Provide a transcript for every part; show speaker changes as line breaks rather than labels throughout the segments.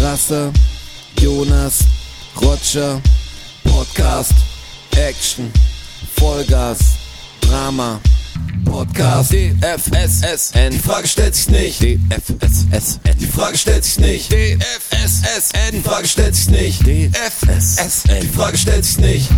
Rasse, Jonas, Roger, Podcast, Action, Vollgas, Drama, Podcast, DFSSN, die Frage stellt sich nicht, DFSSN, die Frage stellt sich nicht, DFSSN, die Frage stellt sich nicht, DFSSN, die Frage stellt sich nicht.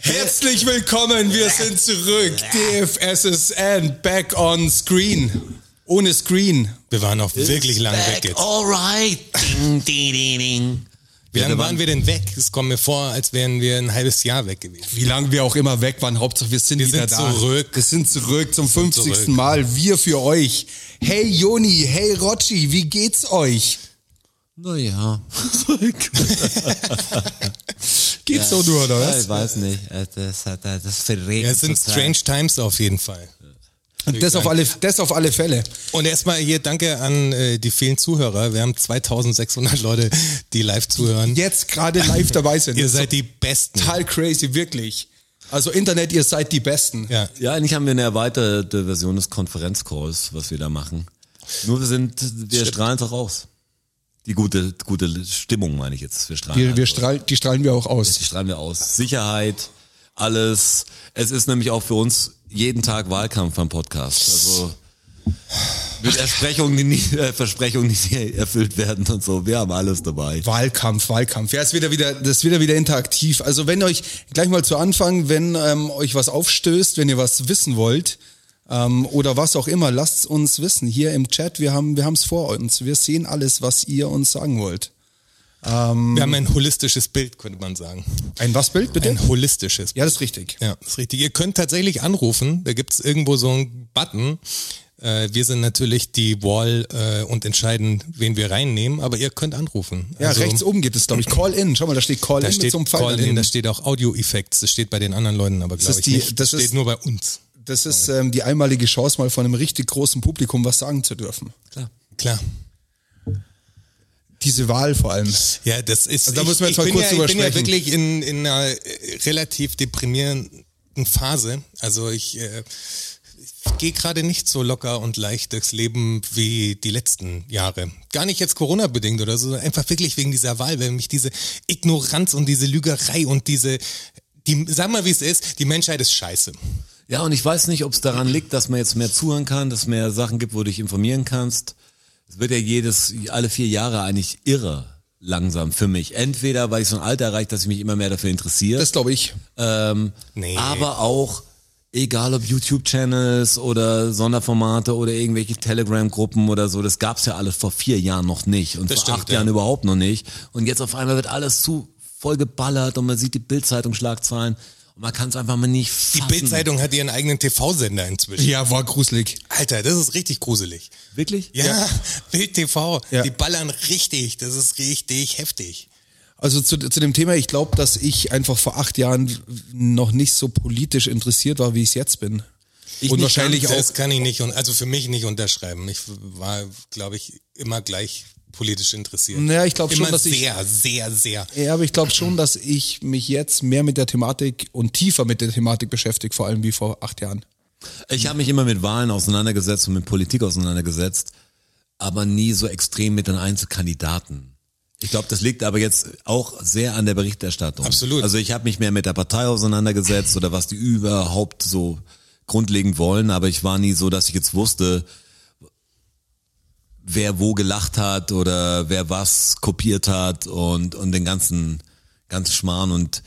Herzlich willkommen, wir sind zurück. DFSSN, back on screen. Ohne Screen. Wir waren auch wirklich lange weg jetzt.
Alright. Ding, ding, ding, ding.
Wie lange waren wir denn weg? Es kommt mir vor, als wären wir ein halbes Jahr weg gewesen.
Wie lange wir auch immer weg waren, Hauptsache wir sind
Wir
wieder
sind
da.
zurück.
Wir sind zurück zum 50.
zurück.
Mal. Wir für euch. Hey Joni, hey Rocci, wie geht's euch?
Naja.
Geht's so nur, oder was?
Ich weiß nicht. Äh, Das hat äh, das verregnet.
Ja, es sind
total.
Strange Times auf jeden Fall.
Und das auf, alle, das auf alle Fälle.
Und erstmal hier danke an äh, die vielen Zuhörer. Wir haben 2600 Leute, die live zuhören.
Jetzt gerade live dabei sind.
Ihr seid die Besten.
total crazy, wirklich. Also Internet, ihr seid die Besten.
Ja.
Ja, eigentlich haben wir eine erweiterte Version des Konferenzcalls, was wir da machen. Nur wir sind, wir strahlen es auch aus. Die gute, gute Stimmung meine ich jetzt. Wir strahlen.
Die, wir
halt
strahl, die strahlen wir auch aus.
Die strahlen wir aus. Sicherheit, alles. Es ist nämlich auch für uns jeden Tag Wahlkampf am Podcast. Also mit Versprechungen, die nie, äh, Versprechungen, die nie erfüllt werden und so. Wir haben alles dabei.
Wahlkampf, Wahlkampf. Ja, ist wieder wieder, das ist wieder wieder interaktiv. Also wenn euch gleich mal zu Anfang, wenn ähm, euch was aufstößt, wenn ihr was wissen wollt ähm, oder was auch immer, lasst uns wissen hier im Chat. Wir haben wir haben es vor uns. Wir sehen alles, was ihr uns sagen wollt.
Wir haben ein holistisches Bild, könnte man sagen.
Ein was Bild bitte?
Ein holistisches
Ja, das ist richtig.
Ja, ist richtig. Ihr könnt tatsächlich anrufen. Da gibt's irgendwo so einen Button. Äh, wir sind natürlich die Wall äh, und entscheiden, wen wir reinnehmen, aber ihr könnt anrufen. Also,
Ja, rechts oben geht es, glaube ich. Call in. Schau mal, Also- da steht Call
Da
in mit
steht
so einem Pfeil
Call in,
daneben.
da steht auch Audio-Effects. Das steht bei den anderen Leuten aber, glaube
ist
ich,
die-
nicht.
das
steht
ist-
nur bei uns.
Das ist ähm, die einmalige Chance, mal von einem richtig großen Publikum was sagen zu dürfen.
Klar.
Klar.
Diese Wahl vor allem.
Ja, das ist.
Also da müssen wir jetzt mal
ich bin
kurz
ja,
drüber
Ich bin ja
sprechen.
wirklich in, in einer äh, relativ deprimierenden Phase. Also ich, äh, ich gehe gerade nicht so locker und leicht durchs Leben wie die letzten Jahre. Gar nicht jetzt Corona bedingt oder so, sondern einfach wirklich wegen dieser Wahl, weil mich diese Ignoranz und diese Lügerei und diese die, sag mal, wie es ist, die Menschheit ist scheiße.
Ja, und ich weiß nicht, ob es daran liegt, dass man jetzt mehr zuhören kann, dass es mehr Sachen gibt, wo du dich informieren kannst. Es wird ja jedes, alle vier Jahre eigentlich irre langsam für mich. Entweder, weil ich so ein Alter erreicht, dass ich mich immer mehr dafür interessiere.
Das glaube ich.
Ähm,
Nee.
Aber auch, egal ob YouTube-Channels oder Sonderformate oder irgendwelche Telegram-Gruppen oder so, das gab's ja alles vor vier Jahren noch nicht und
Das
vor
stimmt,
acht
ja.
Jahren überhaupt noch nicht. Und jetzt auf einmal wird alles zu voll geballert und man sieht die Bild-Zeitung-Schlagzeilen und man kann es einfach mal nicht
Die
fassen.
Bildzeitung hat ihren eigenen TV-Sender inzwischen.
Ja, war gruselig.
Alter, das ist richtig gruselig.
Wirklich?
Ja, Bild TV,
Ja.
die ballern richtig, das ist richtig heftig.
Also zu, zu dem Thema, ich glaube, dass ich einfach vor acht Jahren noch nicht so politisch interessiert war, wie ich es jetzt bin.
Ich
und
nicht
wahrscheinlich auch.
Das kann ich nicht und also für mich nicht unterschreiben. Ich war, glaube ich, immer gleich politisch interessiert.
Naja, ich glaub schon,
Immer
dass ich-
sehr, sehr, sehr.
Ja, aber ich glaube schon, dass ich mich jetzt mehr mit der Thematik und tiefer mit der Thematik beschäftige, vor allem wie vor acht Jahren.
Ich habe mich immer mit Wahlen auseinandergesetzt und mit Politik auseinandergesetzt, aber nie so extrem mit den Einzelkandidaten. Ich glaube, das liegt aber jetzt auch sehr an der Berichterstattung.
Absolut.
Also ich habe mich mehr mit der Partei auseinandergesetzt oder was die überhaupt so grundlegend wollen, aber ich war nie so, dass ich jetzt wusste, wer wo gelacht hat oder wer was kopiert hat und, und den ganzen, ganzen Schmarrn und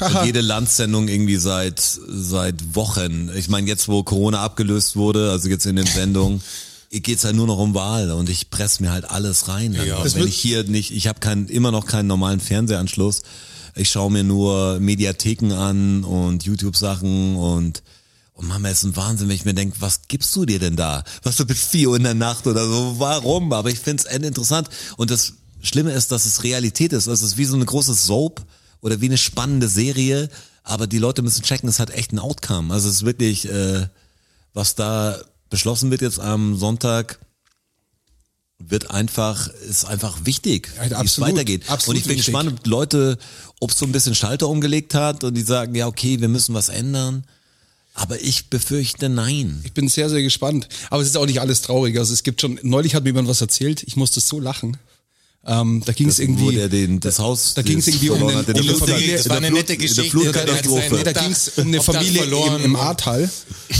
und jede Landsendung irgendwie seit seit Wochen. Ich meine, jetzt wo Corona abgelöst wurde, also jetzt in den Sendungen, geht's halt nur noch um Wahl und ich presse mir halt alles rein. dann.
Ja.
Und
Das
wenn
wird-
ich hier nicht, ich habe keinen immer noch keinen normalen Fernsehanschluss. Ich schaue mir nur Mediatheken an und YouTube-Sachen und und Mama, ist ein Wahnsinn, wenn ich mir denke, was gibst du dir denn da? Was du bis 4 Uhr in der Nacht oder so, warum? Aber ich find's end interessant. Und das Schlimme ist, dass es Realität ist. Also Es ist wie so eine große Soap oder wie eine spannende Serie. Aber die Leute müssen checken, es hat echt ein Outcome. Also es ist wirklich, äh, was da beschlossen wird jetzt am Sonntag, wird einfach, ist einfach wichtig,
Ja,
wie es
absolut,
weitergeht.
absolut
und ich bin
wichtig.
gespannt, ob Leute, ob so ein bisschen Schalter umgelegt hat und die sagen, ja, okay, wir müssen was ändern. Aber ich befürchte nein.
Ich bin sehr, sehr gespannt. Aber es ist auch nicht alles traurig. Also es gibt schon, neulich hat mir jemand was erzählt, ich musste so lachen. Ähm, da ging es
Wo
irgendwie.
der den, das Haus.
da ging's
das
irgendwie um
verloren hat, in
den- um
der
den
Flut-
Familie-
in
das
der
war
eine
Flut-
nette
in der
Geschichte,
Flutkatastrophe.
der hat
Nee, da
Obdach-
ging es um eine
Obdach
Familie
verloren
im, im
und-
Ahrtal.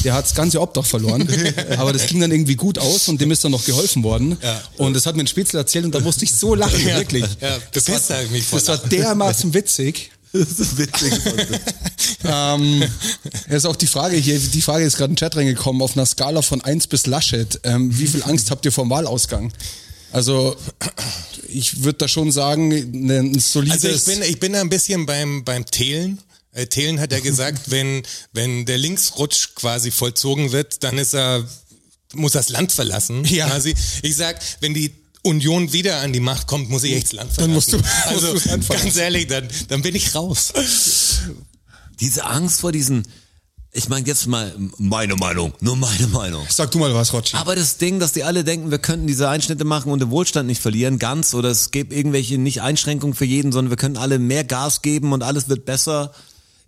Der hat das ganze Obdach verloren. aber das ging dann irgendwie gut aus und dem ist dann noch geholfen worden.
Ja.
Und das hat mir ein Spätzle erzählt und da musste ich so lachen,
Ja.
wirklich.
Ja,
das,
bepisst
war,
hab ich mich vor
das war
Lachen.
dermaßen witzig.
Das ist witzig.
Ähm, ja, ist auch die Frage hier, die Frage ist gerade in den Chat reingekommen, auf einer Skala von 1 bis Laschet, ähm, wie viel Angst habt ihr vor dem Wahlausgang? Also, ich würde da schon sagen, ne- ein solides...
Also ich bin, ich bin da ein bisschen beim, beim Thelen. Äh, Thelen hat ja gesagt, wenn, wenn der Linksrutsch quasi vollzogen wird, dann ist er, muss das Land verlassen.
Ja.
Quasi. Ich sag, wenn die Union wieder an die Macht kommt, muss ich echt das Land verlassen.
Dann musst du- musst
also
du das Land verlassen.
ganz ehrlich, dann, dann bin ich raus.
Diese Angst vor diesen, ich meine jetzt mal meine Meinung, nur meine Meinung.
Sag du mal was, Rotschi.
Aber das Ding, dass die alle denken, wir könnten diese Einschnitte machen und den Wohlstand nicht verlieren, ganz, oder es gibt irgendwelche nicht Einschränkungen für jeden, sondern wir können alle mehr Gas geben und alles wird besser,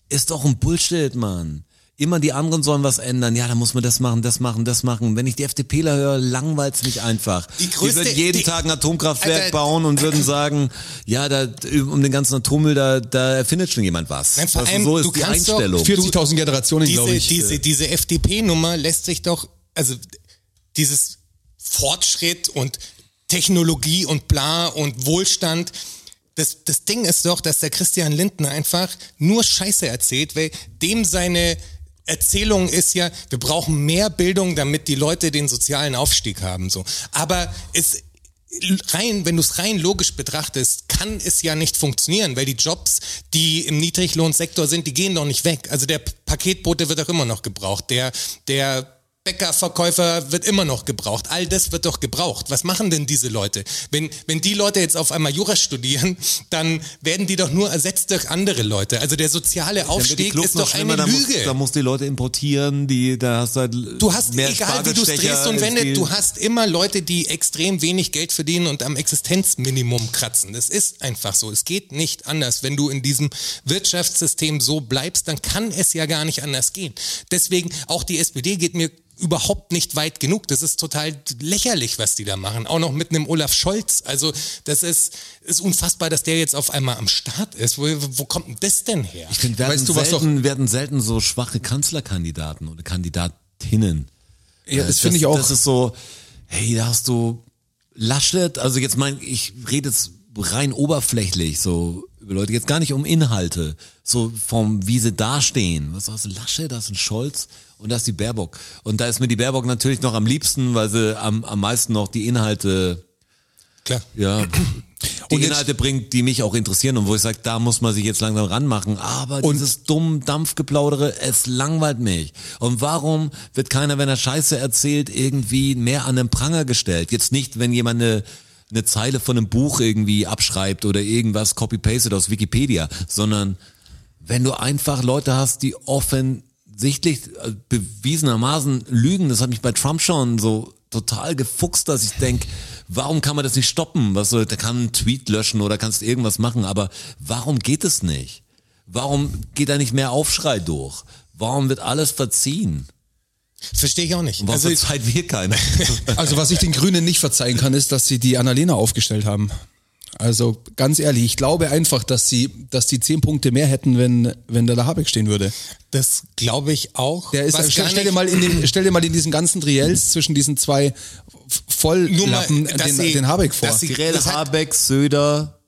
ist doch ein Bullshit, Mann. Immer die anderen sollen was ändern. Ja, da muss man das machen, das machen, das machen. Wenn ich die FDPler höre, langweilt's mich einfach.
Die
Die,
größte-
würden jeden
die-
Tag ein Atomkraftwerk
Alter.
bauen und würden sagen, ja, da, um den ganzen Atommüll, da, da erfindet schon jemand was.
Nein, vor
Also
allem,
so ist
du
die
kannst doch
Einstellung.
40.000 Generationen, glaube
diese,
ich.
diese, diese FDP-Nummer lässt sich doch, also dieses Fortschritt und Technologie und bla und Wohlstand, das, das Ding ist doch, dass der Christian Lindner einfach nur Scheiße erzählt, weil dem seine Erzählung ist ja, wir brauchen mehr Bildung, damit die Leute den sozialen Aufstieg haben. So. Aber es rein, wenn du es rein logisch betrachtest, kann es ja nicht funktionieren, weil die Jobs, die im Niedriglohnsektor sind, die gehen doch nicht weg. Also der P- Paketbote wird doch immer noch gebraucht, der, der Bäckerverkäufer wird immer noch gebraucht. All das wird doch gebraucht. Was machen denn diese Leute? Wenn, wenn die Leute jetzt auf einmal Jura studieren, dann werden die doch nur ersetzt durch andere Leute. Also der soziale
Dann wird die
Aufstieg
Kluft
ist
noch
doch
schlimmer,
eine
da musst-
Lüge.
Da musst du die Leute importieren, die, da hast du halt
Du hast,
mehr
egal wie du es drehst und wendest, du
hast
hast immer Leute, die extrem wenig Geld verdienen und am Existenzminimum kratzen. Das ist einfach so. Es geht nicht anders. Wenn du in diesem Wirtschaftssystem so bleibst, dann kann es ja gar nicht anders gehen. Deswegen, auch die SPD geht mir überhaupt nicht weit genug. Das ist total lächerlich, was die da machen. Auch noch mit einem Olaf Scholz. Also das ist, ist unfassbar, dass der jetzt auf einmal am Start ist. Wo, wo kommt denn das denn her?
Ich finde, wir,
Weißt
hatten
du, was
selten, wir hatten selten so schwache Kanzlerkandidaten oder Kandidatinnen.
ja, das
Äh,
finde ich auch.
Das ist so, hey, da hast du Laschet, also jetzt mein, ich rede jetzt rein oberflächlich, so über Leute, jetzt gar nicht um Inhalte, so vom, wie sie dastehen. Was hast du, Laschet, da hast du einen Scholz und da ist die Baerbock. Und da ist mir die Baerbock natürlich noch am liebsten, weil sie am, am meisten noch die Inhalte
Klar.
ja. Die
Und jetzt-
Inhalte bringt, die mich auch interessieren und wo ich sage, da muss man sich jetzt langsam ranmachen. Aber
Und-
dieses dumme Dampfgeplaudere, es langweilt mich. Und warum wird keiner, wenn er Scheiße erzählt, irgendwie mehr an den Pranger gestellt? Jetzt nicht, wenn jemand eine, eine Zeile von einem Buch irgendwie abschreibt oder irgendwas copy-pasted aus Wikipedia, sondern wenn du einfach Leute hast, die offensichtlich äh, bewiesenermaßen lügen, das hat mich bei Trump schon so total gefuchst, dass ich denk, warum kann man das nicht stoppen? Was soll, da kann ein Tweet löschen oder kannst irgendwas machen, aber warum geht es nicht? Warum geht da nicht mehr Aufschrei durch? Warum wird alles verziehen?
Verstehe ich auch nicht.
Und warum
Also,
verzeiht wir keiner?
Also was ich den Grünen nicht verzeihen kann, ist, dass sie die Annalena aufgestellt haben. Also ganz ehrlich, ich glaube einfach, dass sie, dass die zehn Punkte mehr hätten, wenn, wenn da der Habeck stehen würde.
das glaube ich auch.
Der ist,
Was
stell,
gar
stell,
nicht-
dir mal in den, stell dir mal in diesen ganzen Triels zwischen diesen zwei F-
Nur mal,
Volllappen
dass
den,
sie-
den Habeck vor.
dass sie-
Gerät
Das hat-
Habeck, Söder.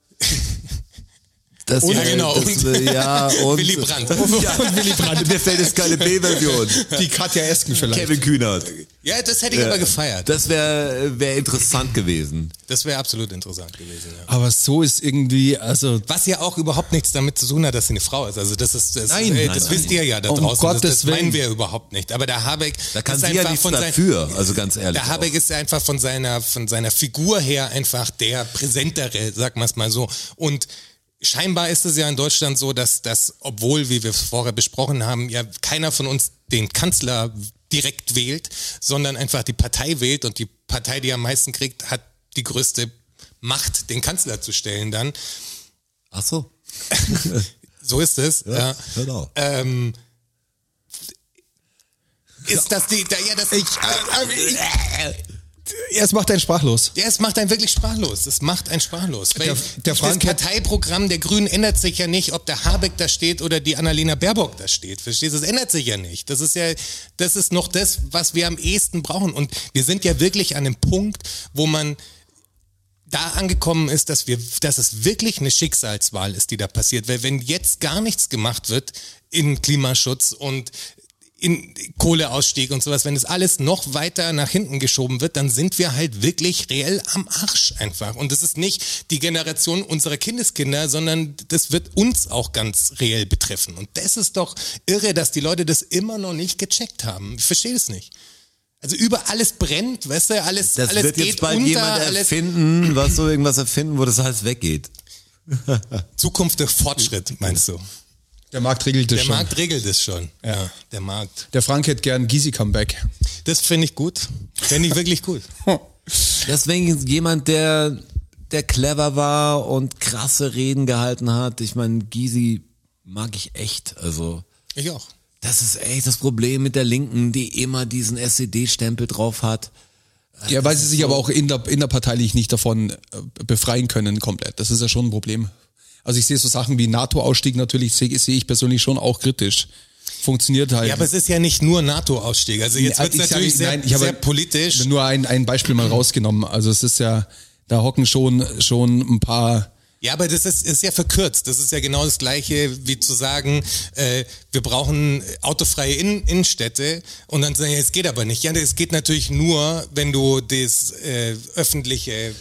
Das
Und- Ja, genau,
das,
und-
äh, ja, und
Willy Brandt.
Ja, und Willy Brandt. Mir fällt jetzt keine B-Version.
die Katja Esken vielleicht.
Kevin Kühnert.
Ja, das hätte ich aber gefeiert.
Das wäre wär interessant gewesen.
Das wäre absolut interessant gewesen. Ja.
Aber so ist irgendwie, also
Was ja auch überhaupt nichts damit zu tun hat, dass sie eine Frau ist. Also das ist das,
Nein,
äh,
nein,
das
nein.
wisst ihr ja da
Um
draußen. das,
Gottes
das
Willen.
meinen wir überhaupt nicht. Aber der Habeck,
Da kann
ist
sie ja
einfach
nichts
von sein-
dafür, also ganz ehrlich.
Der Habeck ist einfach von seiner, von seiner Figur her einfach der präsentere, sag man es mal so. Und scheinbar ist es ja in Deutschland so, dass das, obwohl, wie wir es vorher besprochen haben, ja keiner von uns den Kanzler direkt wählt, sondern einfach die Partei wählt und die Partei, die am meisten kriegt, hat die größte Macht, den Kanzler zu stellen dann.
Ach so.
So ist es. Ja,
hört auf.
Ähm, ist das die, da, ja, das, ich, äh, äh,
Es macht einen sprachlos.
ja, es macht einen wirklich sprachlos. Es macht einen sprachlos. Weil
Der- der
das
Frank hat-
Parteiprogramm der Grünen ändert sich ja nicht, ob der Habeck da steht oder die Annalena Baerbock da steht. Verstehst du? Das ändert sich ja nicht. Das ist ja, das ist noch das, was wir am ehesten brauchen. Und wir sind ja wirklich an dem Punkt, wo man da angekommen ist, dass wir, dass es wirklich eine Schicksalswahl ist, die da passiert. Weil wenn jetzt gar nichts gemacht wird in Klimaschutz und in Kohleausstieg und sowas, wenn es alles noch weiter nach hinten geschoben wird, dann sind wir halt wirklich reell am Arsch einfach. Und das ist nicht die Generation unserer Kindeskinder, sondern das wird uns auch ganz reell betreffen. Und das ist doch irre, dass die Leute das immer noch nicht gecheckt haben. Ich verstehe es nicht. Also über alles brennt, weißt du, alles,
Das
alles
wird
geht
jetzt bald
unter,
jemand
alles
erfinden, was so irgendwas erfinden, wo das alles weggeht.
Zukunft durch Fortschritt, meinst du?
Der Markt regelt es
Der
schon.
Markt regelt es schon. Ja, der Markt.
Der Frank hätte gern Gysi-Comeback.
Das finde ich gut. Finde ich wirklich gut.
Deswegen ist jemand, der, der clever war und krasse Reden gehalten hat. Ich meine, Gysi mag ich echt. Also,
Ich auch.
das ist echt das Problem mit der Linken, die immer diesen SED-Stempel drauf hat.
Ja, weil sie sich aber auch inder, innerparteilich nicht davon äh, befreien können komplett. Das ist ja schon ein Problem. Also ich sehe so Sachen wie NATO-Ausstieg natürlich, sehe sehe ich persönlich schon auch kritisch. Funktioniert halt.
Ja, aber es ist ja nicht nur NATO-Ausstieg. Also jetzt
Nee,
wird
ich
es
sage-
natürlich sehr,
nein, ich habe-
sehr politisch.
nur ein, ein Beispiel mal rausgenommen. Also es ist ja, da hocken schon, schon ein paar
Ja, aber das ist, ist ja verkürzt. Das ist ja genau das Gleiche, wie zu sagen, äh, wir brauchen autofreie In Innenstädte und dann sagen, ja, es geht aber nicht. Ja, es geht natürlich nur, wenn du das äh, öffentliche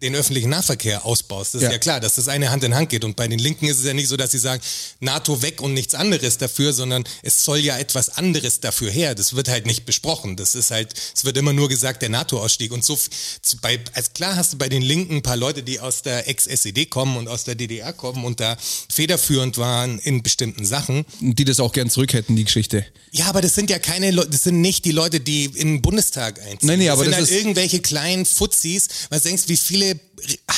den öffentlichen Nahverkehr ausbaust. Das
Ja.
ist ja klar, dass das eine Hand in Hand geht. Und bei den Linken ist es ja nicht so, dass sie sagen, NATO weg und nichts anderes dafür, sondern es soll ja etwas anderes dafür her. Das wird halt nicht besprochen. Das ist halt, es wird immer nur gesagt, der NATO-Ausstieg. Und so, f- zu- bei, als klar hast du bei den Linken ein paar Leute, die aus der Ex-SED kommen und aus der DDR kommen und da federführend waren in bestimmten Sachen.
die das auch gern zurück hätten, die Geschichte.
Ja, aber das sind ja keine Leute, das sind nicht die Leute, die in den Bundestag einziehen.
Nein, nee, aber
das sind
das
halt
ist-
irgendwelche kleinen Fuzzis, weil du denkst, wie viele R-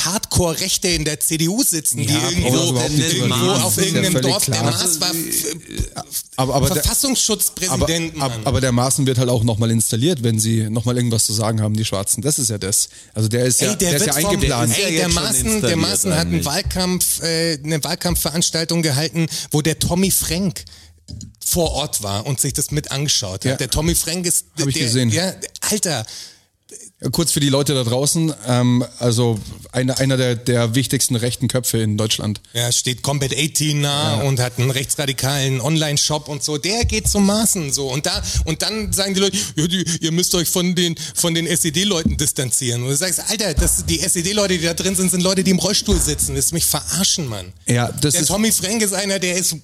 Hardcore-Rechte in der CDU sitzen, die
Ja, brauchen wir
irgendwo,
überhaupt nicht
irgendwo
überlegen.
auf
Das
ist ja
irgendeinem
völlig
Dorf,
klar.
der Maas äh, war f-
Aber, aber, der, aber,
Verfassungsschutzpräsident,
ab-
Mann.
aber der Maßen wird halt auch nochmal installiert, wenn sie nochmal irgendwas zu sagen haben, die Schwarzen. Das ist ja das. Also der ist ja,
Ey,
der ist
wird
ja
vom-
Der ist
eingeplant.
Ey,
ja
der
jetzt schon
Maaßen, der
installiert
Maaßen hat einen
eigentlich.
Wahlkampf, äh, eine Wahlkampfveranstaltung gehalten, wo der Tommy Frank vor Ort war und sich das mit angeschaut
Ja.
hat. Der Tommy Frank ist
Hab ich
der,
gesehen.
Ja, Alter,
Kurz für die Leute da draußen, ähm, also einer, einer der, der wichtigsten rechten Köpfe in Deutschland.
Ja, steht Combat 18 nah und hat einen rechtsradikalen Online-Shop und so. Der geht zum Maßen so. Und da, und dann sagen die Leute, ja, die, ihr müsst euch von den, von den SED-Leuten distanzieren. Und du sagst, Alter, das, die SED-Leute, die da drin sind, sind Leute, die im Rollstuhl sitzen. Willst du mich verarschen, Mann?
Ja, das
der
ist
Tommy Frank ist einer, der ist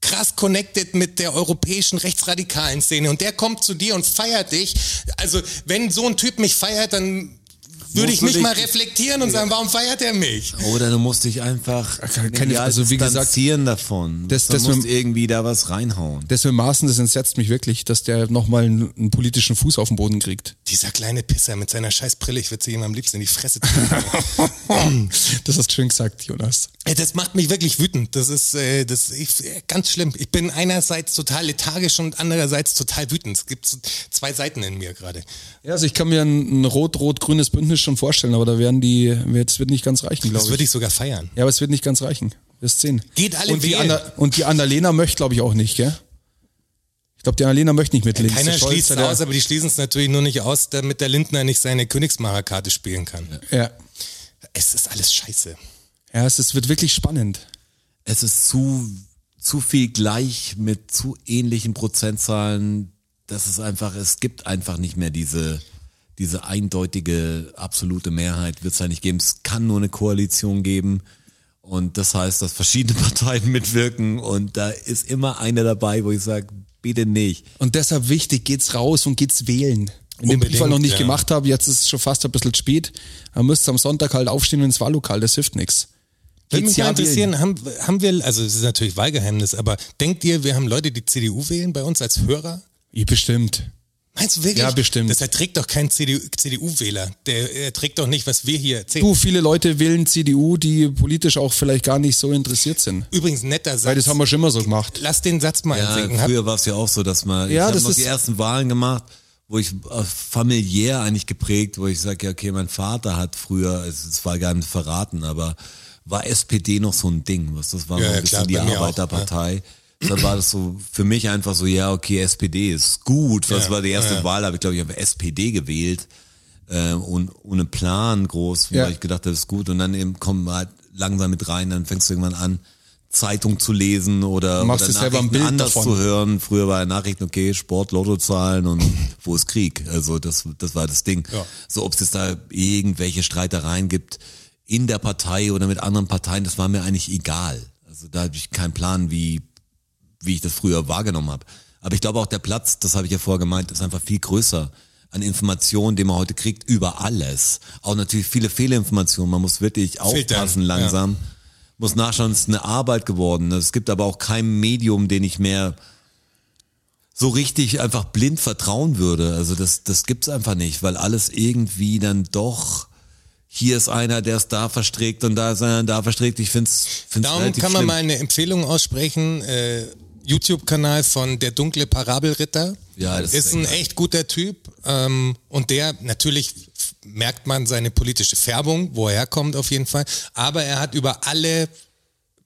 krass connected mit der europäischen rechtsradikalen Szene und der kommt zu dir und feiert dich. Also, wenn so ein Typ mich feiert, dann würde
Musst
ich
du
mich
dich-
mal reflektieren und sagen, warum feiert er mich?
Oder du musst dich einfach
keine- also wie gesagt,
distanzieren davon.
das-
du
das
musst
mit-
irgendwie da was reinhauen.
Deswegen Maßen, das entsetzt mich wirklich, dass der nochmal einen, einen politischen Fuß auf den Boden kriegt.
Dieser kleine Pisser mit seiner scheiß Brille, ich würde sie ihm am liebsten in die Fresse
Hm.
ziehen.
das hast du schön gesagt, Jonas.
Ey, das macht mich wirklich wütend. Das ist äh, das ich, äh, ganz schlimm. Ich bin einerseits total lethargisch und andererseits total wütend. Es gibt so zwei Seiten in mir gerade.
Ja, also ich kann mir ein, ein rot-rot-grünes Bündnis schon vorstellen, aber da werden die, jetzt wird nicht ganz reichen,
Das
glaube ich.
würde ich sogar feiern.
Ja, aber es wird nicht ganz reichen. Wirst sehen.
Geht alle
und die,
wählen.
Anna, und die Annalena möchte, glaube ich, auch nicht, gell? Ich glaube, die Annalena möchte nicht mit links.
Keiner
Der Scholz
schließt
hat
es
ja-
aus, aber die schließen es natürlich nur nicht aus, damit der Lindner nicht seine Königsmacherkarte spielen kann.
Ja.
Es ist alles scheiße.
Ja, es ist, wird wirklich spannend.
Es ist zu, zu viel gleich mit zu ähnlichen Prozentzahlen. Das ist einfach, es gibt einfach nicht mehr diese, diese eindeutige, absolute Mehrheit wird es ja nicht geben. Es kann nur eine Koalition geben. Und das heißt, dass verschiedene Parteien mitwirken und da ist immer eine dabei, wo ich sage, bitte nicht.
Und deshalb wichtig, geht's raus und geht's wählen. In dem
Unbedingt,
Brief, noch nicht
ja.
gemacht habe, jetzt ist es schon fast ein bisschen spät. Man müsste am Sonntag halt aufstehen ins Wahllokal, das hilft nichts.
Würde mich
ja
mal
wählen.
interessieren, haben, haben wir, also es ist natürlich Wahlgeheimnis, aber denkt ihr, wir haben Leute, die CDU wählen bei uns als Hörer?
Ja, bestimmt.
Meinst du wirklich?
Ja, bestimmt.
Das erträgt doch kein CDU CDU-Wähler. Der erträgt doch nicht, was wir hier erzählen.
Du, viele Leute wählen CDU, die politisch auch vielleicht gar nicht so interessiert sind.
Übrigens, netter Satz.
Weil das haben wir schon immer so gemacht.
Lass den Satz mal einsinken.
Ja,
Hab-
früher war es ja auch so, dass man,
Ja,
ich
das
habe noch die
ist-
ersten Wahlen gemacht, wo ich äh, familiär eigentlich geprägt, wo ich sage, ja, okay, mein Vater hat früher, es es war gar nicht verraten, aber war SPD noch so ein Ding, was das war
Ja,
so
ja,
ein bisschen
klar, bei
die
mir auch,
Arbeiterpartei. Dann war das so für mich einfach so, ja, okay, SPD ist gut. Das
Ja,
war die erste
ja, ja.
Wahl, habe ich glaube ich habe SPD gewählt ähm, und ohne Plan groß,
Ja.
weil ich gedacht, das ist gut. Und dann eben kommen wir halt langsam mit rein, dann fängst du irgendwann an, Zeitung zu lesen oder,
Machst
Ähm, oder
dir selber ein
Nachrichten
Bild
anders
davon.
zu hören. Früher war ja Nachrichten, okay, Sport, Lottozahlen und wo ist Krieg? Also das, das war das Ding.
Ja.
So ob es jetzt da irgendwelche Streitereien gibt in der Partei oder mit anderen Parteien, das war mir eigentlich egal. Also da habe ich keinen Plan, wie wie ich das früher wahrgenommen habe. Aber ich glaube auch der Platz, das habe ich ja vorher gemeint, ist einfach viel größer an Informationen, die man heute kriegt, über alles. Auch natürlich viele Fehlinformationen. Man muss wirklich
Filtern,
aufpassen langsam. Muss nachschauen, es ist eine Arbeit geworden. Es gibt aber auch kein Medium, den ich mehr so richtig einfach blind vertrauen würde. Also das, das gibt's einfach nicht, weil alles irgendwie dann doch, hier ist einer, der es da verstrickt und da ist einer, der da verstrickt. Ich find's, find's
Darum
relativ
kann man
schlimm.
mal eine Empfehlung aussprechen. Äh, YouTube-Kanal von Der dunkle Parabelritter.
Ja, das
ist
ist
ein
egal.
echt guter Typ. Ähm, und der, natürlich f- merkt man seine politische Färbung, wo er herkommt auf jeden Fall. Aber er hat über alle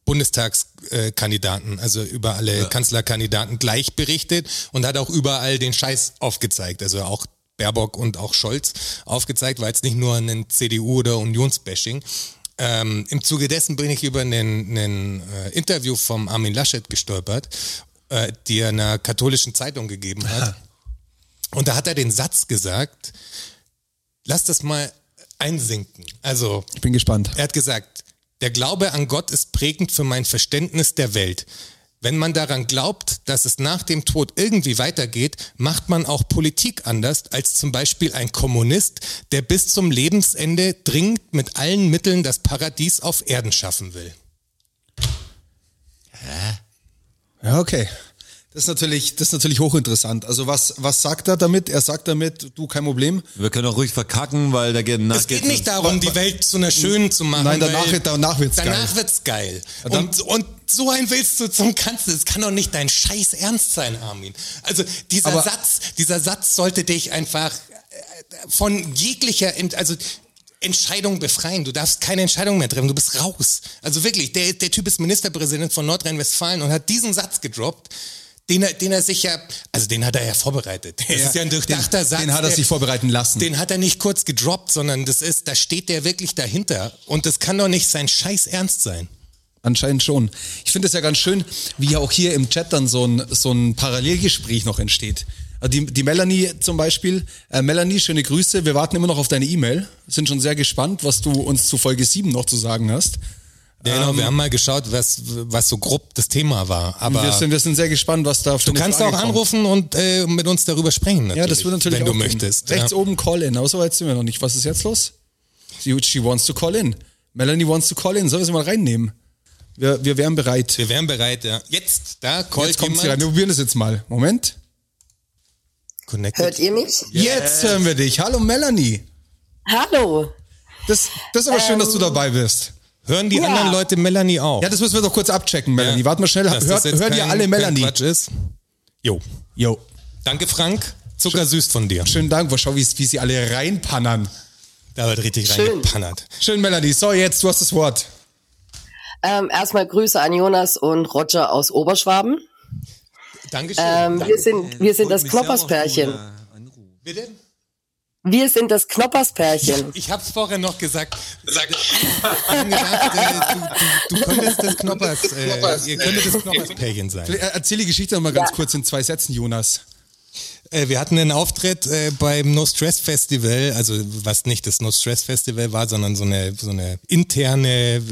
Bundestagskandidaten, also über alle Kanzlerkandidaten gleich berichtet und hat auch überall den Scheiß aufgezeigt. Also auch Baerbock und auch Scholz aufgezeigt, war jetzt nicht nur ein CDU- oder Unionsbashing. Ähm, Im Zuge dessen bin ich über ein äh, Interview vom Armin Laschet gestolpert, äh, die er einer katholischen Zeitung gegeben hat. Und da hat er den Satz gesagt, lass das mal einsinken. Also
Ich bin gespannt.
er hat gesagt, der Glaube an Gott ist prägend für mein Verständnis der Welt. Wenn man daran glaubt, dass es nach dem Tod irgendwie weitergeht, macht man auch Politik anders als zum Beispiel ein Kommunist, der bis zum Lebensende dringend mit allen Mitteln das Paradies auf Erden schaffen will.
Ja, okay. Das ist natürlich, das ist natürlich hochinteressant. Also was, was sagt er damit? Er sagt damit, du, kein Problem.
Wir können auch ruhig verkacken, weil da geht
Es geht nicht darum, um die Welt zu einer schönen zu machen.
Nein, danach,
weil-
danach wird's geil.
Danach wird's geil. Und, und so ein willst du zum Kanzler. Es kann doch nicht dein Scheiß Ernst sein, Armin. Also dieser
Aber-
Satz, dieser Satz sollte dich einfach äh, von jeglicher, Ent- also Entscheidung befreien. Du darfst keine Entscheidung mehr treffen. Du bist raus. Also wirklich, der, der Typ ist Ministerpräsident von Nordrhein-Westfalen und hat diesen Satz gedroppt. Den er, den er sich ja, also den hat er ja vorbereitet. Das ist ja ein durchdachter
den,
Satz.
Den hat er
der-
sich vorbereiten lassen.
den hat er nicht kurz gedroppt, sondern das ist, da steht der wirklich dahinter. Und das kann doch nicht sein Scheiß ernst sein.
Anscheinend schon. Ich finde es ja ganz schön, wie ja auch hier im Chat dann so ein, so ein Parallelgespräch noch entsteht. Also die, die Melanie zum Beispiel. Äh, Melanie, schöne Grüße. Wir warten immer noch auf deine E-Mail. Sind schon sehr gespannt, was du uns zu Folge 7 noch zu sagen hast. Ähm.
Genau, wir haben mal geschaut, was, was so grob das Thema war. Aber
wir, sind, wir sind sehr gespannt, was da für
du
eine
kannst
Frage
auch
kommt.
anrufen und äh, mit uns darüber sprechen. Natürlich,
Ja, das wird natürlich
Wenn
auch
du
gehen.
möchtest.
Rechts
ja.
oben Call in, aber so weit sind wir noch nicht. Was ist jetzt los? She, she wants to call in. Melanie wants to call in. Sollen wir sie mal reinnehmen? Wir, wir wären bereit.
Wir wären bereit, ja. Jetzt, da callt
Jetzt kommt sie rein.
jemand.
Wir probieren das jetzt mal. Moment.
Connected.
Hört ihr mich?
Jetzt hören wir dich. Hallo Melanie.
Hallo.
Das, das ist aber schön, dass du dabei bist.
Hören die
Ja.
anderen Leute Melanie auch?
Ja, das müssen wir doch kurz abchecken, Melanie.
Ja.
Warte mal schnell.
Dass das
Hört,
jetzt
hört ihr
kein-
alle
kein
Melanie?
Quatsch ist. Jo.
Jo.
Danke, Frank. Zuckersüß von dir.
Schönen Dank. Schau, wie, wie sie alle reinpannern.
Da wird richtig
Schön.
reingepannert.
Schön, Melanie. So, jetzt, du hast das Wort.
Ähm, erstmal Grüße an Jonas und Roger aus Oberschwaben.
Dankeschön.
Ähm, wir
Äh,
sind, wir sind das Knopperspärchen.
Bitte?
Wir sind das Knopperspärchen.
Ich hab's vorher noch gesagt. Sag. Ich hab gedacht, äh, du, du, du könntest das Knoppers, äh, ihr könntet das Knoppers-Pärchen sein.
Er- Erzähl die Geschichte noch mal ganz
Ja.
kurz in zwei Sätzen, Jonas.
Äh, wir hatten einen Auftritt äh, beim No Stress Festival, also was nicht das No Stress Festival war, sondern so eine, so eine interne äh,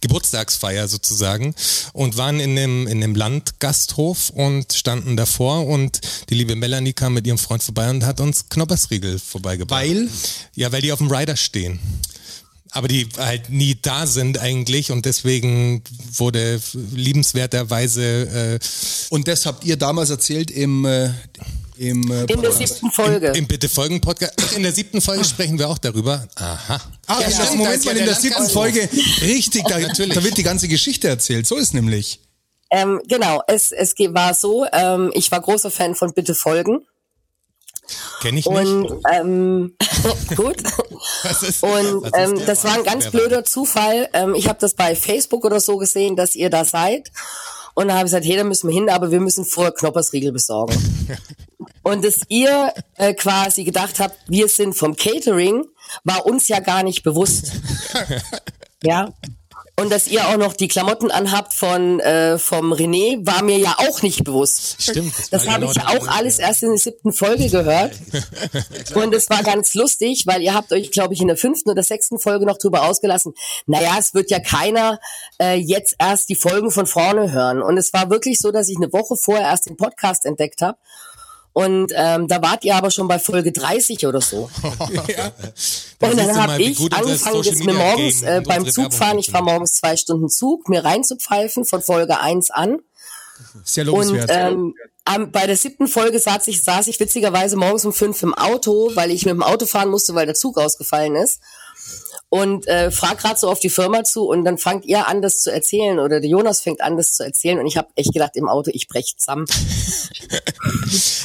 Geburtstagsfeier sozusagen und waren in einem, in einem Landgasthof und standen davor und die liebe Melanie kam mit ihrem Freund vorbei und hat uns Knoppersriegel vorbeigebracht.
Weil?
Ja, weil die auf dem Rider stehen. aber die halt nie da sind eigentlich und deswegen wurde f- liebenswerterweise äh,
Und das habt ihr damals erzählt im, äh, Im, äh,
In der siebten Folge.
Im Bitte Folgen Podcast. Ach, in der siebten Folge sprechen wir auch darüber. Aha.
Ach,
Ja,
Ah, ja,
stimmt, da
Moment
ist
mal,
ja
in der
Landgast-
siebten Folge. Richtig, da,
Natürlich.
da wird die ganze Geschichte erzählt. So ist nämlich.
Ähm, genau, es, es ge- war so, ähm, ich war großer Fan von Bitte Folgen.
Kenn ich nicht.
Und ähm, gut.
Was ist-
Und
was ist
ähm,
der
das war ein
Wahnsinn,
ganz
der
blöder Zufall. Ähm, ich habe das bei Facebook oder so gesehen, dass ihr da seid. Und da habe ich gesagt, hey, da müssen wir hin, aber wir müssen vorher Knoppersriegel besorgen. Und dass ihr äh, quasi gedacht habt, wir sind vom Catering, war uns ja gar nicht bewusst. ja. Und dass ihr auch noch die Klamotten anhabt von äh, vom René, war mir ja auch nicht bewusst.
Stimmt,
Das
war
habe
genau
ich ja
der-
auch alles erst in der siebten Folge gehört. Und es war ganz lustig, weil ihr habt euch, glaube ich, in der fünften oder sechsten Folge noch drüber ausgelassen. Naja, es wird ja keiner äh, jetzt erst die Folgen von vorne hören. Und es war wirklich so, dass ich eine Woche vorher erst den Podcast entdeckt habe. Und ähm, da wart ihr aber schon bei Folge 30 oder so.
ja.
Und
siehst du
dann
mal,
habe
wie
ich
gut unser
angefangen,
Social
das mir
Media
morgens
Game
äh,
und
beim
unsere
Zugfahren, ich fahre
Werbung
morgens zwei Stunden Zug, mir reinzupfeifen von Folge 1 an.
Sehr
Und
lobenswert.
ähm, am, bei der siebten Folge saß ich, saß ich witzigerweise morgens um fünf im Auto, weil ich mit dem Auto fahren musste, weil der Zug ausgefallen ist. Und äh, frag gerade so auf die Firma zu und dann fangt ihr an, das zu erzählen oder der Jonas fängt an, das zu erzählen und ich habe echt gedacht im Auto, ich brech zusammen.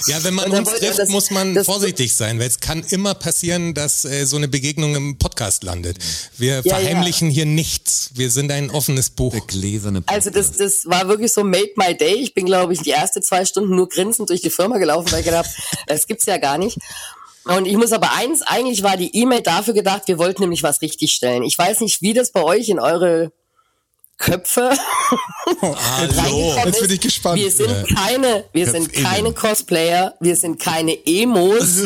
Ja, wenn man
Und dann
uns
wollte-
trifft,
das-
muss man
das-
vorsichtig sein, weil es kann immer passieren, dass äh, so eine Begegnung im Podcast landet. Wir
ja.
verheimlichen hier nichts. Wir sind ein offenes Buch.
Der oh, gläserne
Also das, das war wirklich so made my day. Ich bin, glaube ich, die erste zwei Stunden nur grinsend durch die Firma gelaufen, weil ich gedacht habe, das gibt's ja gar nicht. Und ich muss aber eins, eigentlich war die E-Mail dafür gedacht, wir wollten nämlich was richtigstellen. Ich weiß nicht, wie das bei euch in eure Köpfe reingekommen
Jetzt bin
ist.
ich gespannt.
Wir sind keine, wir sind
Köpfe
keine Cosplayer, wir sind keine Emos.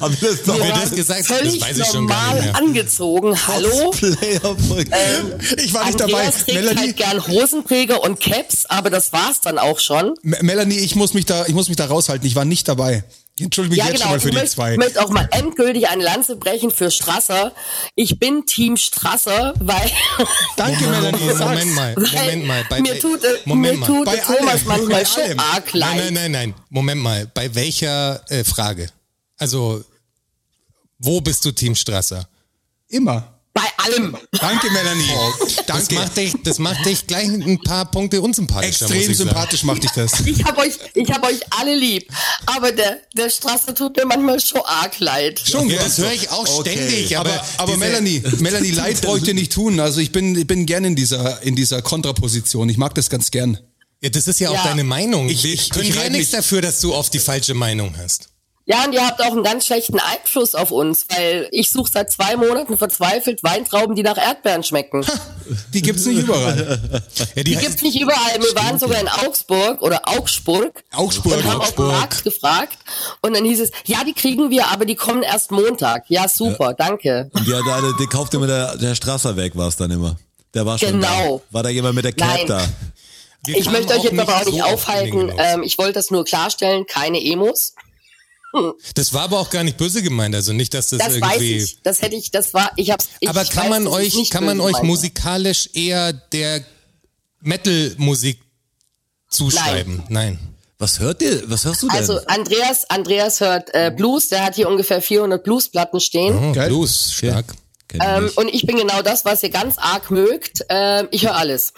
Haben wir das noch
Wir
wer
waren
das gesagt hat, das
völlig
weiß ich schon gar
normal
nicht mehr.
angezogen. Hallo? Ähm,
ich war nicht dabei.
Andreas trägt
Melanie,
halt gern Hosenträger und Caps, aber das war's dann auch schon.
Me- Melanie, ich muss mich da, ich muss mich da raushalten. Ich war nicht dabei. Ich entschuldige mich jetzt schon mal für
genau, ich
die zwei.
möchte, möchte auch mal endgültig eine Lanze brechen für Strasser. Ich bin Team Strasser, weil,
Danke, Melanie.
Moment,
sag's.
Moment mal,
weil
Moment mal. Bei,
mir tut, äh,
Moment
mir
mal.
tut
Bei
der Thomas
allem,
manchmal
bei
schon
allem.
arg
nein,
leid.
nein, nein, nein. Moment mal. Bei welcher äh, Frage? Also, wo bist du Team Strasser?
Immer.
Bei allem.
Danke, Melanie.
Oh, Das
Danke.
macht dich, das macht dich gleich ein paar Punkte unsympathischer. muss
Extrem
ich sagen.
sympathisch macht dich das.
Ich habe euch, ich hab euch alle lieb. Aber der, der Strasser tut mir manchmal schon arg leid.
Schon,
Ja,
gell?
das höre ich auch
Okay.
ständig. Aber,
Aber, aber
diese-
Melanie, Melanie, Leid braucht ihr nicht tun. Also ich bin, ich bin gern in dieser, in dieser Kontraposition. Ich mag das ganz gern.
Ja, das ist ja auch
Ja.
deine Meinung.
Ich-
Wir
ich-
können halt
ich
ja
reib
nichts
mich-
dafür, dass du oft die falsche Meinung hast.
Ja, und ihr habt auch einen ganz schlechten Einfluss auf uns, weil ich suche seit zwei Monaten verzweifelt Weintrauben, die nach Erdbeeren schmecken.
Die gibt's nicht überall.
Ja, die
Die gibt's nicht überall. Wir waren sogar in Augsburg oder Augsburg.
Augsburg,
Und haben auf dem
Augsburg.
Markt gefragt. Und dann hieß es, ja, die kriegen wir, aber die kommen erst Montag. Ja, super, danke.
Ja, da, der, der kauft immer der, der Strasser weg, war es dann immer. Der war schon
Genau.
da. War da jemand mit der Cap
Nein.
da?
wir
Ich
kamen
möchte euch jetzt aber auch nicht
so auf den
aufhalten.
Ding raus.
Ähm, ich wollte das nur klarstellen, keine Emos.
das war aber auch gar nicht böse gemeint, also nicht, dass das,
Das weiß
irgendwie.
ich. Das hätte ich, das war, ich hab's. Ich
aber
ich
kann
weiß,
man
dass ich
euch,
nicht
kann man
böse
euch
meine.
musikalisch eher der Metal-Musik zuschreiben? Nein.
Was hört ihr? Was hörst du denn?
Also Andreas, Andreas hört äh, Blues, der hat hier ungefähr 400 Bluesplatten stehen.
Oh,
Geil.
Blues, stark.
Kenn ich
Ähm,
nicht.
und ich bin genau das, was ihr ganz arg mögt. Ähm, ich höre alles.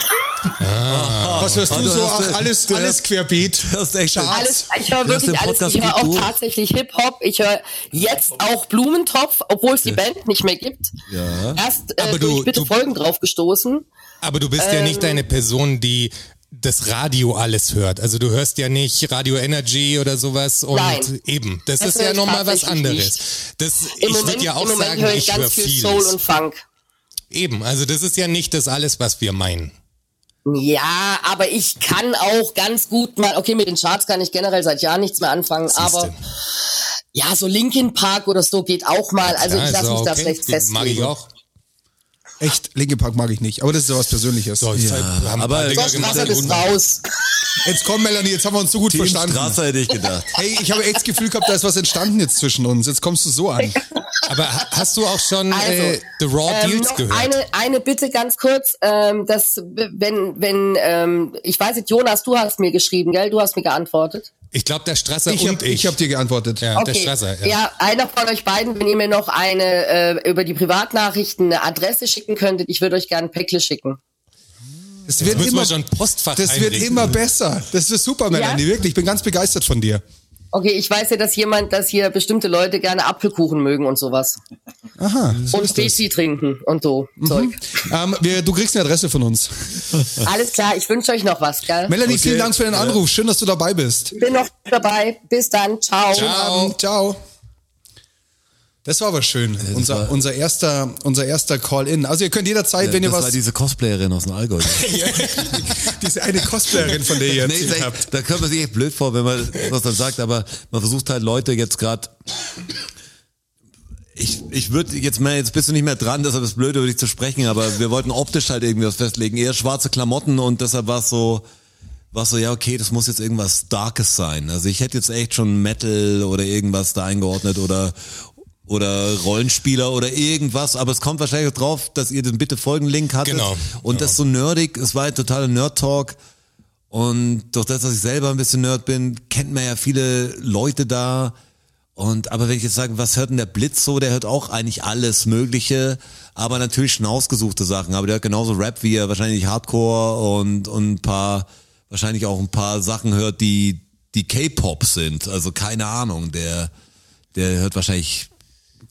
Was hörst du
du
so?
hast-
Ach, alles,
du
alles
hast-
querbeet.
Das ist echt
Charts.
Alles, ich höre
Du hast den
wirklich alles.
Podcast
Ich höre
gut
auch
durch.
tatsächlich Hip-Hop. Ich höre jetzt auch Blumentopf, obwohl es die Band nicht mehr gibt.
Ja.
Erst äh,
Aber du-
durch bitte
du-
Folgen drauf gestoßen.
Aber du bist ja nicht
Ähm.
eine Person, die das Radio alles hört. Also du hörst ja nicht Radio Energy oder sowas und
Nein.
eben. Das,
Das
ist
höre
ja
ich
nochmal was
tatsächlich
anderes.
nicht.
Das,
Im
ich
Moment,
würde ja auch
im Moment
sagen,
höre ich
ich höre
ganz viel
vieles.
Soul und Funk.
Eben, also das ist ja nicht das alles, was wir meinen.
Ja, aber ich kann auch ganz gut mal, okay, mit den Charts kann ich generell seit Jahren nichts mehr anfangen,
Siehste.
aber ja, so Linkin Park oder so geht auch mal. Also
Ja,
ich
ist
lasse
ja
mich da
okay.
schlecht
Die Mag ich
festlegen.
auch.
Echt, Linke Park mag ich nicht. Aber das ist ja was Persönliches.
So, jetzt
Ja,
haben wir
aber-
ein paar
So,
Dinger gemacht.
Strasser bist raus.
Jetzt komm, Melanie, jetzt haben wir uns so gut
Team
verstanden.
Strasser hätte ich gedacht.
Hey, ich habe echt das Gefühl gehabt, da ist was entstanden jetzt zwischen uns. Jetzt kommst du so an.
Aber ha- hast du auch schon äh,
Also,
The Raw
ähm,
Deals
noch
gehört?
Eine, eine Bitte ganz kurz, ähm, dass wenn, wenn, ähm, ich weiß nicht, Jonas, du hast mir geschrieben, gell? Du hast mir geantwortet.
Ich glaube, der Strasser
Ich
und
habe
ich.
ich hab dir geantwortet.
ja, der
Okay.
Strasser,
ja. einer von euch beiden, wenn ihr mir noch eine äh, über die Privatnachrichten eine Adresse schicken könntet, ich würde euch gerne ein Päckle schicken.
Es
Jetzt
wird
müssen
immer,
wir schon ein Postfach
das wird
einrichten.
immer besser. Das ist super, Melanie. Wirklich, ich bin ganz begeistert von dir.
Okay, ich weiß ja, dass jemand, dass hier bestimmte Leute gerne Apfelkuchen mögen und sowas.
Aha.
und Spezi trinken und so
Mhm.
Zeug.
Ähm, wir, du kriegst eine Adresse von uns.
Alles klar, ich wünsche euch noch was, gell?
Melanie, vielen Dank für den Anruf. Schön, dass du dabei bist.
Ich bin noch dabei. Bis dann. Ciao.
Ciao. Ciao. Das war aber schön. Unser, unser erster, unser erster Call-In. Also ihr könnt jederzeit, wenn ihr
das
was,
war diese Cosplayerin aus dem Allgäu.
diese eine Cosplayerin, von der ihr
Nee,
erzählt
ist echt-
habt.
da kommt man sich echt blöd vor, wenn man was dann sagt, aber man versucht halt Leute jetzt gerade. Ich, ich würde jetzt mal, jetzt bist du nicht mehr dran, deshalb ist es blöd, über dich zu sprechen, aber wir wollten optisch halt irgendwie was festlegen. Eher schwarze Klamotten und deshalb war es so, war so, ja, okay, das muss jetzt irgendwas Darkes sein. Also ich hätte jetzt echt schon Metal oder irgendwas da eingeordnet oder, oder Rollenspieler oder irgendwas, aber es kommt wahrscheinlich auch drauf, dass ihr den bitte folgenden Link hattet.
Genau.
Und das so nerdig, es war halt totaler Nerd-Talk. Und durch das, dass ich selber ein bisschen Nerd bin, kennt man ja viele Leute da. Und aber wenn ich jetzt sage, was hört denn der Blitz so, der hört auch eigentlich alles Mögliche, aber natürlich schon ausgesuchte Sachen. Aber der hört genauso Rap wie er wahrscheinlich Hardcore und, und ein paar, wahrscheinlich auch ein paar Sachen hört, die, die K-Pop sind. Also keine Ahnung, der, der hört wahrscheinlich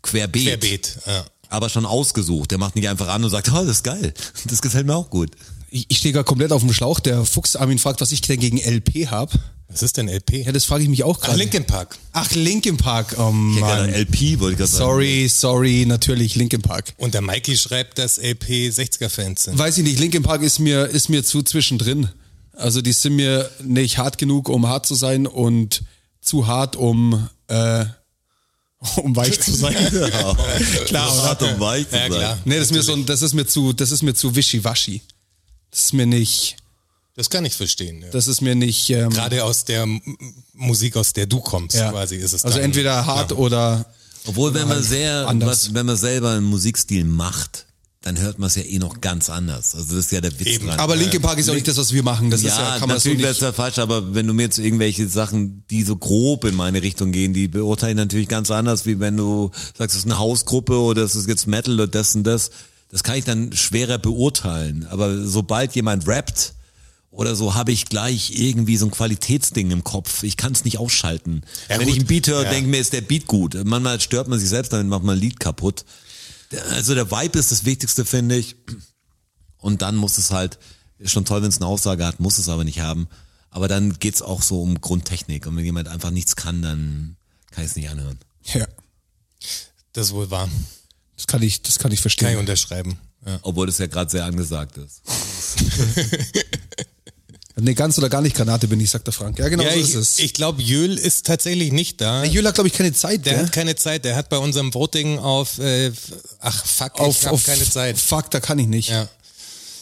querbeet,
Querbeet, ja.
aber schon ausgesucht. Der macht nicht einfach an und sagt, oh, das ist geil, das gefällt mir auch gut.
Ich, ich stehe gerade komplett auf dem Schlauch. Der Fuchs Armin fragt, was ich denn gegen LP hab.
Was ist denn LP?
Ja, das frage ich mich auch
Ach,
gerade.
Linkin Park.
Ach, Linkin Park. Oh
Ja,
Mann.
LP wollte ich gerade sagen.
Sorry, sorry, natürlich Linkin Park.
Und der Mikey schreibt, dass LP 60er-Fans sind.
Weiß ich nicht, Linkin Park ist mir, ist mir zu zwischendrin. Also die sind mir nicht hart genug, um hart zu sein und zu hart, um, äh, um weich zu sein.
Klar,
oder?
hart und weich zu
Ja,
sein.
klar.
nee, das ist mir so ein, das ist mir zu, das ist mir zu wischiwaschi. Das ist mir nicht,
Das kann ich verstehen. Ja.
das ist mir nicht, ähm,
Gerade aus der M- Musik, aus der du kommst,
ja.
quasi ist es
Also
dann,
entweder hart oder,
Obwohl, wenn man sehr,
anders.
was, wenn man selber einen Musikstil macht, dann hört man es ja eh noch ganz anders. Also das ist ja der Witz
Eben.
dran.
aber Linkin Park ist auch nicht das, was wir machen. Das ist
ja,
ja, kann man so
natürlich wäre es
nicht.
ja falsch, aber wenn du mir jetzt irgendwelche Sachen, die so grob in meine Richtung gehen, die beurteile ich natürlich ganz anders, wie wenn du sagst, es ist eine Hausgruppe oder es ist jetzt Metal oder das und das. Das kann ich dann schwerer beurteilen. Aber sobald jemand rappt oder so, habe ich gleich irgendwie so ein Qualitätsding im Kopf. Ich kann es nicht ausschalten.
Ja,
wenn
gut.
ich einen Beat höre,
Ja.
denke mir, ist der Beat gut. Manchmal stört man sich selbst, damit macht man ein Lied kaputt. Also der Vibe ist das Wichtigste, finde ich. Und dann muss es halt, ist schon toll, wenn es eine Aussage hat, muss es aber nicht haben. Aber dann geht's auch so um Grundtechnik. Und wenn jemand einfach nichts kann, dann kann ich es nicht anhören.
Ja,
Das ist wohl wahr.
das kann ich, das kann ich verstehen.
Kann ich unterschreiben. Ja.
Obwohl das ja gerade sehr angesagt ist.
Eine ganz oder gar nicht Granate bin ich, sagt der Frank. Ja, genau
Ja,
so
Also ich
ist es.
ich glaube, Jöl ist tatsächlich nicht da.
Der Jüll hat, glaube ich, keine Zeit,
Der
gell?
hat keine Zeit. Der hat bei unserem Voting auf, äh, ach fuck, ich habe keine Zeit.
Fuck, da kann ich nicht.
Ja.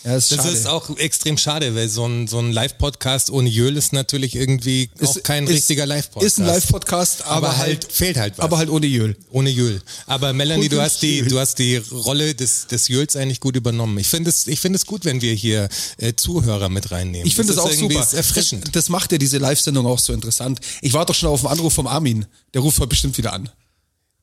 Ja, ist
Das
schade.
ist auch extrem schade, weil so ein, so ein Live-Podcast ohne Jöl ist natürlich irgendwie auch
Ist-
kein
ist-
richtiger Live-Podcast.
Ist ein Live-Podcast, aber,
aber halt,
halt,
fehlt halt was.
aber halt ohne Jüll.
ohne Jöl. Aber Melanie, du
Ohne
hast die,
Jöl.
du hast die Rolle des, des Jöls eigentlich gut übernommen. Ich finde es, ich finde es gut, wenn wir hier äh, Zuhörer mit reinnehmen.
Ich finde
Das
das, auch
ist irgendwie-
super.
Ist erfrischend.
Das, das macht ja diese Live-Sendung auch so interessant. Ich warte doch schon auf einen Anruf vom Armin. Der ruft heute bestimmt wieder an.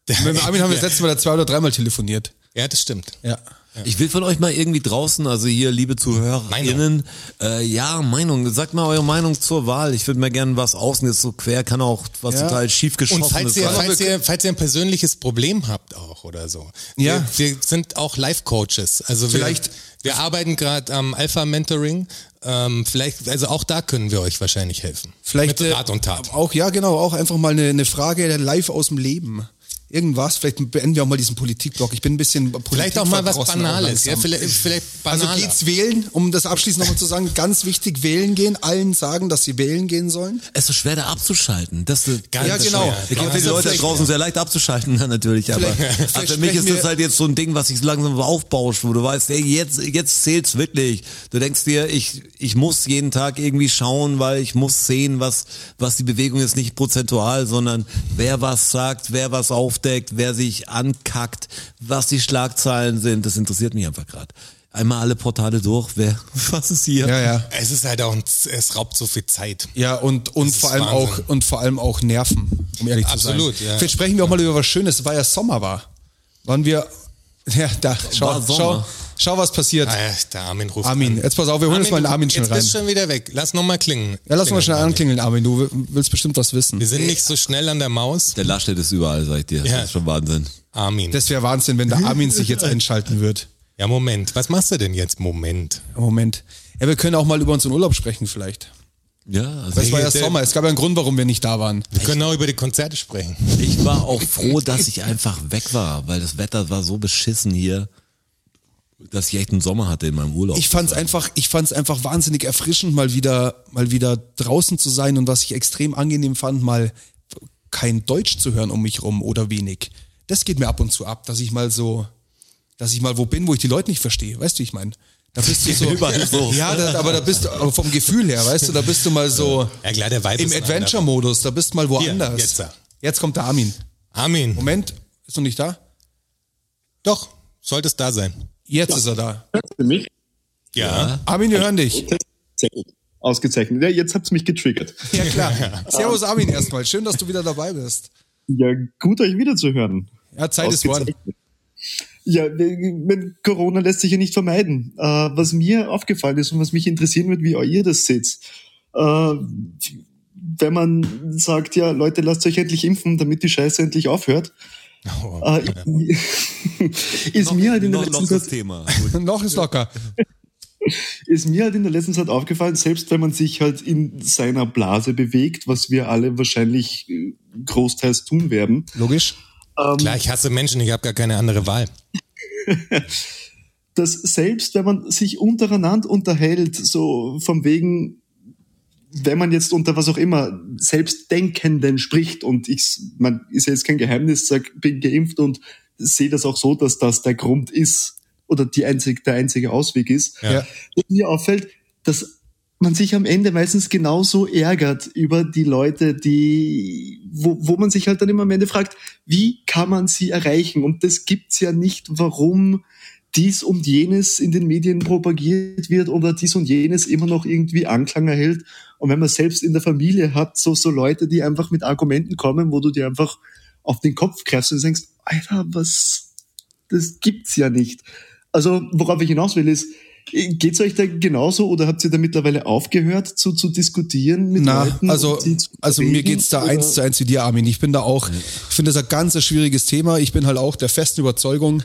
Mit dem Armin haben wir das letzte Mal zwei oder dreimal telefoniert.
Ja, das stimmt.
Ja.
Ich will von euch mal irgendwie draußen, also hier, liebe ZuhörerInnen, äh, ja, Meinung, sagt mal eure Meinung zur Wahl. Ich würde mir gerne was außen, jetzt so quer, kann auch was
Ja.
total schief
Und
geschossen
falls ihr,
war.
falls, ihr, falls ihr ein persönliches Problem habt auch oder so.
Ja.
Wir, wir sind auch Life-Coaches. Also wir,
Vielleicht-
wir arbeiten gerade am Alpha-Mentoring. Ähm, vielleicht, also auch da können wir euch wahrscheinlich helfen.
Vielleicht
Mit
äh,
Rat und Tat.
Auch ja, genau, auch einfach mal eine, eine Frage live aus dem Leben. Irgendwas, vielleicht beenden wir auch mal diesen Politikblock. Ich bin ein bisschen
Vielleicht auch mal was
politikverdrossen,
Banales.
langsam.
Ja, vielleicht, vielleicht
um- Also
banaler.
geht's wählen, um das abschließend nochmal zu sagen, ganz wichtig, wählen gehen, allen sagen, dass sie wählen gehen sollen.
Es ist so schwer, da abzuschalten. Das ist
Ja,
das ist
genau.
schwer. Ich glaube, für die
Also
Leute da
vielleicht-
draußen sehr leicht abzuschalten, dann natürlich. Aber,
Vielleicht-
aber für
vielleicht
mich ist
sprechen
das
wir-
halt jetzt so ein Ding, was ich langsam aufbauscht, wo du weißt, hey, jetzt, jetzt zählt's wirklich. Du denkst dir, ich, ich muss jeden Tag irgendwie schauen, weil ich muss sehen, was, was die Bewegung ist, nicht prozentual, sondern wer was sagt, wer was aufdeckt, wer sich ankackt, was die Schlagzeilen sind. Das interessiert mich einfach gerade. einmal alle Portale durch, wer, was ist hier?
Ja, ja.
Es ist halt auch, ein, es raubt so viel Zeit.
Ja, und, und
Das ist
vor allem
Wahnsinn.
auch und vor allem auch Nerven, um ehrlich
Absolut,
zu sein.
ja.
Vielleicht sprechen wir auch mal über was Schönes, weil ja Sommer war. Waren wir. Ja, da, schau,
War
schau,
Sommer.
schau was passiert.
Ah, der Armin ruft
Armin,
an.
jetzt pass auf, wir holen jetzt mal den Armin schnell
jetzt
rein.
bist schon wieder weg. Lass noch mal klingen.
Ja, lass mal
Klingeln,
schnell
Armin.
anklingeln, Armin. Du wi- willst bestimmt was wissen.
Wir sind nicht so schnell an der Maus.
Der Laschet ist überall, sag ich dir.
Ja.
Das ist schon Wahnsinn.
Armin.
Das wäre Wahnsinn, wenn der Armin sich jetzt einschalten wird.
ja, Moment. Was machst du denn jetzt? Moment.
Moment. Ja, wir können auch mal über unseren Urlaub sprechen, vielleicht.
Ja, also
Das war ja
der-
Sommer. Es gab ja einen Grund, warum wir nicht da waren.
Wir können auch über die Konzerte sprechen.
ich war auch froh, dass ich einfach weg war, weil das Wetter war so beschissen hier, dass ich echt einen Sommer hatte in meinem Urlaub.
Ich fand's einfach, ich fand's einfach wahnsinnig erfrischend, mal wieder, mal wieder draußen zu sein und was ich extrem angenehm fand, mal kein Deutsch zu hören um mich rum oder wenig. Das geht mir ab und zu ab, dass ich mal so, dass ich mal wo bin, wo ich die Leute nicht verstehe. Weißt du, wie ich meine? Da bist du so,
Überall so.
ja, das, aber da bist du aber vom Gefühl her, weißt du, da bist du mal so
Ja, klar, der Vibe
im
ist ein
Adventure-Modus, da bist du mal woanders.
jetzt da.
jetzt kommt der Armin.
Armin.
Moment, ist noch nicht da?
Doch, sollte es da sein.
Jetzt ist er da.
Für mich
Ja.
Armin, wir hören dich.
ausgezeichnet. ausgezeichnet. Ja, jetzt habt ihr mich getriggert.
Ja, klar. Servus Armin erstmal. Schön, dass du wieder dabei bist.
Ja, gut, euch wiederzuhören.
Ja, Zeit ist worden.
Ausgezeichnet. Ja, wenn- Corona lässt sich ja nicht vermeiden. Äh, was mir aufgefallen ist und was mich interessieren wird, wie auch ihr das seht. Äh, wenn man sagt, ja, Leute, lasst euch endlich impfen, damit die Scheiße endlich aufhört.
Oh.
Äh, ist, mir halt in der
noch,
letzten
noch
Zeit,
das Thema.
Noch ist locker.
ist mir halt in der letzten Zeit aufgefallen, selbst wenn man sich halt in seiner Blase bewegt, was wir alle wahrscheinlich äh, großteils tun werden,
Logisch.
Klar, ich hasse Menschen, ich habe gar keine andere Wahl.
dass selbst wenn man sich untereinander unterhält, so von wegen, wenn man jetzt unter was auch immer Selbstdenkenden spricht und ich, man ist ja jetzt kein Geheimnis, sag, bin geimpft und sehe das auch so, dass das der Grund ist oder die einzig, der einzige Ausweg ist.
Ja.
Was mir auffällt, dass man sich am Ende meistens genauso ärgert über die Leute, die, wo, wo man sich halt dann immer am Ende fragt, wie kann man sie erreichen? Und das gibt's ja nicht, warum dies und jenes in den Medien propagiert wird oder dies und jenes immer noch irgendwie Anklang erhält. Und wenn man selbst in der Familie hat, so, so Leute, die einfach mit Argumenten kommen, wo du dir einfach auf den Kopf greifst und denkst, Alter, was, das gibt's ja nicht. Also, worauf ich hinaus will, ist, geht's euch da genauso oder habt ihr da mittlerweile aufgehört zu, zu diskutieren mit
Na,
Leuten?
also,
und die zu
also mir
bewegen?
geht's da
Oder-
eins zu eins wie dir, Armin. Ich bin da auch, ich finde das ein ganz ein schwieriges Thema. Ich bin halt auch der festen Überzeugung,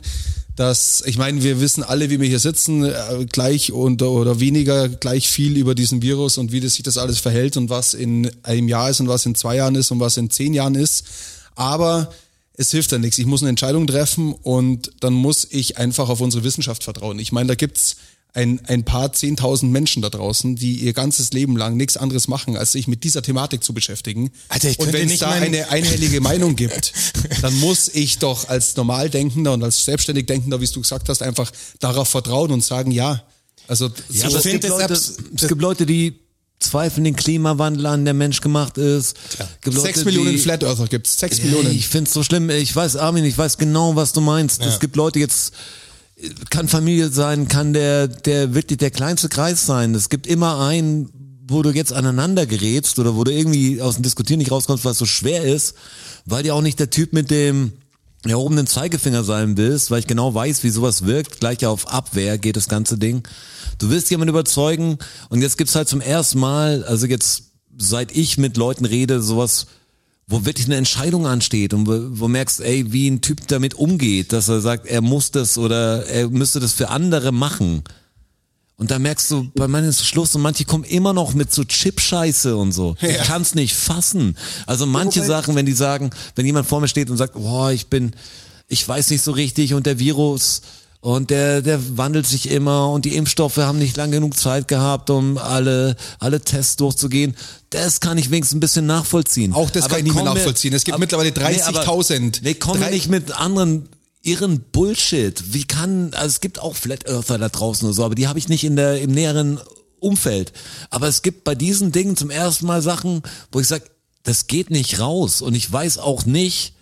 dass, ich meine, wir wissen alle, wie wir hier sitzen, äh, gleich und, oder weniger gleich viel über diesen Virus und wie das, sich das alles verhält und was in einem Jahr ist und was in zwei Jahren ist und was in zehn Jahren ist. Aber es hilft dann nichts. Ich muss eine Entscheidung treffen und dann muss ich einfach auf unsere Wissenschaft vertrauen. Ich meine, da gibt's ein, ein paar 10.000 Menschen da draußen, die ihr ganzes Leben lang nichts anderes machen, als sich mit dieser Thematik zu beschäftigen.
Alter, ich
und
könnte
wenn es
nicht
da
meinen-
eine einhellige Meinung gibt, dann muss ich doch als Normaldenkender und als Selbstständigdenkender, wie es du gesagt hast, einfach darauf vertrauen und sagen, ja. Also
Ja,
so-
aber es,
find
gibt
das
Leute,
abs-
es gibt Leute, die zweifeln den Klimawandel an, der Mensch gemacht ist. Es gibt Leute,
sechs Millionen
die-
Flat Earther gibt's. Sechs
Ey,
Millionen.
Ich find's so schlimm. Ich weiß, Armin, ich weiß genau, was du meinst. Es gibt Leute jetzt, kann Familie sein, kann der, der wirklich der kleinste Kreis sein. Es gibt immer einen, wo du jetzt aneinander gerätst oder wo du irgendwie aus dem Diskutieren nicht rauskommst, weil es so schwer ist, weil du auch nicht der Typ mit dem erhobenen Zeigefinger sein willst, weil ich genau weiß, wie sowas wirkt. Gleich auf Abwehr geht das ganze Ding. Du willst jemanden überzeugen und jetzt gibt's halt zum ersten Mal, also jetzt seit ich mit Leuten rede, sowas, wo wirklich eine Entscheidung ansteht und wo, wo merkst, ey, wie ein Typ damit umgeht, dass er sagt, er muss das oder er müsste das für andere machen. Und da merkst du, bei manchen ist Schluss und manche kommen immer noch mit so Chip-Scheiße und so. Ich kann's nicht fassen. Also manche Sachen, wenn die sagen, wenn jemand vor mir steht und sagt, boah, ich bin, ich weiß nicht so richtig und der Virus und der, der wandelt sich immer und die Impfstoffe haben nicht lang genug Zeit gehabt, um alle, alle Tests durchzugehen. Das kann ich wenigstens ein bisschen nachvollziehen.
Auch das
Aber
kann ich nicht mehr
komm mir-
nachvollziehen. Es gibt
ab-
mittlerweile
Nee, aber-
30.000.
Nee, komm mir
Drei-
nicht mit anderen irren Bullshit. Wie kann, also es gibt auch Flat Earther da draußen oder so, aber die habe ich nicht in der, im näheren Umfeld. Aber es gibt bei diesen Dingen zum ersten Mal Sachen, wo ich sage, das geht nicht raus. Und ich weiß auch nicht,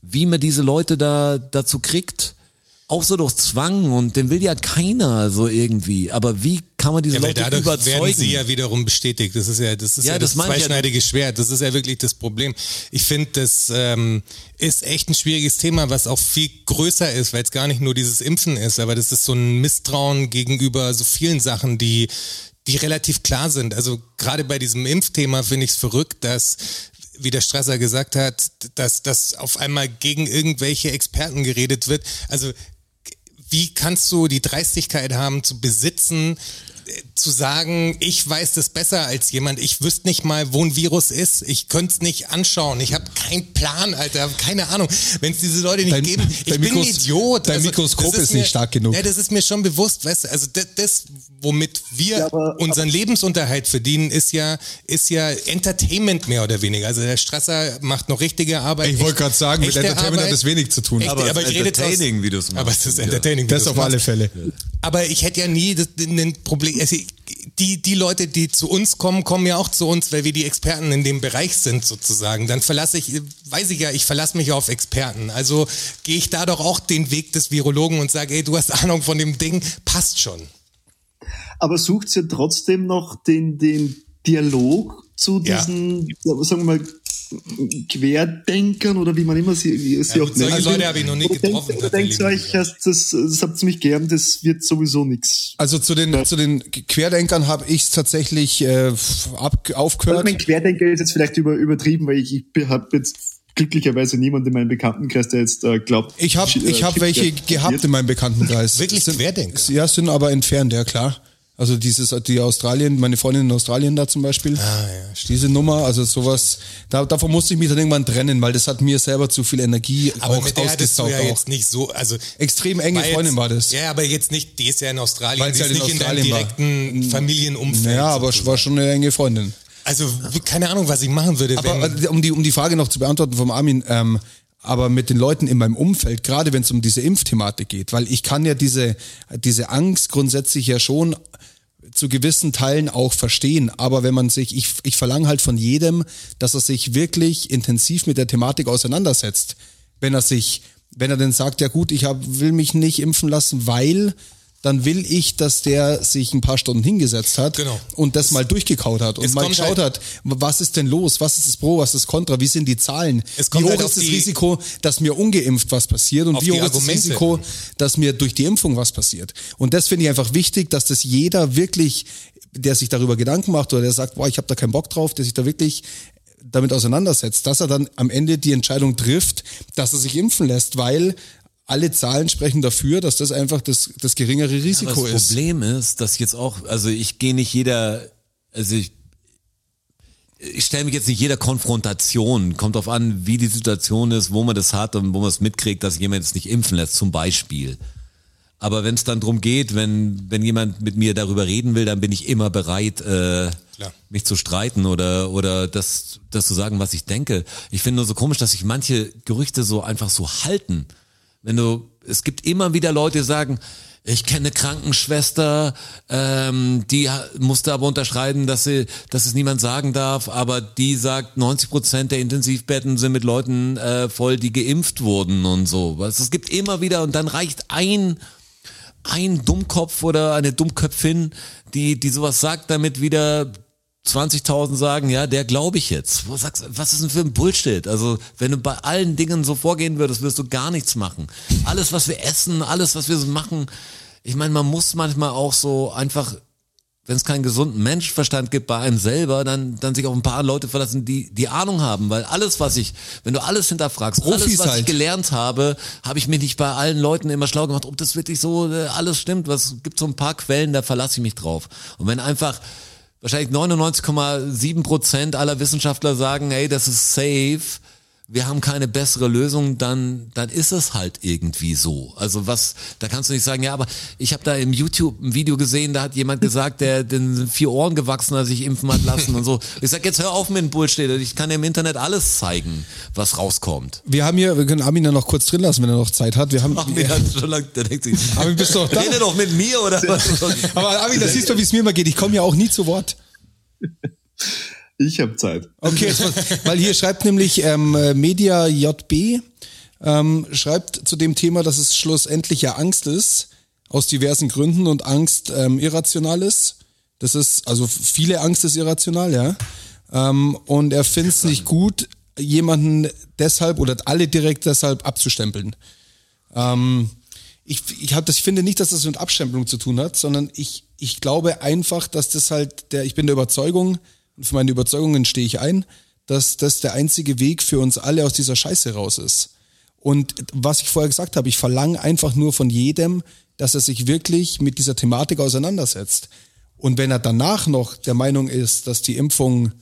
wie man diese Leute da dazu kriegt, auch so durch Zwang und den will ja keiner so irgendwie. Aber wie kann man diese
Ja, weil
Leute
dadurch werden
überzeugen?
sie ja wiederum bestätigt. Das ist ja das, ist
Ja,
ja,
das
das,
meine ich ja.
zweischneidige Schwert. Das ist ja wirklich das Problem. Ich finde, das ähm, ist echt ein schwieriges Thema, was auch viel größer ist, weil es gar nicht nur dieses Impfen ist, aber das ist so ein Misstrauen gegenüber so vielen Sachen, die, die relativ klar sind. Also gerade bei diesem Impfthema finde ich es verrückt, dass wie der Strasser gesagt hat, dass, dass auf einmal gegen irgendwelche Experten geredet wird. Also wie kannst du die Dreistigkeit haben zu besitzen, äh, zu sagen, ich weiß das besser als jemand, ich wüsste nicht mal, wo ein Virus ist, ich könnte es nicht anschauen, ich habe keinen Plan, Alter, keine Ahnung. Wenn es diese Leute nicht
Dein-
geben, ich
dein
bin
Mikros-
ein Idiot. Also,
dein Mikroskop
das
ist nicht
mir,
stark genug.
Ja, das ist mir schon bewusst, weißt du, also das, das womit wir
Ja, aber-
unseren Lebensunterhalt verdienen, ist ja, ist ja Entertainment mehr oder weniger. Also der Strasser macht noch richtige Arbeit.
Ich wollte gerade sagen, mit
echte
Entertainment hat
Arbeit.
das wenig zu tun.
Echte,
Aber
aber
es ist
ich rede jetzt aus-
entertaining, wie du es machst.
Aber es ist
Ja.
entertaining. wie
Das
du es
auf alle
machst.
Fälle.
Aber ich hätte ja nie das- ein Problem. Also die, die Leute, die zu uns kommen, kommen ja auch zu uns, weil wir die Experten in dem Bereich sind sozusagen. Dann verlasse ich, weiß ich ja, ich verlasse mich auf Experten. Also gehe ich da doch auch den Weg des Virologen und sage, ey, du hast Ahnung von dem Ding, passt schon.
aber sucht ja trotzdem noch den, den Dialog zu
Ja.
diesen, ja, sagen wir mal, Querdenkern oder wie man immer sie, wie sie
Ja,
auch
solche Leute habe ich noch nie
Oder
getroffen,
denkt- oder
hat der
Denkt ihr
liebe
euch, das, das, das habt ihr mich gern, das wird sowieso nichts.
Also zu den, zu den Querdenkern habe ich es tatsächlich äh, ab,
Also
aufgehört.
mein Querdenker ist jetzt vielleicht über, übertrieben, weil ich, ich habe jetzt glücklicherweise niemanden in meinem Bekanntenkreis, der jetzt äh, glaubt.
Ich habe
Sch-
ich
äh,
hab
Chip-
welche
ja,
gehabt in meinem Bekanntenkreis.
Wirklich
sind,
Querdenker?
Ja, sind aber entfernt, ja klar. Also dieses, die Australien, meine Freundin in Australien da zum Beispiel. Ah, ja, diese Nummer, also sowas, da, davon musste ich mich dann irgendwann trennen, weil das hat mir selber zu viel Energie
Aber
auch
mit der hattest du
ausgesaugt.
ja
auch.
jetzt nicht so, also
Extrem enge
war jetzt-
Freundin war das.
Ja, aber jetzt nicht, die ist ja in Australien,
Weil
die
sie
ist
halt in
nicht in deinem
Australien war. Mhm.
direkten Familienumfeld.
Ja, aber
sozusagen.
war schon eine enge Freundin.
also keine Ahnung, was ich machen würde, wenn
Aber äh, um die, um die Frage noch zu beantworten vom Armin, ähm, aber mit den Leuten in meinem Umfeld, gerade wenn es um diese Impfthematik geht, weil ich kann ja diese, diese Angst grundsätzlich ja schon zu gewissen Teilen auch verstehen. Aber wenn man sich, ich, ich verlange halt von jedem, dass er sich wirklich intensiv mit der Thematik auseinandersetzt. Wenn er sich, wenn er dann sagt, ja gut, ich hab, will mich nicht impfen lassen, weil, dann will ich, dass der sich ein paar Stunden hingesetzt hat
Genau.
und das mal durchgekaut hat und
es
mal
kommt
geschaut
halt-
hat, was ist denn los, was ist das Pro, was ist das Contra, wie sind die Zahlen,
Es kommt
wie hoch
halt auf
ist das
die-
Risiko, dass mir ungeimpft was passiert und
Auf
wie
die
hoch ist das
Argumente.
Risiko, dass mir durch die Impfung was passiert. Und das finde ich einfach wichtig, dass das jeder wirklich, der sich darüber Gedanken macht oder der sagt, boah, ich habe da keinen Bock drauf, der sich da wirklich damit auseinandersetzt, dass er dann am Ende die Entscheidung trifft, dass er sich impfen lässt, weil alle Zahlen sprechen dafür, dass das einfach das, das geringere
Aber
Risiko
das
ist.
Problem ist, dass jetzt auch, also ich gehe nicht jeder, also ich, ich stelle mich jetzt nicht jeder Konfrontation. Kommt drauf an, wie die Situation ist, wo man das hat und wo man es mitkriegt, dass jemand es nicht impfen lässt, zum Beispiel. Aber wenn es dann drum geht, wenn, wenn jemand mit mir darüber reden will, dann bin ich immer bereit, äh,
Klar.
mich zu streiten oder, oder das, das zu sagen, was ich denke. Ich finde nur so komisch, dass sich manche Gerüchte so einfach so halten. Wenn du, es gibt immer wieder Leute, die sagen, ich kenne eine Krankenschwester, ähm, die ha- musste aber unterschreiben, dass sie, dass es niemand sagen darf, aber die sagt, 90 Prozent der Intensivbetten sind mit Leuten äh, voll, die geimpft wurden und so. Was- Es gibt immer wieder und dann reicht ein ein Dummkopf oder eine Dummköpfin, die, die sowas sagt, damit wieder 20.000 sagen, ja, der glaube ich jetzt. Wo sagst, was ist denn für ein Bullshit? Also, wenn du bei allen Dingen so vorgehen würdest, wirst du gar nichts machen. Alles, was wir essen, alles, was wir so machen. Ich meine, man muss manchmal auch so einfach, wenn es keinen gesunden Menschenverstand gibt bei einem selber, dann, dann sich auf ein paar Leute verlassen, die, die Ahnung haben, weil alles, was ich, wenn du alles hinterfragst, alles,
Profis
was ich
halt.
gelernt habe, habe ich mich nicht bei allen Leuten immer schlau gemacht, ob das wirklich so äh, alles stimmt. Was gibt so ein paar Quellen, da verlasse ich mich drauf. Und wenn einfach wahrscheinlich 99,7 Prozent aller Wissenschaftler sagen, hey, das ist safe, wir haben keine bessere Lösung, dann dann ist es halt irgendwie so. Also was, da kannst du nicht sagen, ja, aber ich habe da im YouTube ein Video gesehen, da hat jemand gesagt, der den sind vier Ohren gewachsen, als ich impfen hat lassen und so. Ich sag, jetzt hör auf mit dem Bullshit, ich kann dir im Internet alles zeigen, was rauskommt.
Wir haben hier, wir können Armin ja noch kurz drin lassen, wenn er noch Zeit hat. Wir haben,
Ach, mir hat schon lang, der denkt sich,
Armin, bist du auch da?
rede doch mit mir oder was?
Aber Armin, das siehst du, wie es mir immer geht. Ich komme ja auch nie zu Wort.
Ich habe Zeit.
Okay, jetzt, weil hier schreibt nämlich ähm, äh, Media JB, ähm, schreibt zu dem Thema, dass es schlussendlich ja Angst ist, aus diversen Gründen und Angst ähm, irrational ist. Das ist, also viele Angst ist irrational, ja. Ähm, und er findet es nicht gut, jemanden deshalb oder alle direkt deshalb abzustempeln. Ähm, ich, ich, hab das, ich finde nicht, dass das mit Abstempelung zu tun hat, sondern ich, ich glaube einfach, dass das halt der, ich bin der Überzeugung, und für meine Überzeugungen stehe ich ein, dass das der einzige Weg für uns alle aus dieser Scheiße raus ist. Und was ich vorher gesagt habe, ich verlange einfach nur von jedem, dass er sich wirklich mit dieser Thematik auseinandersetzt. Und wenn er danach noch der Meinung ist, dass die Impfung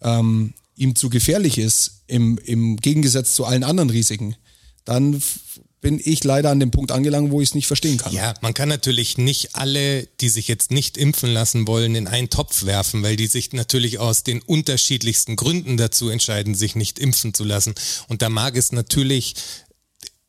ähm, ihm zu gefährlich ist, im, im Gegengesetz zu allen anderen Risiken, dann f- bin ich leider an dem Punkt angelangt, wo ich es nicht verstehen kann.
Ja, man kann natürlich nicht alle, die sich jetzt nicht impfen lassen wollen, in einen Topf werfen, weil die sich natürlich aus den unterschiedlichsten Gründen dazu entscheiden, sich nicht impfen zu lassen. Und da mag es natürlich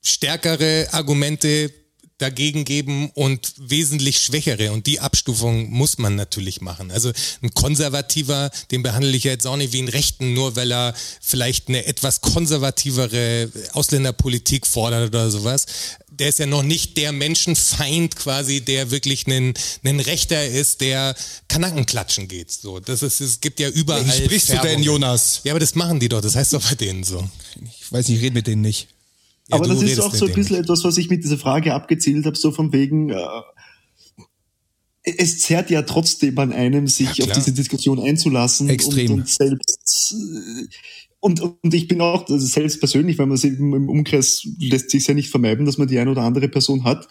stärkere Argumente dagegen geben und wesentlich schwächere. Und die Abstufung muss man natürlich machen. Also ein Konservativer, den behandle ich ja jetzt auch nicht wie einen Rechten, nur weil er vielleicht eine etwas konservativere Ausländerpolitik fordert oder sowas. Der ist ja noch nicht der Menschenfeind quasi, der wirklich ein einen Rechter ist, der Kanackenklatschen geht. So, das ist, es gibt ja überall.
Wie sprichst du denn,
Färbungen.
Jonas?
Ja, aber das machen die doch. Das heißt doch bei denen so.
Ich weiß nicht, ich rede mit denen nicht.
Ja,
Aber
du
das ist
redest
auch
mit
so ein
denen.
bisschen etwas, was ich mit dieser Frage abgezielt habe, so von wegen, äh, es zerrt ja trotzdem an einem, sich auf
klar.
diese Diskussion einzulassen.
Extrem.
Und, und selbst. äh, Und, und ich bin auch also selbst persönlich, weil man sich im im Umkreis lässt sich ja nicht vermeiden, dass man die eine oder andere Person hat,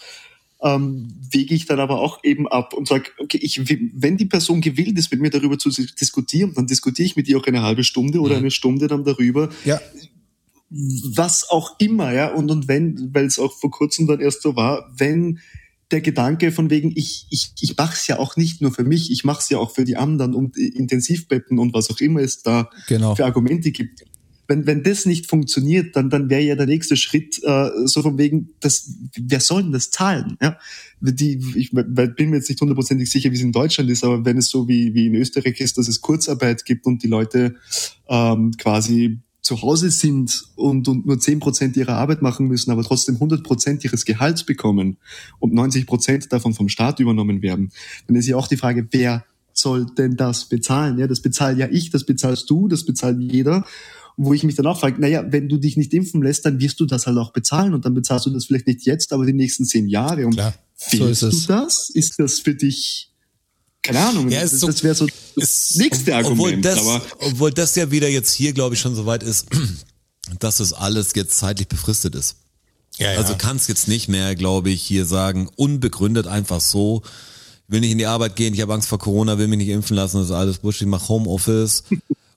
ähm, wege ich dann aber auch eben ab und sage, okay, ich, will- wenn die Person gewillt ist, mit mir darüber zu diskutieren, dann diskutiere ich mit ihr auch eine halbe Stunde oder eine Stunde dann darüber,
Ja,
was auch immer, ja, und, und wenn, weil es auch vor kurzem dann erst so war, wenn der Gedanke von wegen, ich, ich, ich mache es ja auch nicht nur für mich, ich mache es ja auch für die anderen und äh, Intensivbetten und was auch immer es da
Genau.
für Argumente gibt. Wenn, wenn das nicht funktioniert, dann, dann wäre ja der nächste Schritt äh, so von wegen, das, wer soll denn das zahlen? Ja? Die, ich we- bin mir jetzt nicht hundertprozentig sicher, wie es in Deutschland ist, aber wenn es so wie, wie in Österreich ist, dass es Kurzarbeit gibt und die Leute ähm, quasi zu Hause sind und, und nur 10% ihrer Arbeit machen müssen, aber trotzdem 100% ihres Gehalts bekommen und 90% davon vom Staat übernommen werden, dann ist ja auch die Frage, wer soll denn das bezahlen? Ja, das bezahle ja ich, das bezahlst du, das bezahlt jeder. Wo ich mich dann auch frage, naja, wenn du dich nicht impfen lässt, dann wirst du das halt auch bezahlen und dann bezahlst du das vielleicht nicht jetzt, aber die nächsten zehn Jahre. Und
Klar,
so ist
willst
es.
du das? Ist das für dich, keine Ahnung,
Ja,
das,
ist so-
das wäre so
ist-
das nächste Argument.
Obwohl das,
aber
obwohl das ja wieder jetzt hier, glaube ich, schon so weit ist, dass das alles jetzt zeitlich befristet ist.
Ja, ja.
Also kannst jetzt nicht mehr, glaube ich, hier sagen, unbegründet einfach so, will nicht in die Arbeit gehen, ich habe Angst vor Corona, will mich nicht impfen lassen, das ist alles Bullshit, ich mache Homeoffice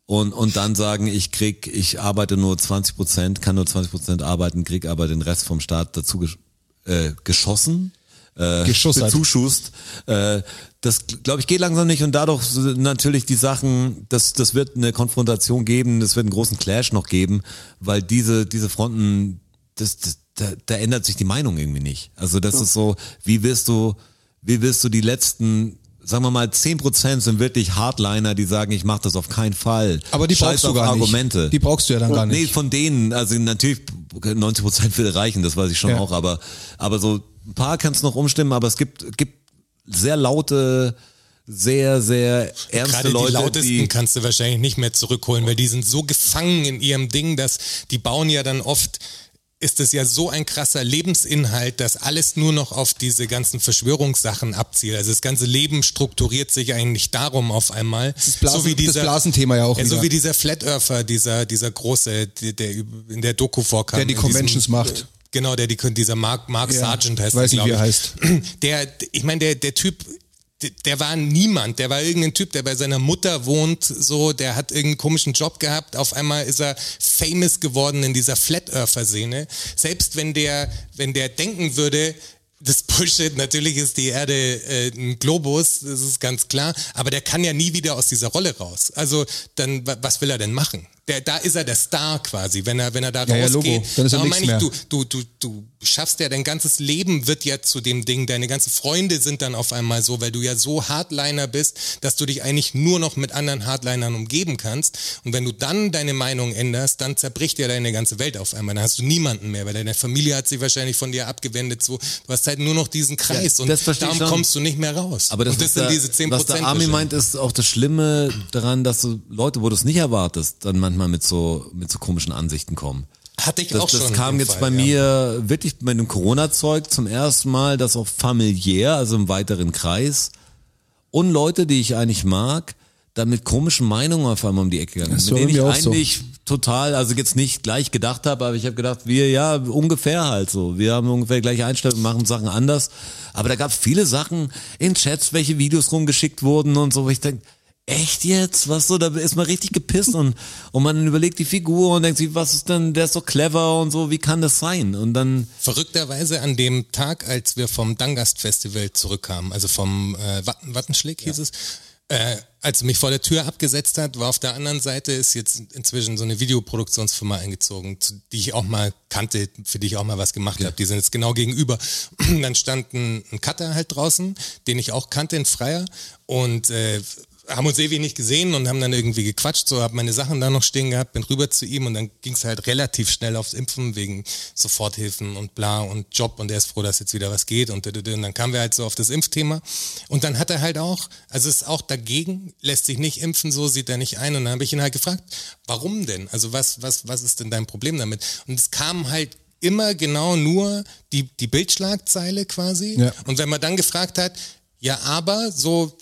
und, und dann sagen, ich krieg, ich arbeite nur 20 Prozent, kann nur 20 Prozent arbeiten, krieg aber den Rest vom Staat dazu gesch äh, geschossen. Äh,
Geschussert.
bezuschusst. Äh, das, glaube ich, geht langsam nicht und dadurch sind natürlich die Sachen, das, das wird eine Konfrontation geben, es wird einen großen Clash noch geben, weil diese, diese Fronten, das, das, da, da ändert sich die Meinung irgendwie nicht. Also das ist so, wie willst du, wie willst du die letzten, sagen wir mal, 10% sind wirklich Hardliner, die sagen, ich mache das auf keinen Fall.
aber die
Scheiß
brauchst du
auf
gar
Argumente.
nicht. Die brauchst du ja dann
Oh,
gar
Nee,
nicht.
von denen, also natürlich 90 Prozent will reichen, das weiß ich schon
Ja.
auch, aber, aber so ein paar kannst du noch umstimmen, aber es gibt, gibt sehr laute, sehr, sehr ernste
Gerade
Leute,
die lautesten
die,
kannst du wahrscheinlich nicht mehr zurückholen, weil die sind so gefangen in ihrem Ding, dass die bauen ja dann oft ist es ja so ein krasser Lebensinhalt, dass alles nur noch auf diese ganzen Verschwörungssachen abzielt. Also das ganze Leben strukturiert sich eigentlich darum auf einmal.
Das, Blasen, das Blasenthema ja auch
ja, so
wieder.
wie dieser Flat Earther, dieser, dieser große, der, der in der Doku vorkam.
Der die
in diesem-
Conventions macht.
äh, Genau, der die, dieser Mark, Mark
Ja,
Sargent heißt
weiß nicht,
er,
wie
glaub
er
ich.
heißt.
Der, ich meine, der, der Typ, der, der war niemand. Der war irgendein Typ, der bei seiner Mutter wohnt, so, der hat irgendeinen komischen Job gehabt. Auf einmal ist er famous geworden in dieser Flat Earther-Szene. Selbst wenn der, wenn der denken würde, das ist Bullshit, natürlich ist die Erde äh, ein Globus, das ist ganz klar, aber der kann ja nie wieder aus dieser Rolle raus. Also dann, wa- was will er denn machen? Der, da ist er der Star quasi, wenn er, wenn er da
Ja, ja,
rausgeht.
Logo. Dann ist er
Darum
nix
meine ich,
mehr.
du, du, du, du schaffst ja dein ganzes Leben wird ja zu dem Ding, deine ganzen Freunde sind dann auf einmal so, weil du ja so Hardliner bist, dass du dich eigentlich nur noch mit anderen Hardlinern umgeben kannst und wenn du dann deine Meinung änderst, dann zerbricht ja deine ganze Welt auf einmal, dann hast du niemanden mehr, weil deine Familie hat sich wahrscheinlich von dir abgewendet, so, du hast halt nur noch diesen Kreis
das
und
verstehe ich
darum
schon.
kommst du nicht mehr raus.
Aber das,
und das
ist
sind
da,
diese 10%
was der Armin
wahrscheinlich.
meint, ist auch das Schlimme daran, dass so Leute, wo du es nicht erwartest, dann manchmal mit so mit so komischen Ansichten kommen.
Hatte ich
das,
auch schon.
Das
in
kam
dem
jetzt
Fall,
bei
ja.
mir wirklich mit dem Corona-Zeug zum ersten Mal, dass auch familiär, also im weiteren Kreis und Leute, die ich eigentlich mag, dann mit komischen Meinungen auf einmal um die Ecke gegangen
Das
sind.
war
Mit
bei
denen
mir
ich
auch so.
eigentlich total, also jetzt nicht gleich gedacht habe, aber ich habe gedacht, wir ja ungefähr halt so. Wir haben ungefähr gleiche Einstellungen, machen Sachen anders. Aber da gab es viele Sachen in Chats, welche Videos rumgeschickt wurden und so, wo ich denke, Echt jetzt? Was so? Da ist man richtig gepisst und, und man überlegt die Figur und denkt sich, was ist denn, der ist so clever und so, wie kann das sein? Und dann,
Verrückterweise an dem Tag, als wir vom Dangast-Festival zurückkamen, also vom äh, Watten, Wattenschlick hieß es, äh, als er mich vor der Tür abgesetzt hat, war auf der anderen Seite ist jetzt inzwischen so eine Videoproduktionsfirma eingezogen, zu- die ich auch mal kannte, für die ich auch mal was gemacht habe. Die sind jetzt genau gegenüber. Dann stand ein, ein Cutter halt draußen, den ich auch kannte, ein Freier und äh, haben uns ewig nicht gesehen und haben dann irgendwie gequatscht, so habe meine Sachen da noch stehen gehabt, bin rüber zu ihm und dann ging es halt relativ schnell aufs Impfen wegen Soforthilfen und bla und Job und er ist froh, dass jetzt wieder was geht und, dödödö. und dann kamen wir halt so auf das Impfthema und dann hat er halt auch, also ist auch dagegen, lässt sich nicht impfen, so sieht er nicht ein und dann habe ich ihn halt gefragt, warum denn? Also was, was, was ist denn dein Problem damit? Und es kam halt immer genau nur die, die Bildschlagzeile quasi
Ja.
und wenn man dann gefragt hat, ja aber so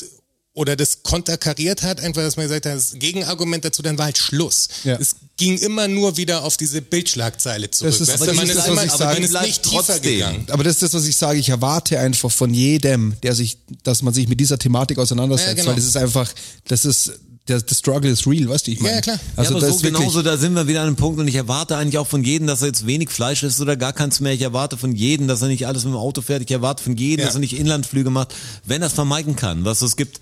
oder das konterkariert hat, einfach, dass man gesagt hat, das Gegenargument dazu, dann war halt Schluss.
Ja.
Es ging immer nur wieder auf diese Bildschlagzeile zurück.
Das ist-
weißt
aber
du, man
das ist
ist,
das,
einmal-
was ich
aber
sage.
man ist
Bleibt
nicht tiefer
trotzdem.
gegangen.
Aber das ist das, was ich sage. Ich erwarte einfach von jedem, der sich, dass man sich mit dieser Thematik auseinandersetzt,
Ja, genau.
weil das ist einfach, das ist, der, der Struggle is real, weißt du, ich meine.
ja, klar.
Also
ja, aber
das
so
ist wirklich,
genauso, da sind wir wieder an einem Punkt und ich erwarte eigentlich auch von jedem, dass er jetzt wenig Fleisch isst oder gar keins mehr. Ich erwarte von jedem, dass er nicht alles mit dem Auto fährt. Ich erwarte von jedem,
Ja.
dass er nicht Inlandflüge macht, wenn er es vermeiden kann. Was es gibt,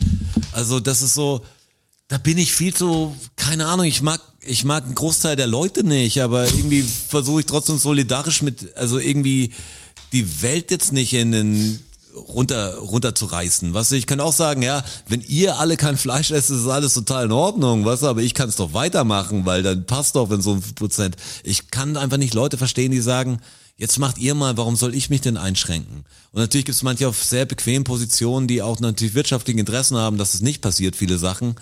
also das ist so, da bin ich viel zu, keine Ahnung, ich mag, ich mag einen Großteil der Leute nicht, aber irgendwie versuche ich trotzdem solidarisch mit, also irgendwie die Welt jetzt nicht in den runter runterzureißen. Was ich kann auch sagen, ja, wenn ihr alle kein Fleisch esst, ist alles total in Ordnung, was aber ich kann es doch weitermachen, weil dann passt doch wenn so ein Prozent. Ich kann einfach nicht Leute verstehen, die sagen, jetzt macht ihr mal, warum soll ich mich denn einschränken? Und natürlich gibt es manche auf sehr bequemen Positionen, die auch natürlich wirtschaftliche Interessen haben, dass es nicht passiert, viele Sachen.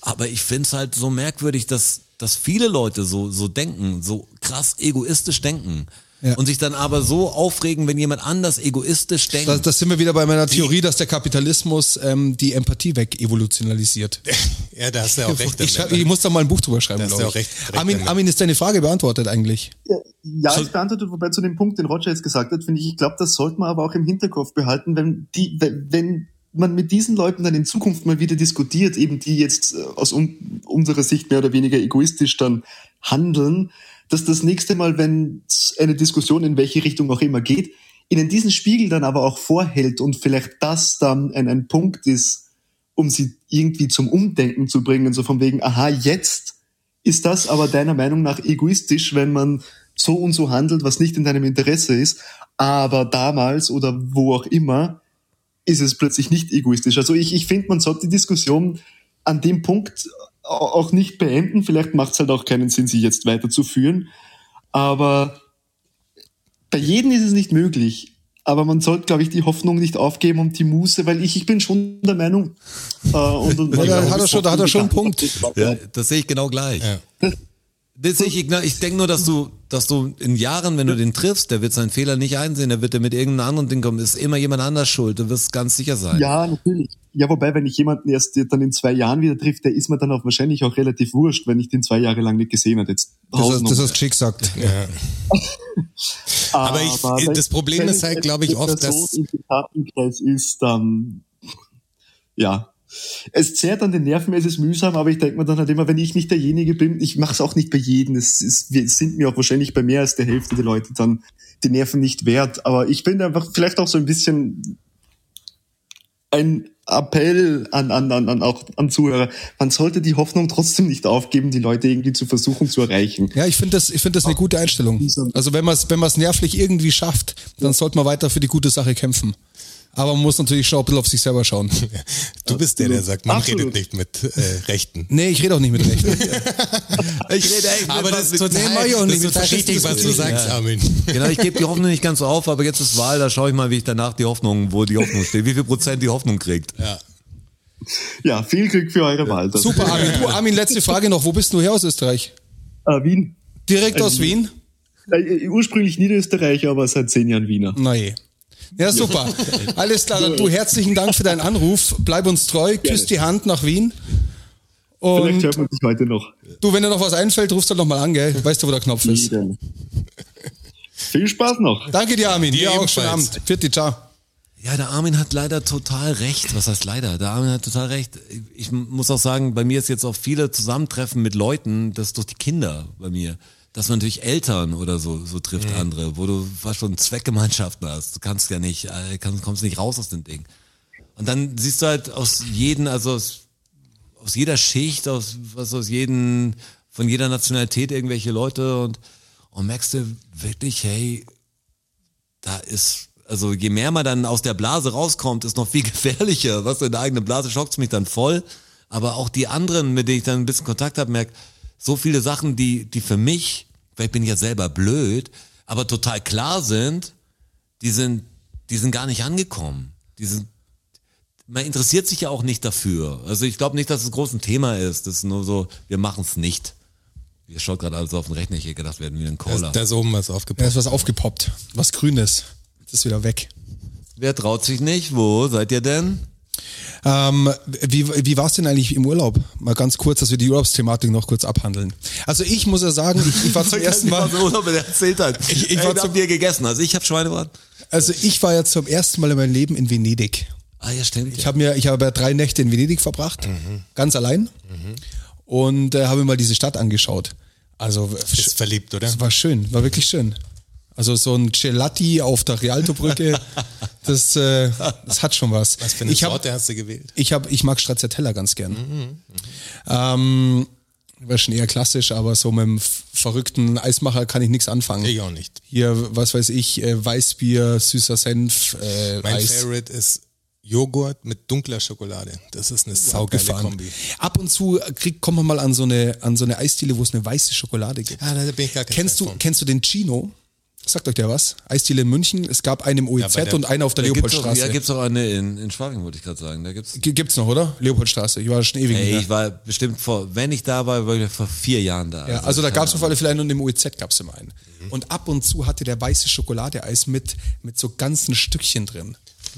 Aber ich find's halt so merkwürdig, dass, dass viele Leute so, so denken, so krass egoistisch denken.
Ja.
Und sich dann aber so aufregen, wenn jemand anders egoistisch denkt.
das, das sind wir wieder bei meiner Theorie, dass der Kapitalismus ähm, die Empathie weg evolutionalisiert.
Ja, da hast du ja auch recht.
ich,
damit. ne?
schrei- ich muss da mal ein Buch drüber schreiben,
Da hast du
glaube
auch
ich.
recht- recht
Armin,
damit.
Armin, ist deine Frage beantwortet eigentlich?
Ja, ich beantworte, wobei zu dem Punkt, den Roger jetzt gesagt hat, finde ich, ich glaube, das sollte man aber auch im Hinterkopf behalten, wenn die, wenn- wenn man mit diesen Leuten dann in Zukunft mal wieder diskutiert, eben die jetzt äh, aus un unserer Sicht mehr oder weniger egoistisch dann handeln, dass das nächste Mal, wenn es eine Diskussion in welche Richtung auch immer geht, ihnen diesen Spiegel dann aber auch vorhält und vielleicht das dann ein, ein Punkt ist, um sie irgendwie zum Umdenken zu bringen, so von wegen, aha, jetzt ist das aber deiner Meinung nach egoistisch, wenn man so und so handelt, was nicht in deinem Interesse ist, aber damals oder wo auch immer ist es plötzlich nicht egoistisch. Also ich, ich finde, man sollte die Diskussion an dem Punkt au- auch nicht beenden. Vielleicht macht es halt auch keinen Sinn, sie jetzt weiterzuführen. Aber bei jedem ist es nicht möglich. Aber man sollte, glaube ich, die Hoffnung nicht aufgeben und die Muße, weil ich, ich bin schon der Meinung. Äh, und, und
Ja, da hat er schon, da hat er schon einen Punkt.
Ja, das sehe ich genau gleich.
Ja.
Das sehe ich, igno- ich denke nur, dass du, dass du in Jahren, wenn du den triffst, der wird seinen Fehler nicht einsehen, der wird dir mit irgendeinem anderen Ding kommen, ist immer jemand anders schuld, du wirst ganz sicher sein.
Ja, natürlich. Ja, wobei, wenn ich jemanden erst dann in zwei Jahren wieder trifft, der ist mir dann auch wahrscheinlich auch relativ wurscht, wenn ich den zwei Jahre lang nicht gesehen habe. Jetzt
Das, ist-
Hausnummer.
das hast Chick gesagt.
aber ich-
wenn-
das Problem
wenn
ist halt, glaub ich,
eine
oft,
Person
dass-
im Bekanntenkreis ist, dann ja. Es zehrt an den Nerven, es ist mühsam, aber ich denke mir dann halt immer, wenn ich nicht derjenige bin, ich mache es auch nicht bei jedem. Es, ist, wir sind mir auch wahrscheinlich bei mehr als der Hälfte der Leute dann die Nerven nicht wert. Aber ich bin einfach vielleicht auch so ein bisschen ein Appell an, an, an, an auch an Zuhörer. Man sollte die Hoffnung trotzdem nicht aufgeben, die Leute irgendwie zu versuchen zu erreichen.
Ja, ich finde das, ich
Ah,
finde das eine gute Einstellung. Also wenn man es, wenn man es nervlich irgendwie schafft, dann sollte man weiter für die gute Sache kämpfen. Aber man muss natürlich schon ein bisschen auf sich selber schauen.
Du bist der, der sagt, man
Absolut.
redet nicht mit äh, Rechten.
Nee, ich rede auch nicht mit Rechten.
Ich rede echt
Aber das ist
Nee,
total,
mach ich auch
das
nicht.
ist
Das
total
ist
richtig, was du
richtig.
sagst,
Ja.
Armin.
Genau, ich gebe die Hoffnung nicht ganz so auf, aber jetzt ist Wahl, da schaue ich mal, wie ich danach die Hoffnung, wo die Hoffnung steht, wie viel Prozent die Hoffnung kriegt.
Ja.
Ja, viel Glück für eure Wahl. dann.
Super, Armin. Du, Armin, letzte Frage noch. Wo bist du her aus Österreich?
Äh, Wien.
Direkt aus Wien?
Äh, ursprünglich Niederösterreicher, aber seit zehn Jahren Wiener.
Na je. Ja, super. Alles klar. Dann du, herzlichen Dank für deinen Anruf. Bleib uns treu. Küss die Hand nach Wien.
Vielleicht
Und
hört man sich heute noch.
du, wenn dir noch was einfällt, rufst halt nochmal an, gell? Weißt du, wo der Knopf ist.
Viel Spaß noch.
Danke dir, Armin. Dir auch.
ebenfalls.
Schönen Abend. Vierte, ciao.
Ja, der Armin hat leider total recht. Was heißt leider? Der Armin hat total recht. Ich muss auch sagen, bei mir ist jetzt auch viele Zusammentreffen mit Leuten, das durch die Kinder bei mir, dass man natürlich Eltern oder so, so trifft andere, wo du fast schon Zweckgemeinschaften hast. Du kannst ja nicht, äh, kannst, kommst nicht raus aus dem Ding. Und dann siehst du halt aus jedem, also aus, aus jeder Schicht, aus, was aus jedem, von jeder Nationalität irgendwelche Leute und, und merkst du wirklich, hey, da ist, also je mehr man dann aus der Blase rauskommt, ist noch viel gefährlicher. Was in der eigenen Blase schockt mich dann voll. Aber auch die anderen, mit denen ich dann ein bisschen Kontakt habe, merkt, so viele Sachen, die, die für mich, vielleicht bin ich ja selber blöd, aber total klar sind, die sind, die sind gar nicht angekommen. Die sind, man interessiert sich ja auch nicht dafür. Also ich glaube nicht, dass es groß ein Thema ist. Das ist nur so, wir machen es nicht. Ihr schaut gerade alles auf den Rechner, ich hätte gedacht, wir hätten wieder einen Caller.
Äh, Da, da ist oben was
Da
aufgepasst.
ist was aufgepoppt. Was Grünes. Das ist wieder weg.
Wer traut sich nicht? Wo seid ihr denn?
Ähm, wie wie war es denn eigentlich im Urlaub? Mal ganz kurz, dass wir die Urlaubsthematik noch kurz abhandeln. Also ich muss ja sagen, ich, ich war zum ersten Mal,
Urlaub, wenn er erzählt hat. Ich,
ich war
hab
zum-
dir gegessen, also ich habe Schweinebraten.
also ich war ja zum ersten Mal in meinem Leben in Venedig.
Ah ja, stimmt.
Ich habe mir, ich habe ja drei Nächte in Venedig verbracht,
Mhm.
ganz allein, und äh, habe mir mal diese Stadt angeschaut. Also
Ist verliebt, oder?
es war schön, war wirklich schön. Also so ein Gelati auf der Rialto-Brücke, das, äh, das hat schon was.
Was für eine
ich hab-
Sorte Mhm, hast du gewählt?
Ich hab, ich mag Stracciatella ganz gern. Ähm, war schon eher klassisch, aber so mit dem f- verrückten Eismacher kann ich nichts anfangen.
Ich auch nicht.
Hier, was weiß ich, äh, Weißbier, süßer Senf, äh,
Mein
Eis.
Favorite ist Joghurt mit dunkler Schokolade. Das ist eine saugeile
Abgefahren.
Kombi.
Ab und zu krieg, kommt man mal an so eine, an so eine Eisdiele, wo es eine weiße Schokolade gibt.
Ah, da bin ich gar kein
kennst,
Fan
du,
von.
kennst du den Chino? Sagt euch der was? Eisdiele in München. Es gab einen im OEZ
bei der-
und einen auf der
Da gibt's doch,
Leopoldstraße.
ja, gibt's auch eine in, in Schwabing, wollte ich gerade sagen. Da gibt's.
G- gibt's noch, oder? Leopoldstraße. Ich war schon ewig nicht
Ey,
mehr.
ich war bestimmt vor, wenn ich da war, war ich vor vier Jahren da.
Ja, also da gab es auf alle Fälle einen und im OEZ gab es immer einen. Und ab und zu hatte der weiße Schokoladeeis mit, mit so ganzen Stückchen drin.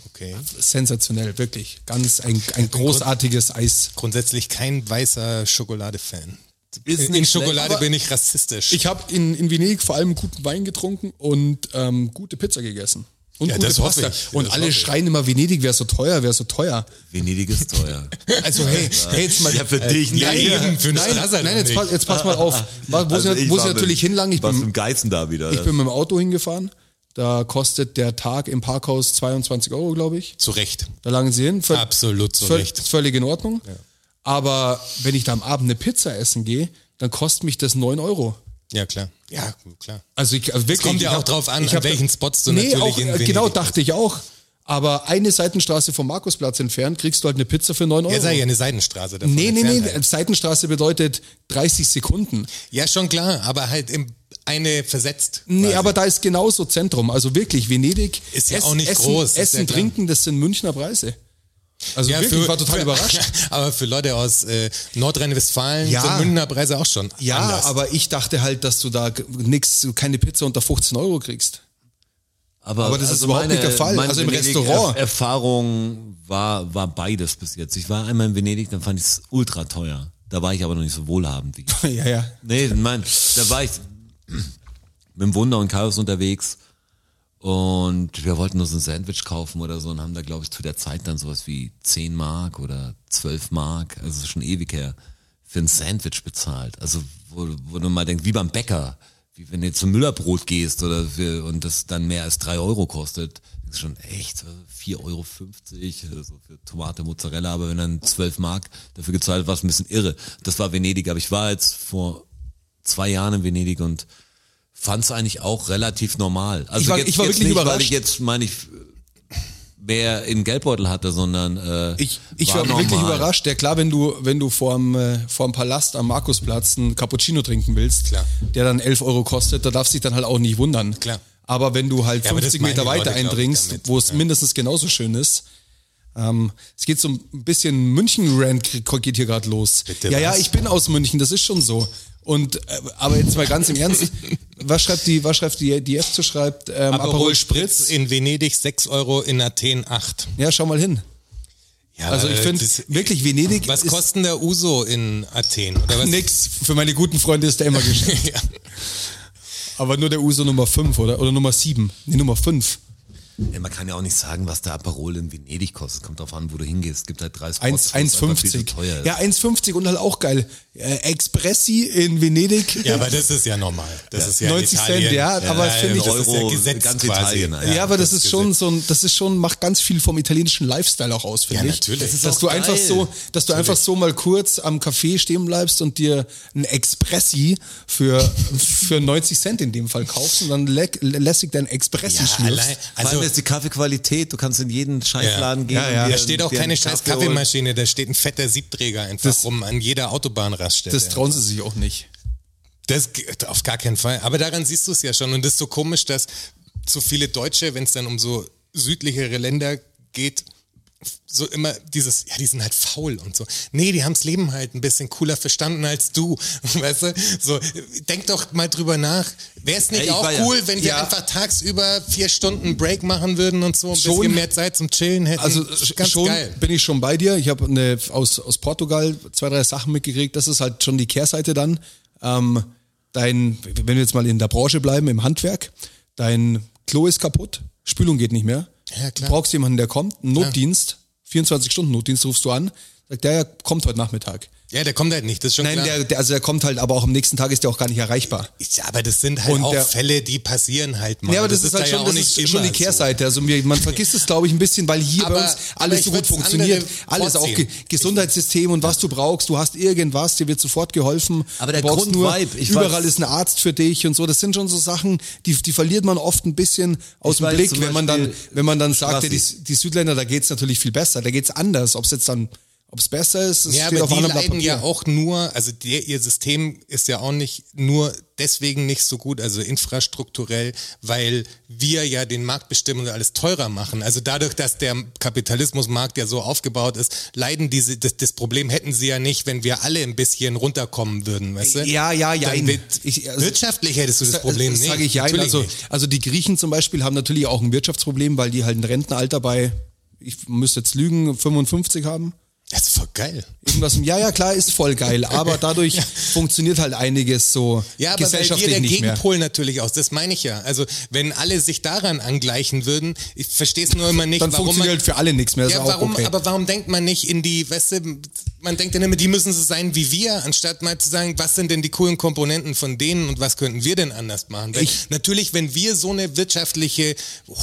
Okay.
Sensationell, wirklich. Ganz ein, ein großartiges Eis.
Grundsätzlich kein weißer Schokolade-Fan.
Ist
In, in
nicht schlecht,
Schokolade
aber-
bin ich rassistisch.
Ich habe in, in Venedig vor allem guten Wein getrunken und ähm, gute Pizza gegessen. Und
Ja,
gute
das hoffe ich.
Und
Das
alle
hoffe ich.
schreien immer, Venedig wäre so teuer, wäre so teuer.
Venedig ist teuer.
Also hey, hey jetzt mal.
Ja, für dich nicht.
ja, eben, für einen
Äh, nein,
Strasser
nein, jetzt
nicht. Ah,
pass, jetzt pass mal auf. Wo
Also
sie,
ich
wo
war
sie
mit-
natürlich hinlangen, ich
warst
bin
mit dem Geizen da wieder.
Ich bin mit dem Auto hingefahren. Da kostet der Tag im Parkhaus 22 Euro, glaube ich.
Zu Recht.
Da lagen sie hin. Völ-
Absolut zu
völ-
Recht.
Völlig in Ordnung. Aber wenn ich da am Abend eine Pizza essen gehe, dann kostet mich das 9 Euro.
Ja, klar. Ja, klar.
Also ich, also wirklich,
kommt ja
ich
auch drauf an,
ich
an
hab-
welchen Spots du
nee,
natürlich
auch,
in
äh,
Venedig
Genau,
bist.
dachte ich auch. Aber eine Seitenstraße vom Markusplatz entfernt kriegst du halt eine Pizza für 9 Euro.
Jetzt sei ja eine Seidenstraße davon.
nee, nee, nee.
entfernt halt.
Seitenstraße bedeutet 30 Sekunden.
Ja, schon klar, aber halt im, eine versetzt.
Nee,
quasi.
aber da ist genauso Zentrum. Also wirklich, Venedig.
Ist ja
Ess-
auch nicht
Essen,
groß, ist ja
Essen,
klar.
Trinken, das sind Münchner Preise. Also wirklich, ich war total
für,
überrascht.
Aber für Leute aus äh, Nordrhein-Westfalen
Ja.
sind Münchner Preise auch schon
Ja,
anders.
aber ich dachte halt, dass du da nix, keine Pizza unter 15 Euro kriegst. aber das ist überhaupt nicht der Fall.
meine
Also im
Venedig-
Restaurant.
Er- Erfahrung war, war beides bis jetzt. Ich war einmal in Venedig, dann fand ich es ultra teuer. Da war ich aber noch nicht so wohlhabend wie
ja, ja.
Nee, nein, da war ich mit dem Wunder und Chaos unterwegs und wir wollten nur so ein Sandwich kaufen oder so und haben da, glaube ich, zu der Zeit dann sowas wie 10 Mark oder 12 Mark, also schon ewig her, für ein Sandwich bezahlt. Also, wo, wo du mal denkst, wie beim Bäcker. Wie- wie wenn du zum Müllerbrot gehst oder für, und das dann mehr als drei Euro kostet, das ist schon echt äh, 4,50 Euro so für Tomate, Mozzarella, aber wenn dann 12 Mark dafür gezahlt war, es ein bisschen irre. Das war Venedig, aber ich war jetzt vor zwei Jahren in Venedig und fand es eigentlich auch relativ normal. Also
Ich war-
jetzt,
ich war
jetzt
wirklich
nicht, weil
überrascht.
ich jetzt meine ich mehr im Geldbeutel hatte, sondern äh,
Ich, ich war, wirklich
normal.
überrascht. Ja klar, wenn du, wenn du vorm, äh, vorm Palast am Markusplatz einen Cappuccino trinken willst,
Klar.
der dann 11 Euro kostet, da darfst du dich dann halt auch nicht wundern.
Klar.
Aber wenn du halt
Ja, aber das
50
meinen
Meter
die Leute,
weiter
glaub ich,
eindringst,
damit.
wo es
Ja.
mindestens genauso schön ist, ähm, es geht so ein bisschen München-Rand geht hier gerade los.
Bitte
ja, ja,
was?
ich bin aus München, das ist schon so. Und äh, aber jetzt mal ganz im Ernst, was schreibt die, was schreibt die, die F zu schreibt? Ähm,
Aperol, Spritz in Venedig 6 Euro, in Athen 8.
Ja, schau mal hin.
Ja,
Also ich
äh,
finde
das-
wirklich Venedig
Was
ist
kostet denn der Uso in Athen? Oder was?
Nix. Für meine guten Freunde ist der immer geschenkt.
Ja.
Aber nur der Uso Nummer 5 oder, oder Nummer 7. Nee, Nummer 5.
Ja, man kann ja auch nicht sagen, was der Aperol in Venedig kostet. Kommt drauf an, wo du hingehst. Es gibt halt 30 Spots, wo es einfach viel
1,50.
zu teuer ist.
Ja, 1,50 und halt auch geil. Äh, Expressi in Venedig.
ja, aber das ist ja normal. Das ist ja
90
in
Cent,
Italien.
ja, aber
das
finde ich-
das ist ja
Euro,
Gesetz
ganz
quasi.
Italien
Ja,
eigentlich.
aber das, ist schon
Gesetz.
so ein, das ist schon, macht ganz viel vom italienischen Lifestyle auch aus, finde
Ja,
ich.
natürlich. Das ist
dass
auch
du
geil.
einfach so, dass du einfach so mal kurz am Café stehen bleibst und dir ein Expressi für, für 90 Cent in dem Fall kaufst und dann leck, lässig dein Expressi
Ja,
schlürfst.
allein,
Vor allem
also
ist die Kaffeequalität. Du kannst in jeden Scheißladen gehen. und
Ja,
dir-
Da steht auch
dir
keine
einen
scheiß
Kaffee holen.
Kaffeemaschine, da steht ein fetter Siebträger einfach rum an jeder Autobahnraststätte.
Das trauen sie sich auch nicht.
Das geht auf gar keinen Fall. Aber daran siehst du es ja schon. Und das ist so komisch, dass so viele Deutsche, wenn es dann um so südlichere Länder geht, so immer dieses, ja, die sind halt faul und so. Nee, die haben das Leben halt ein bisschen cooler verstanden als du. Weißt du? So, denk doch mal drüber nach. Wäre es nicht
Ey, ich
auch
war ja-
cool, wenn wir
Ja.
einfach tagsüber vier Stunden Break machen würden und so ein
Schon.
bisschen mehr Zeit zum Chillen hätten?
Also
ganz
schon
geil.
bin ich schon bei dir. Ich habe eine aus, aus Portugal zwei, drei Sachen mitgekriegt. Das ist halt schon die Kehrseite dann. Ähm, dein, wenn wir jetzt mal in der Branche bleiben, im Handwerk, dein Klo ist kaputt, Spülung geht nicht mehr.
Ja, klar.
Du brauchst jemanden, der kommt, einen Notdienst, 24 Stunden Notdienst rufst du an, sagt der ja, kommt heute Nachmittag.
Ja, der kommt halt nicht, das ist schon
Nein,
klar.
der, der, also der kommt halt, aber auch am nächsten Tag ist der auch gar nicht erreichbar.
Ja, aber das sind halt
Und
auch
der-
Fälle, die passieren halt mal.
Ja, aber das, ist halt
da
schon,
auch
das
nicht
ist schon
immer
die Kehrseite. Also mir, man vergisst es, glaube ich, ein bisschen, weil hier
Aber-
bei uns
aber
alles
ich
so gut
würd's andere
funktioniert. Alles auch
vorziehen.
Ge Gesundheitssystem und was du brauchst. Du hast irgendwas, dir wird sofort geholfen.
Aber der
du brauchst
Grundvibe, ich
überall
weiß-
ist ein Arzt für dich und so. Das sind schon so Sachen, die, die verliert man oft ein bisschen aus
Ich
dem
weiß
Blick,
zum
wenn man dann,
Beispiel
wenn man dann sagt, ja, die,
Strassi.
die Südländer, da geht's natürlich viel besser, da geht's anders. Ob es jetzt dann, ob es besser ist, es
Ja,
steht
aber
auf
die
einem Blatt
leiden
Papier.
ja auch nur, also die, ihr System ist ja auch nicht nur deswegen nicht so gut, also infrastrukturell, weil wir ja den Markt bestimmen und alles teurer machen. Also dadurch, dass der Kapitalismusmarkt ja so aufgebaut ist, leiden diese, das, das Problem hätten sie ja nicht, wenn wir alle ein bisschen runterkommen würden, weißt du?
Ja, ja, ja.
Dann wird,
Ich- also-
wirtschaftlich hättest du das
Sa-
Problem nicht.
Sage ich ja.
Natürlich
Also,
nicht.
also die Griechen zum Beispiel haben natürlich auch ein Wirtschaftsproblem, weil die halt ein Rentenalter bei, ich müsste jetzt lügen, 55 haben.
Das ist voll geil.
Irgendwas im, ja, ja, klar, ist voll geil, aber dadurch funktioniert halt einiges so
Ja, aber weil wir
gesellschaftlich
der
nicht mehr.
Gegenpol natürlich aus, das meine ich ja. Also wenn alle sich daran angleichen würden, ich verstehe es nur immer nicht,
Dann
warum man,
funktioniert für alle nichts mehr. Das
ja,
ist auch
warum,
okay.
aber warum denkt man nicht in die, weißt du, man denkt dann immer, die müssen so sein wie wir, anstatt mal zu sagen, was sind denn die coolen Komponenten von denen und was könnten wir denn anders machen? Weil
Ich-
natürlich, wenn wir so eine wirtschaftliche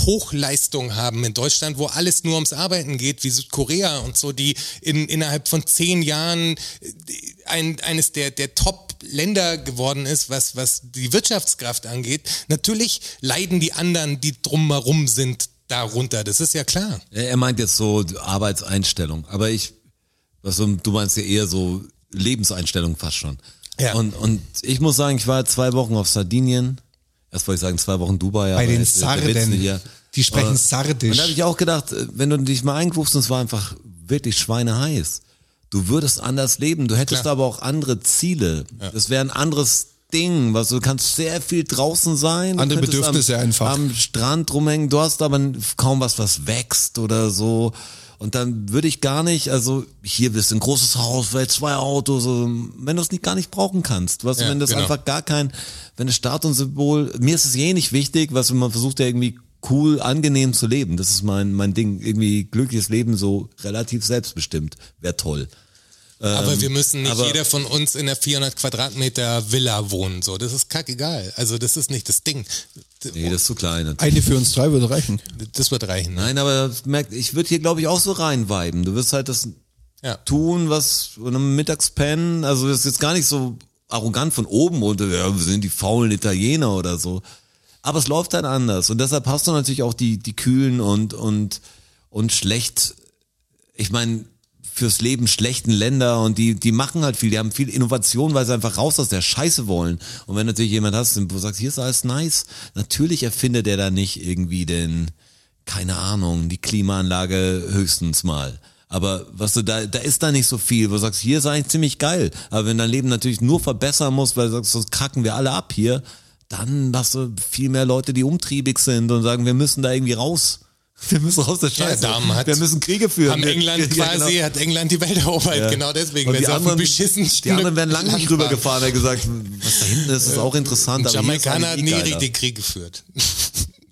Hochleistung haben in Deutschland, wo alles nur ums Arbeiten geht, wie Südkorea und so, die in, innerhalb von zehn Jahren äh, ein, eines der, der Top-Länder geworden ist, was, was die Wirtschaftskraft angeht, natürlich leiden die anderen, die drumherum sind, darunter. Das ist ja klar.
Er er meint jetzt so Arbeitseinstellung. Aber ich, was so- du meinst ja eher so Lebenseinstellung fast schon.
Ja.
Und, und ich muss sagen, ich war zwei Wochen auf Sardinien. Erst wollte ich sagen, zwei Wochen Dubai.
Bei
aber
den
jetzt ist der Witz
Sarden.
hier.
Die sprechen
Und-
Sardisch.
Und da habe ich auch gedacht, äh, wenn du dich mal eingrufst und es war einfach wirklich schweineheiß, du würdest anders leben. Du hättest
Klar.
aber auch andere Ziele. Das wäre ein anderes Ding, was du kannst sehr viel draußen sein. Du
Andere
könntest
Bedürfnisse
am,
einfach.
Am Strand rumhängen. Du hast aber kaum was, was wächst oder so. Und dann würde ich gar nicht, also hier bist du ein großes Haus, vielleicht zwei Autos, so, wenn du es nicht gar nicht brauchen kannst. Weißt du,
Ja,
wenn das
genau.
einfach gar kein, wenn das Staat und Symbol, mir ist es eh nicht wichtig, was man versucht ja irgendwie cool, angenehm zu leben. Das ist mein, mein Ding. Irgendwie glückliches Leben so relativ selbstbestimmt. Wäre toll.
Aber wir müssen nicht
Ähm, aber-
jeder von uns in der 400 Quadratmeter Villa wohnen. So, das ist kackegal. Also das ist nicht das Ding.
Nee, das ist zu klein.
Eine für uns drei würde reichen.
Das wird reichen. Ne?
Nein, aber merkt, ich würde hier, glaube ich, auch so reinweiben. Du wirst halt das
Ja.
tun, was und am Mittagspennen, also das ist jetzt gar nicht so arrogant von oben und ja, wir sind die faulen Italiener oder so. Aber es läuft halt anders und deshalb hast du natürlich auch die die kühlen und und und schlecht ich meine, fürs Leben schlechten Länder und die, die machen halt viel, die haben viel Innovation, weil sie einfach raus aus der Scheiße wollen. Und wenn natürlich jemand hast, den- wo du sagst, hier ist alles nice, natürlich erfindet der da nicht irgendwie den, keine Ahnung, die Klimaanlage höchstens mal. Aber was du da, da ist da nicht so viel, wo du sagst, hier ist eigentlich ziemlich geil. Aber wenn dein Leben natürlich nur verbessern muss, weil du sagst, sonst kacken wir alle ab hier, dann hast du viel mehr Leute, die umtriebig sind und sagen, wir müssen da irgendwie raus. Wir müssen raus aus der
Ja,
Scheiße.
Damen hat-
wir müssen Kriege führen.
Am
Wir-
England
ja,
quasi
genau.
hat England die Welt erobert.
Ja.
Genau deswegen.
Und
wenn
die
sie auf dem
anderen,
beschissen
die anderen werden lang nicht
Landbahn.
rübergefahren. Er hat gesagt, was da hinten ist, ist auch interessant.
Und
aber hier ist
Jamaikaner hat
eigentlich
nie
eh geiler.
richtig Krieg geführt.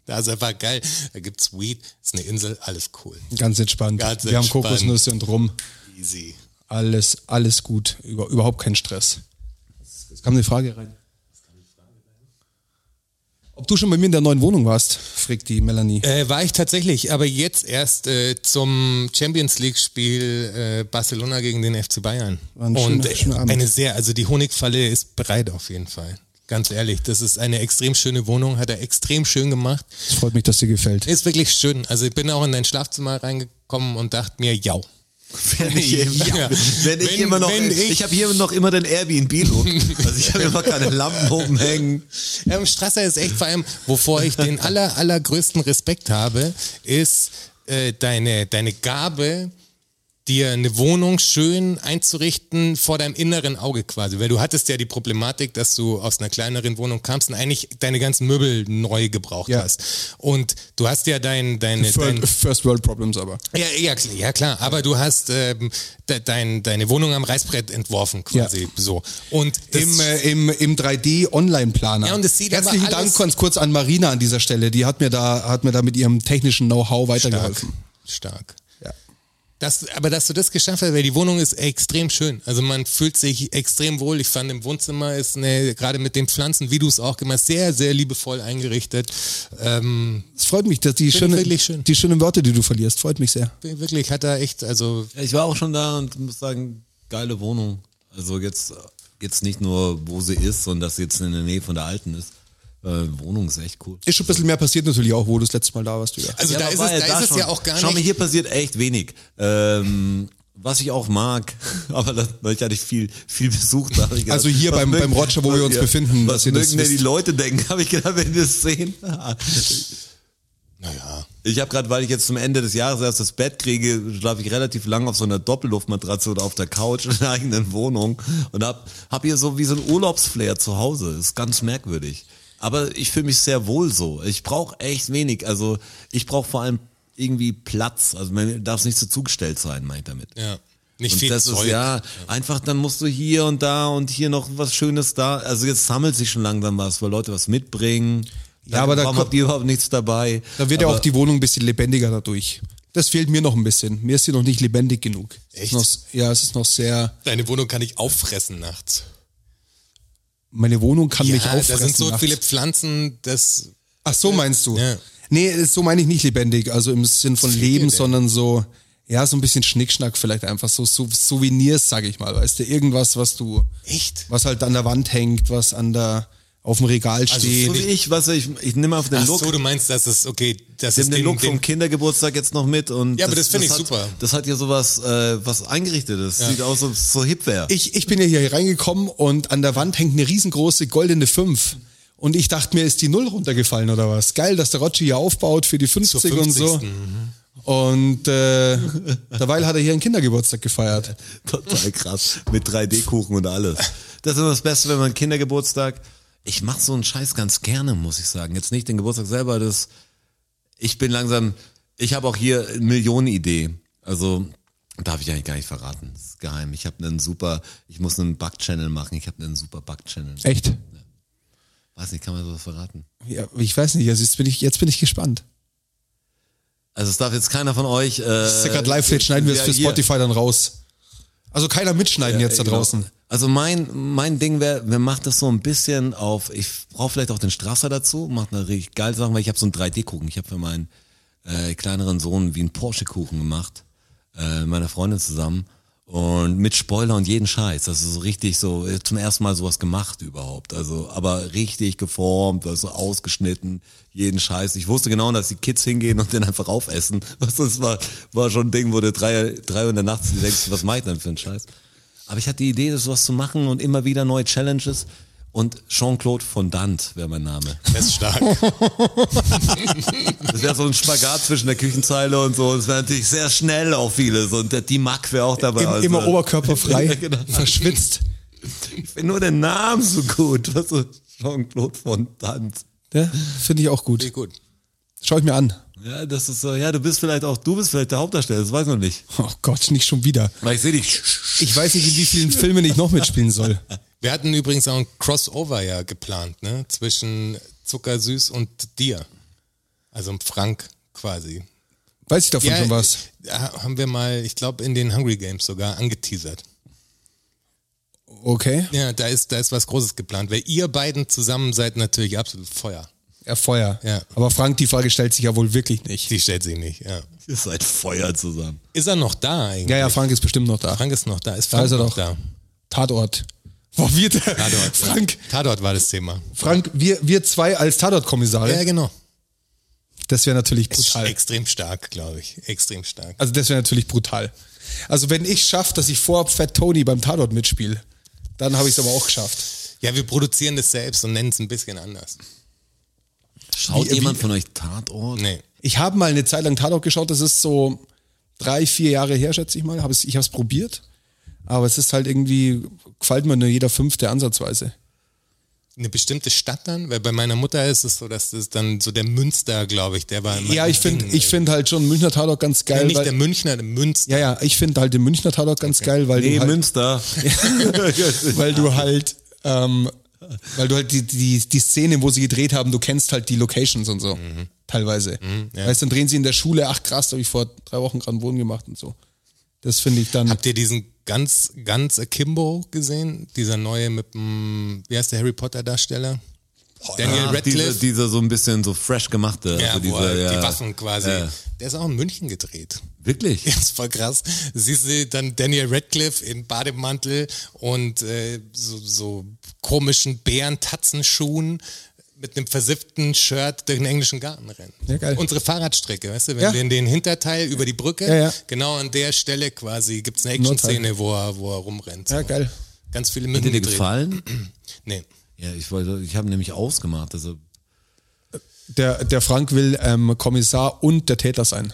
Also einfach geil. Da gibt's Weed, ist eine Insel, alles cool.
Ganz entspannt.
Ganz
wir haben
entspannt.
Kokosnüsse und rum.
Easy.
Alles, alles gut. Über, überhaupt kein Stress. Es kam eine Frage rein. Ob du schon bei mir in der neuen Wohnung warst, fragt die Melanie.
Äh, war ich tatsächlich, aber jetzt erst äh, zum Champions League-Spiel äh, Barcelona gegen den FC Bayern.
War ein
Und
schöner- schöner Abend.
eine sehr, also die Honigfalle ist bereit auf jeden Fall. Ganz ehrlich, das ist eine extrem schöne Wohnung, hat er extrem schön gemacht.
Es freut mich, dass dir gefällt.
Ist wirklich schön. Also ich bin auch in dein Schlafzimmer reingekommen und dachte mir, ja.
Wenn ich, ja.
Ja.
wenn ich
Wenn-
immer noch,
wenn
ich,
ich-
habe hier noch immer den Airbnb-Look. Also ich habe immer keine Lampen oben hängen.
Ähm, Strasser ist echt vor allem, wovor ich den aller, allergrößten Respekt habe, ist äh, deine, deine Gabe, dir eine Wohnung schön einzurichten vor deinem inneren Auge quasi. Weil du hattest ja die Problematik, dass du aus einer kleineren Wohnung kamst und eigentlich deine ganzen Möbel neu gebraucht
Ja.
hast. Und du hast ja dein, deine, dein,
First, äh, First World Problems aber.
ja, ja, kl- ja klar, aber du hast ähm, de, dein, deine Wohnung am Reißbrett entworfen quasi
Ja.
so. Und
Im, äh, im, im 3D-Online-Planer.
Ja, und es sieht aber
Herzlichen
alles-
Dank ganz kurz an Marina an dieser Stelle. Die hat mir da, hat mir da mit ihrem technischen Know-how
stark,
weitergeholfen.
stark.
Ja.
Das, aber dass du das geschafft hast, weil die Wohnung ist extrem schön. Also man fühlt sich extrem wohl. Ich fand im Wohnzimmer ist eine, gerade mit den Pflanzen, wie du es auch gemacht hast, sehr, sehr liebevoll eingerichtet. Ähm,
Es freut mich, dass die,
Bin
schöne,
wirklich schön.
die schönen Wörter, die du verlierst, freut mich sehr.
wirklich hat er echt, also
Ich war auch schon da und muss sagen, geile Wohnung. Also jetzt jetzt nicht nur, wo sie ist und dass sie jetzt in der Nähe von der alten ist. Äh, Wohnung ist echt cool.
Ist schon ein bisschen mehr passiert natürlich auch, wo du das letzte Mal da warst. Wieder.
also
Ja,
da
aber
ist
war
es,
er
da ist es
schon.
ja auch gar
Schau mal,
nicht.
hier passiert echt wenig. Ähm, was ich auch mag, aber das, weil ich hatte viel, viel Besuch da. hab ich gedacht,
Also hier
was
beim- beim Roger, wo wir
was
uns
ihr-
befinden,
Was
dass ihr das
mögen denn die
wisst.
Leute denken, habe ich gedacht, wenn die das sehen.
Naja.
Ich habe gerade, weil ich jetzt zum Ende des Jahres erst das Bett kriege, schlafe ich relativ lang auf so einer Doppelluftmatratze oder auf der Couch in der eigenen Wohnung und hab, hab hier so wie so ein Urlaubsflair zu Hause. Ist ganz merkwürdig. Aber ich fühle mich sehr wohl so. Ich brauche echt wenig. Also ich brauche vor allem irgendwie Platz. Also mir darf es nicht zu zugestellt sein, meine ich damit.
Ja. Nicht
Und
viel
das
Zeug.
ist ja einfach, dann musst du hier und da und hier noch was Schönes da. Also jetzt sammelt sich schon langsam was, weil Leute was mitbringen.
Ja, aber da
warum
kommt-
habt ihr überhaupt nichts dabei?
Da wird ja
Aber-
auch die Wohnung ein bisschen lebendiger dadurch. Das fehlt mir noch ein bisschen. Mir ist sie noch nicht lebendig genug. Es Ist
Echt?
noch, ja, es ist noch sehr.
Deine Wohnung kann ich auffressen nachts.
Meine Wohnung kann mich
Ja,
auffressen.
da sind so
nachts.
viele Pflanzen, das
Ach so meinst du?
Ja.
Nee, es- so meine ich nicht lebendig, also im Sinn von
Was fehlt
Leben,
dir denn?
sondern so ja, so ein bisschen Schnickschnack vielleicht einfach so, so Souvenirs, sag ich mal, weißt du, irgendwas, was du
echt.
was halt an der Wand hängt, was an der auf dem Regal
Also
steht.
So wie ich, was ich, ich nehme auf den
Ach
Look.
so, du meinst, dass es okay, das
Nimm
ist
den, Look vom
den,
Kindergeburtstag jetzt noch mit und
Ja, aber das finde ich
hat,
super.
Das hat ja sowas, äh, was eingerichtetes. Sieht aus, als ob es so hip wäre.
ich, ich bin ja hier reingekommen und an der Wand hängt eine riesengroße goldene 5. Und ich dachte mir, ist die Null runtergefallen oder was? Geil, dass der Rocci hier aufbaut für die 50, und so.
50..
mhm.
Und äh, derweil hat er hier einen Kindergeburtstag gefeiert.
Total krass. Mit 3D-Kuchen und alles. Das ist immer das Beste, wenn man Kindergeburtstag. Ich mache so einen Scheiß ganz gerne, muss ich sagen. Jetzt nicht den Geburtstag selber, das. Ich bin langsam. Ich habe auch hier eine Millionenidee. Also darf ich eigentlich gar nicht verraten. Das ist geheim. Ich habe einen super. Ich muss einen Back-Channel machen. Ich habe einen super Back-Channel.
Echt?
Weiß nicht, kann man sowas verraten?
Ja, ich weiß nicht, also jetzt bin ich, jetzt bin ich gespannt.
Also es darf jetzt keiner von euch. Äh,
Das ist ja gerade live, vielleicht schneiden wir es
ja,
für
hier.
Spotify dann raus. Also keiner mitschneiden jetzt da draußen.
Also mein, mein Ding wäre, man macht das so ein bisschen auf, ich brauche vielleicht auch den Strasser dazu, macht eine richtig geile Sache, weil ich habe so ein 3D-Kuchen. Ich habe für meinen äh, kleineren Sohn wie einen Porsche-Kuchen gemacht, äh, mit meiner Freundin zusammen. Und mit Spoiler und jeden Scheiß. Das ist so richtig so, äh, zum ersten Mal sowas gemacht überhaupt. Also, aber richtig geformt, also ausgeschnitten, jeden Scheiß. Ich wusste genau, dass die Kids hingehen und den einfach aufessen. Was das war, war schon ein Ding, wo du drei, drei Uhr in der Nacht denkst, was mach ich denn für einen Scheiß? Aber ich hatte die Idee, das sowas zu machen und immer wieder neue Challenges. Und Jean-Claude Fondant wäre mein Name.
Das ist stark.
Das wäre so ein Spagat zwischen der Küchenzeile und so. Das wäre natürlich sehr schnell auch vieles. Und der- die Mack wäre auch dabei. Also,
Im, Immer oberkörperfrei,
Genau.
verschwitzt.
Ich finde nur den Namen so gut. Was so Jean-Claude Fondant.
Ja, Finde ich auch gut.
Gut.
Schau ich mir an.
Ja, das ist so, ja, du bist vielleicht auch, du bist vielleicht der Hauptdarsteller, das weiß man nicht.
Oh Gott, nicht schon wieder.
Weil ich sehe dich.
Ich weiß nicht, in wie vielen Filmen ich noch mitspielen soll.
Wir hatten übrigens auch ein Crossover ja geplant, ne? Zwischen Zuckersüß und dir. Also Frank quasi.
Weiß ich davon
Ja,
schon was?
ja, Haben wir mal, ich glaube, in den Hungry Games sogar angeteasert.
Okay.
Ja, da ist, da ist was Großes geplant, weil ihr beiden zusammen seid natürlich absolut Feuer.
Ja, Feuer.
Ja.
Aber Frank, die Frage stellt sich ja wohl wirklich nicht.
Die stellt sich nicht, ja.
Ihr seid Feuer zusammen.
Ist er noch da eigentlich?
Ja, ja, Frank ist bestimmt noch da.
Frank ist noch da. Ist Frank
ist er
noch
doch.
da?
Tatort. Boah, wir,
Tatort.
Frank,
Ja. Tatort war das Thema.
Frank, wir, wir zwei als Tatort-Kommissare,
Ja, genau.
das wäre natürlich
Ist
brutal.
Extrem stark, glaube ich. Extrem stark.
Also das wäre natürlich brutal. Also wenn ich schaffe, dass ich vor Fat Tony beim Tatort mitspiele, dann habe ich es aber auch geschafft.
Ja, wir produzieren das selbst und nennen es ein bisschen anders.
Schaut
Wie- wie-
jemand von euch Tatort?
Nee.
Ich habe mal eine Zeit lang Tatort geschaut, das ist so drei, vier Jahre her, schätze ich mal. Hab es, ich habe es probiert, aber es ist halt irgendwie, gefällt mir nur jeder fünfte ansatzweise.
Eine bestimmte Stadt dann? Weil bei meiner Mutter ist es so, dass das dann so der Münster, glaube ich, der war immer
Ja,
ein
ich finde
Ding.
ich find halt schon Münchner Tatort ganz
äh, Ja,
geil.
Nicht der
Weil,
Münchner, der Münster.
ja, ja, ich finde halt den Münchner Tatort ganz geil, weil
Nee,
du halt,
Münster.
weil
Ah,
du halt, ähm, weil du halt die, die, die Szene, wo sie gedreht haben, du kennst halt die Locations und so.
Mhm.
Teilweise. Weißt du, dann drehen sie in der Schule, ach krass, da habe ich vor drei Wochen gerade einen Wohn gemacht und so. Das finde ich dann.
Habt ihr diesen ganz, ganz Akimbo gesehen? Dieser neue mit dem, wie heißt der Harry Potter Darsteller? Daniel
Ach,
Radcliffe?
Dieser, dieser so ein bisschen so fresh gemachte.
ja,
also
wo
dieser,
er
ja.
die Waffen quasi.
Ja.
Der ist auch in München gedreht.
Wirklich?
Das ist voll krass. Siehst du dann Daniel Radcliffe im Bademantel und äh, so, so komischen Bären-Tatzenschuhen mit einem versifften Shirt durch den englischen Garten rennen.
Ja, geil.
Unsere Fahrradstrecke, weißt du, wenn
Ja.
wir in den Hinterteil über die Brücke,
Ja, ja.
genau an der Stelle quasi gibt's eine
Nordteil.
Action-Szene, wo er, wo er rumrennt.
ja, geil.
Ganz viele
Hat dir
München
der
gedreht.
gefallen?
Nee.
Ja, ich wollte, ich habe nämlich ausgemacht. Also
Der, der Frank will ähm, Kommissar und der Täter sein.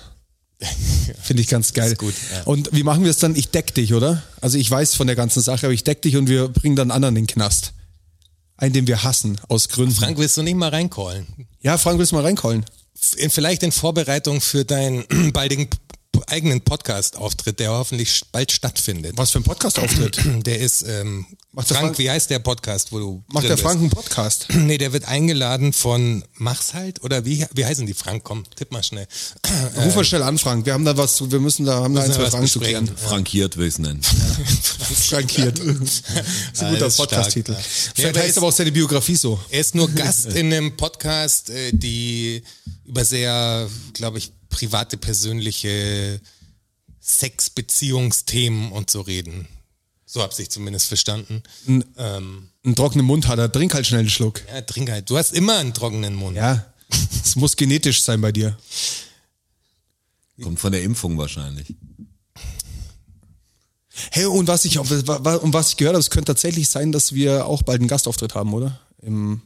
Finde ich ganz geil.
Ist gut, ja.
Und wie machen wir es dann? Ich deck dich, oder? Also ich weiß von der ganzen Sache, aber ich deck dich und wir bringen dann einen anderen in den Knast. Einen, den wir hassen, aus Gründen.
Frank, willst du nicht mal reinkollen?
ja, Frank, willst du mal reinkollen?
in, vielleicht in Vorbereitung für deinen baldigen p- eigenen Podcast-Auftritt, der hoffentlich bald stattfindet.
Was für ein Podcast-Auftritt?
Der ist, ähm,
Macht der
Frank,
Frank-
wie heißt der Podcast, wo du
Macht
drin
der
bist?
Frank einen Podcast?
Nee, der wird eingeladen von Mach's halt oder wie, wie heißen die? Frank, komm, tipp mal schnell.
Ruf mal schnell an, Frank. Wir haben da was, zu- wir müssen da, haben da ein,
Äh. Müssen wir
zwei
was
Fragen zu
besprechen.
klären.
frankiert will ich es nennen.
Frankiert. das ist ein guter
Alles stark,
Podcast-Titel.
ja. Ja,
Vielleicht
aber
heißt
ist-
aber auch seine Biografie so.
Er ist nur Gast in einem Podcast, äh, die über sehr, glaube ich, private, persönliche Sex, Beziehungsthemen und so reden. So habe ich zumindest verstanden. Ähm,
Einen trockenen Mund hat er, trink halt schnell einen Schluck.
Ja, trink halt. Du hast immer einen trockenen Mund.
Ja. Es muss genetisch sein bei dir.
Kommt von der Impfung wahrscheinlich.
Hey, und was ich, und was ich gehört habe, es könnte tatsächlich sein, dass wir auch bald einen Gastauftritt haben, oder? Im,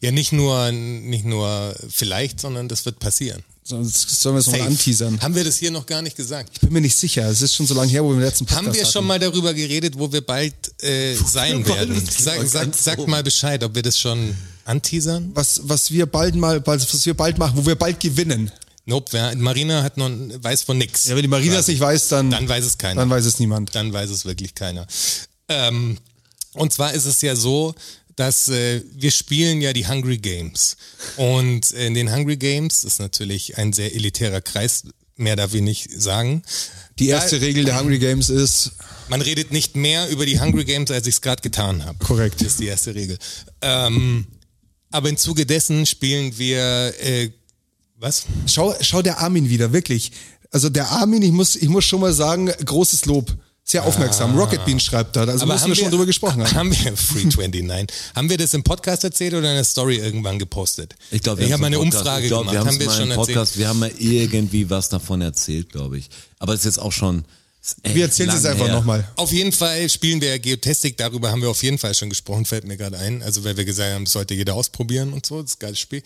Ja, nicht nur, nicht nur vielleicht, sondern das wird passieren.
sonst sollen wir es nochmal
Safe.
anteasern.
Haben wir das hier noch gar nicht gesagt?
Bin mir nicht sicher. Es ist schon so lange her, wo wir den letzten Podcast
Haben wir schon
hatten.
mal darüber geredet, wo wir bald äh, sein
bald
werden?
das Thema
Sag, sag,
ganz
sag
oben.
mal Bescheid, ob wir das schon anteasern?
Was, was wir bald mal, was was wir bald machen, wo wir bald gewinnen.
Nope, wer, Marina hat noch, weiß von nix.
Ja, wenn die Marina es nicht weiß, dann,
Dann weiß es keiner.
dann weiß es niemand.
dann weiß es wirklich keiner. Ähm, und zwar ist es ja so, dass äh, wir spielen ja die Hungry Games. Und in den Hungry Games ist natürlich ein sehr elitärer Kreis mehr darf ich nicht sagen.
Die erste Regel der Hungry Games ist,
Man redet nicht mehr über die Hungry Games, als ich es gerade getan habe.
Korrekt.
Das ist die erste Regel. Ähm, aber im Zuge dessen spielen wir äh, was?
schau, schau der Armin wieder, wirklich. Also der Armin, ich muss, ich muss schon mal sagen, großes Lob. Sehr aufmerksam. Rocket Bean schreibt da. Also müssen wir schon drüber gesprochen Ah. haben.
Haben wir Free 29. haben wir das im Podcast erzählt oder in der Story irgendwann gepostet?
Ich glaube,
ich habe mal eine Umfrage
ich glaub,
gemacht.
Wir
haben
haben
wir
mal
es
im
schon
Podcast,
erzählt?
wir haben mal irgendwie was davon erzählt, glaube ich. Aber es ist jetzt auch schon. ist echt
Wir erzählen es
lang
einfach
her.
nochmal.
Auf jeden Fall spielen wir Geotastic, darüber haben wir auf jeden Fall schon gesprochen, fällt mir gerade ein. Also weil wir gesagt haben, das sollte jeder ausprobieren und so, das ist ein geiles Spiel.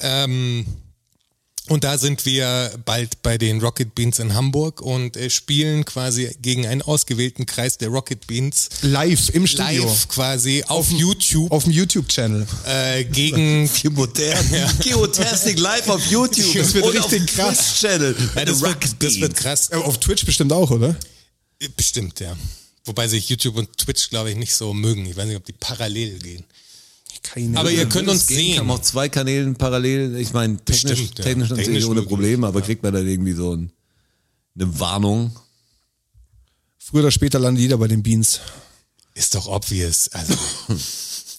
Ähm, und da sind wir bald bei den Rocket Beans in Hamburg und äh, spielen quasi gegen einen ausgewählten Kreis der Rocket Beans
Live im Studio.
live quasi auf, YouTube
Auf dem YouTube-Channel.
äh, gegen
Wie modern. Geotastic live auf YouTube.
Das wird
und
richtig
auf dem
krass.
Twitch-Channel.
Ja, das, wird, das wird
krass.
krass.
Äh, Auf Twitch bestimmt auch, oder?
Bestimmt, ja. Wobei sich YouTube und Twitch, glaube ich, nicht so mögen. Ich weiß nicht, ob die parallel gehen.
Keine
Also
Aber ihr könnt uns
Ich
sehen.
auf zwei Kanälen parallel. Ich meine, technisch,
Bestimmt, ja.
technisch natürlich
Technisch
ohne
möglich,
Probleme, aber kriegt man dann irgendwie so ein, eine Warnung.
Früher oder später landet jeder bei den Beans.
Ist doch obvious. Also,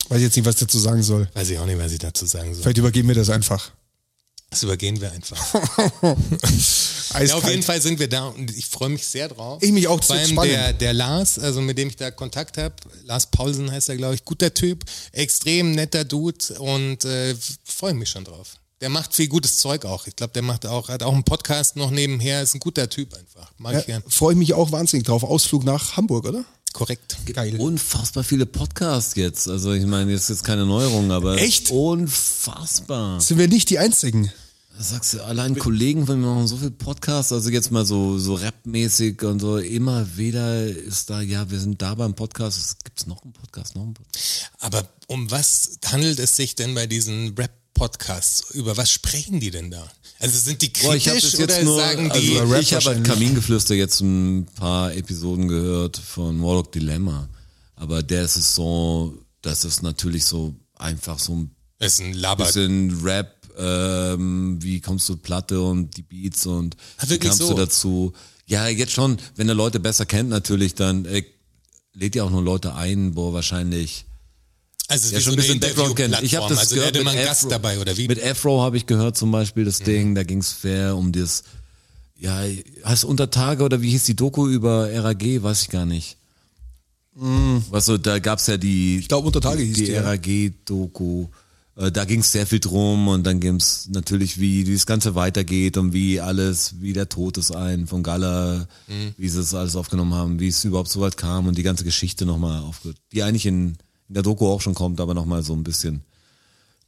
Weiß jetzt nicht, was ich dazu sagen soll.
weiß ich auch nicht, was ich dazu sagen soll.
Vielleicht übergeben wir das einfach.
Das übergehen wir einfach.
Eiskalt.
Ja, auf jeden Fall sind wir da und ich freue mich sehr drauf.
Ich mich auch, das
Vor
wird
allem
spannend.
der, der Lars, also mit dem ich da Kontakt habe, Lars Paulsen heißt er, glaube ich, guter Typ, extrem netter Dude und äh, freue mich schon drauf. Der macht viel gutes Zeug auch. Ich glaube, der macht auch, hat auch einen Podcast noch nebenher, ist ein guter Typ einfach. Mag ich
Ja,
gern.
Freue ich mich auch wahnsinnig drauf. Ausflug nach Hamburg, oder?
Korrekt.
Geil.
Unfassbar viele Podcasts jetzt. Also ich meine, jetzt ist keine Neuerung, aber
Echt?
unfassbar.
Sind wir nicht die Einzigen?
Das sagst du, allein Kollegen von mir machen so viel Podcasts, also jetzt mal so, so Rap-mäßig und so, immer wieder ist da, ja, wir sind da beim Podcast, gibt es noch einen Podcast, noch einen Podcast?
Aber um was handelt es sich denn bei diesen Rap-Podcasts? Über was sprechen die denn da? Also sind die kritisch oder sagen die...
also ich habe halt
wahrscheinlich.
Kamingeflüster jetzt ein paar Episoden gehört von Warlock Dilemma, aber der ist es so, das ist natürlich so einfach so ein
es ist ein Laber.
bisschen Rap, ähm, wie kommst du zur Platte und die Beats und
Ah,
wie
wirklich
kamst
so?
du dazu? Ja, jetzt schon, wenn ihr Leute besser kennt natürlich, dann äh, lädt ihr auch nur Leute ein, boah, wahrscheinlich.
Also
Ja,
wie
schon ein
so
bisschen
eine
Background kennt. Ich habe
Interviewplattform.
das
also
gehört
hätte
mit
man einen
Afro,
Gast dabei oder wie? Mhm.
Mit Afro habe ich gehört zum Beispiel das Ding, da ging es fair um das, ja, heißt Untertage oder wie hieß die Doku über RAG, weiß ich gar nicht. Weißt du, da gab's ja die, ich
glaub, Untertage
die,
hieß die,
die
ja.
RAG-Doku. Äh, Da ging's sehr viel drum und dann ging's natürlich, wie, wie das Ganze weitergeht und wie alles, wie der Tod ist ein von Gala,
Mhm.
wie sie es alles aufgenommen haben, wie es überhaupt so weit kam und die ganze Geschichte nochmal aufgehört, die eigentlich in, in der Doku auch schon kommt, aber nochmal so ein bisschen,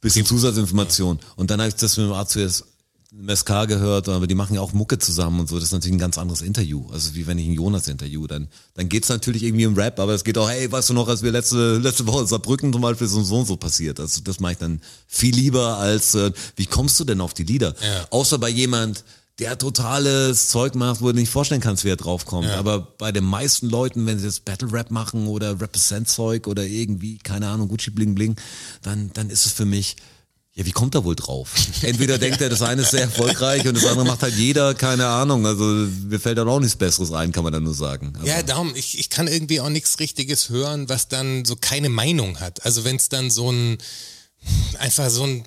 bisschen Zusatzinformation. Und dann habe ich das mit dem ACS MSK gehört, aber die machen ja auch Mucke zusammen und so. Das ist natürlich ein ganz anderes Interview. Also wie wenn ich einen Jonas interview, dann, dann geht's natürlich irgendwie um Rap, aber es geht auch, hey, weißt du noch, als wir letzte, letzte Woche in Saarbrücken zum Beispiel so und so und so passiert. Also das mache ich dann viel lieber als, äh, wie kommst du denn auf die Lieder?
Ja.
Außer bei jemand, der totales Zeug macht, wo du nicht vorstellen kannst, wie er draufkommt. Aber bei den meisten Leuten, wenn sie jetzt Battle Rap machen oder Represent-Zeug oder irgendwie, keine Ahnung, Gucci Bling Bling, dann, dann ist es für mich, ja, wie kommt er wohl drauf? Entweder denkt er, das eine ist sehr erfolgreich und das andere macht halt jeder, keine Ahnung. Also mir fällt dann auch nichts Besseres ein, kann man dann nur sagen. Also,
Ja, darum, ich, ich kann irgendwie auch nichts Richtiges hören, was dann so keine Meinung hat. Also wenn es dann so ein, einfach so ein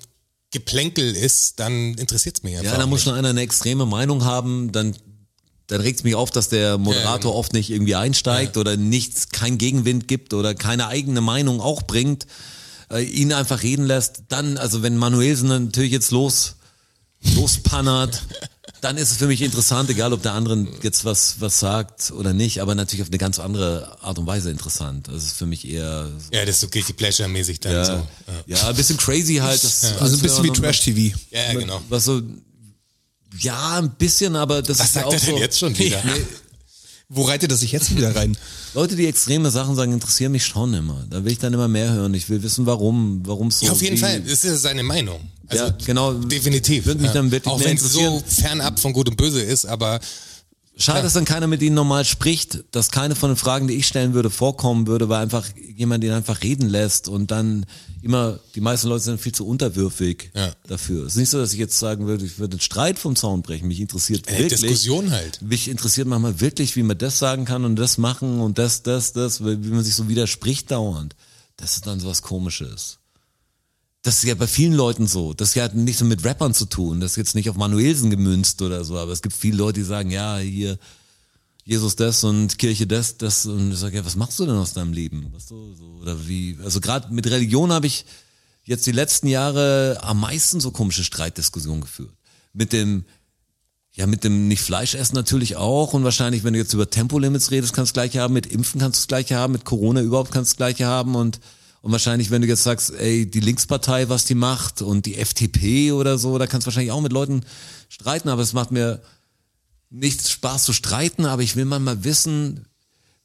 Geplänkel ist, dann interessiert's mich einfach.
ja da
auch
muss
nicht.
schon einer eine extreme Meinung haben, dann, dann regt's mich auf, dass der Moderator
genau.
oft nicht irgendwie einsteigt oder nichts, kein Gegenwind gibt oder keine eigene Meinung auch bringt, äh, ihn einfach reden lässt. Dann, also wenn Manuelsen dann natürlich jetzt los, lospannert, dann ist es für mich interessant, egal ob der andere jetzt was, was sagt oder nicht, aber natürlich auf eine ganz andere Art und Weise interessant. Das ist für mich eher
ja, das ist so Guilty Pleasure-mäßig dann
ja, Also
so.
ja, ein bisschen crazy halt. Das,
Also ein bisschen wie
wenn man-
Trash-TV.
Ja, ja genau.
Was so, ja, ein bisschen, aber das
Was
ist ja
sagt
auch
er denn
so,
jetzt schon wieder?
Wo reitet das sich jetzt wieder rein?
Leute, die extreme Sachen sagen, interessieren mich schon immer. Da will ich dann immer mehr hören. Ich will wissen, warum, warum so.
Ja, auf jeden
wie-
Fall. Es ist seine Meinung. Also
ja, genau.
definitiv.
Würde mich
ja.
dann wirklich
Auch
mehr
wenn es
interessieren.
so fernab von Gut und Böse ist, aber
Schade, dass dann keiner mit ihnen normal spricht, dass keine von den Fragen, die ich stellen würde, vorkommen würde, weil einfach jemand ihn einfach reden lässt und dann immer, die meisten Leute sind viel zu unterwürfig
Ja.
dafür. Es ist nicht so, dass ich jetzt sagen würde, ich würde den Streit vom Zaun brechen. Mich interessiert
Äh,
wirklich.
Diskussion halt.
Mich interessiert manchmal wirklich, wie man das sagen kann und das machen und das, das, das, wie man sich so widerspricht dauernd. Das ist dann so was Komisches. Das ist ja bei vielen Leuten so. Das hat nichts mit Rappern zu tun. Das ist jetzt nicht auf Manuelsen gemünzt oder so. Aber es gibt viele Leute, die sagen, ja, hier, Jesus das und Kirche das, das. Und ich sage, ja, was machst du denn aus deinem Leben? Was so, so, oder wie? Also gerade mit Religion habe ich jetzt die letzten Jahre am meisten so komische Streitdiskussionen geführt. Mit dem, ja, mit dem nicht Fleisch essen natürlich auch und wahrscheinlich, wenn du jetzt über Tempolimits redest, kannst du das gleiche haben, mit Impfen kannst du das gleiche haben, mit Corona überhaupt kannst du das gleiche haben und, und wahrscheinlich, wenn du jetzt sagst, ey, die Linkspartei, was die macht und die FDP oder so, da kannst du wahrscheinlich auch mit Leuten streiten, aber es macht mir nichts Spaß zu streiten, aber ich will manchmal wissen,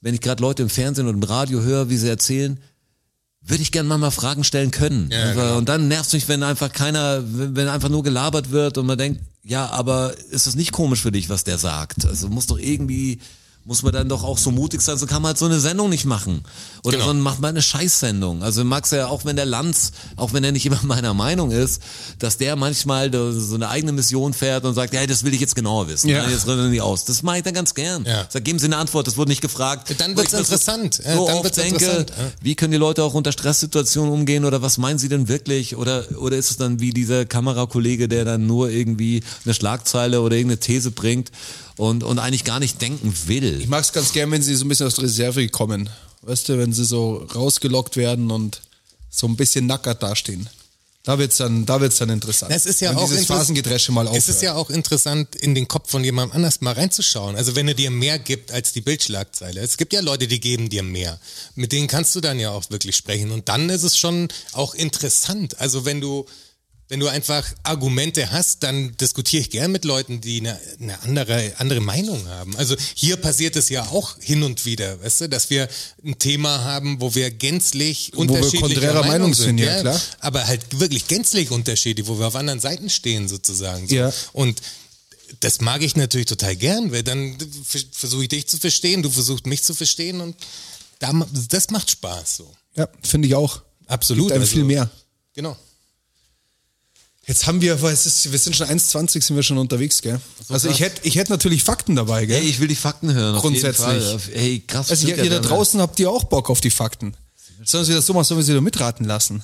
wenn ich gerade Leute im Fernsehen und im Radio höre, wie sie erzählen, würde ich gerne manchmal Fragen stellen können.
Ja,
Also,
genau.
Und dann nervt mich, wenn einfach keiner, wenn wenn einfach nur gelabert wird und man denkt, ja, aber ist das nicht komisch für dich, was der sagt? Also muss doch irgendwie, muss man dann doch auch so mutig sein, so kann man halt so eine Sendung nicht machen. Oder
Genau.
so ein macht mal eine Scheißsendung. Also Max ja, auch wenn der Lanz, auch wenn er nicht immer meiner Meinung ist, dass der manchmal da so eine eigene Mission fährt und sagt, ja, das will ich jetzt genauer wissen.
Ja.
Ja. Jetzt reden wir nicht aus. Das mache ich dann ganz gern.
Ja.
Sag, geben Sie eine Antwort, das wurde nicht gefragt.
Dann
Wo
wird's
ich mir so-
interessant. Ja,
So
dann
oft
wird's
denke,
interessant, ja.
wie können die Leute auch unter Stresssituationen umgehen oder was meinen sie denn wirklich? Oder, oder ist es dann wie dieser Kamerakollege, der dann nur irgendwie eine Schlagzeile oder irgendeine These bringt und, und eigentlich gar nicht denken will?
Ich mag es ganz gern, wenn sie so ein bisschen aus der Reserve kommen. Weißt du, wenn sie so rausgelockt werden und so ein bisschen nackert dastehen. Da wird's dann, da wird's dann interessant.
Es ist ja
wenn
auch
dieses
inter-
Phasengedresche mal aufhört.
Es ist ja auch interessant, in den Kopf von jemand anders mal reinzuschauen. Also wenn er dir mehr gibt als die Bildschlagzeile. Es gibt ja Leute, die geben dir mehr. Mit denen kannst du dann ja auch wirklich sprechen. Und dann ist es schon auch interessant. Also wenn du, wenn du einfach Argumente hast, dann diskutiere ich gern mit Leuten, die eine, eine andere, andere Meinung haben. Also hier passiert es ja auch hin und wieder, weißt du, dass wir ein Thema haben, wo wir gänzlich
wir
unterschiedlicher
konträrer
Meinung,
Meinung
sind.
sind, ja, klar.
Aber halt wirklich gänzlich Unterschiede, wo wir auf anderen Seiten stehen sozusagen. So.
Ja.
Und das mag ich natürlich total gern, weil dann vers- versuche ich dich zu verstehen, du versuchst mich zu verstehen und da, ma- das macht Spaß so.
ja, finde ich auch.
Absolut. also
Gibt einem viel mehr.
Genau.
Jetzt haben wir, was ist, wir sind schon 1,20, sind wir schon unterwegs, gell? Also ich hätte, ich hätte natürlich Fakten dabei, gell?
Ey, ich will die Fakten hören. auf jeden
Grundsätzlich.
Fall. Auf- Ey, krass.
Also ihr,
stimmt
ihr
ja,
da draußen habt ihr auch Bock auf die Fakten. Sollen wir das so machen, sollen wir sie da mitraten lassen?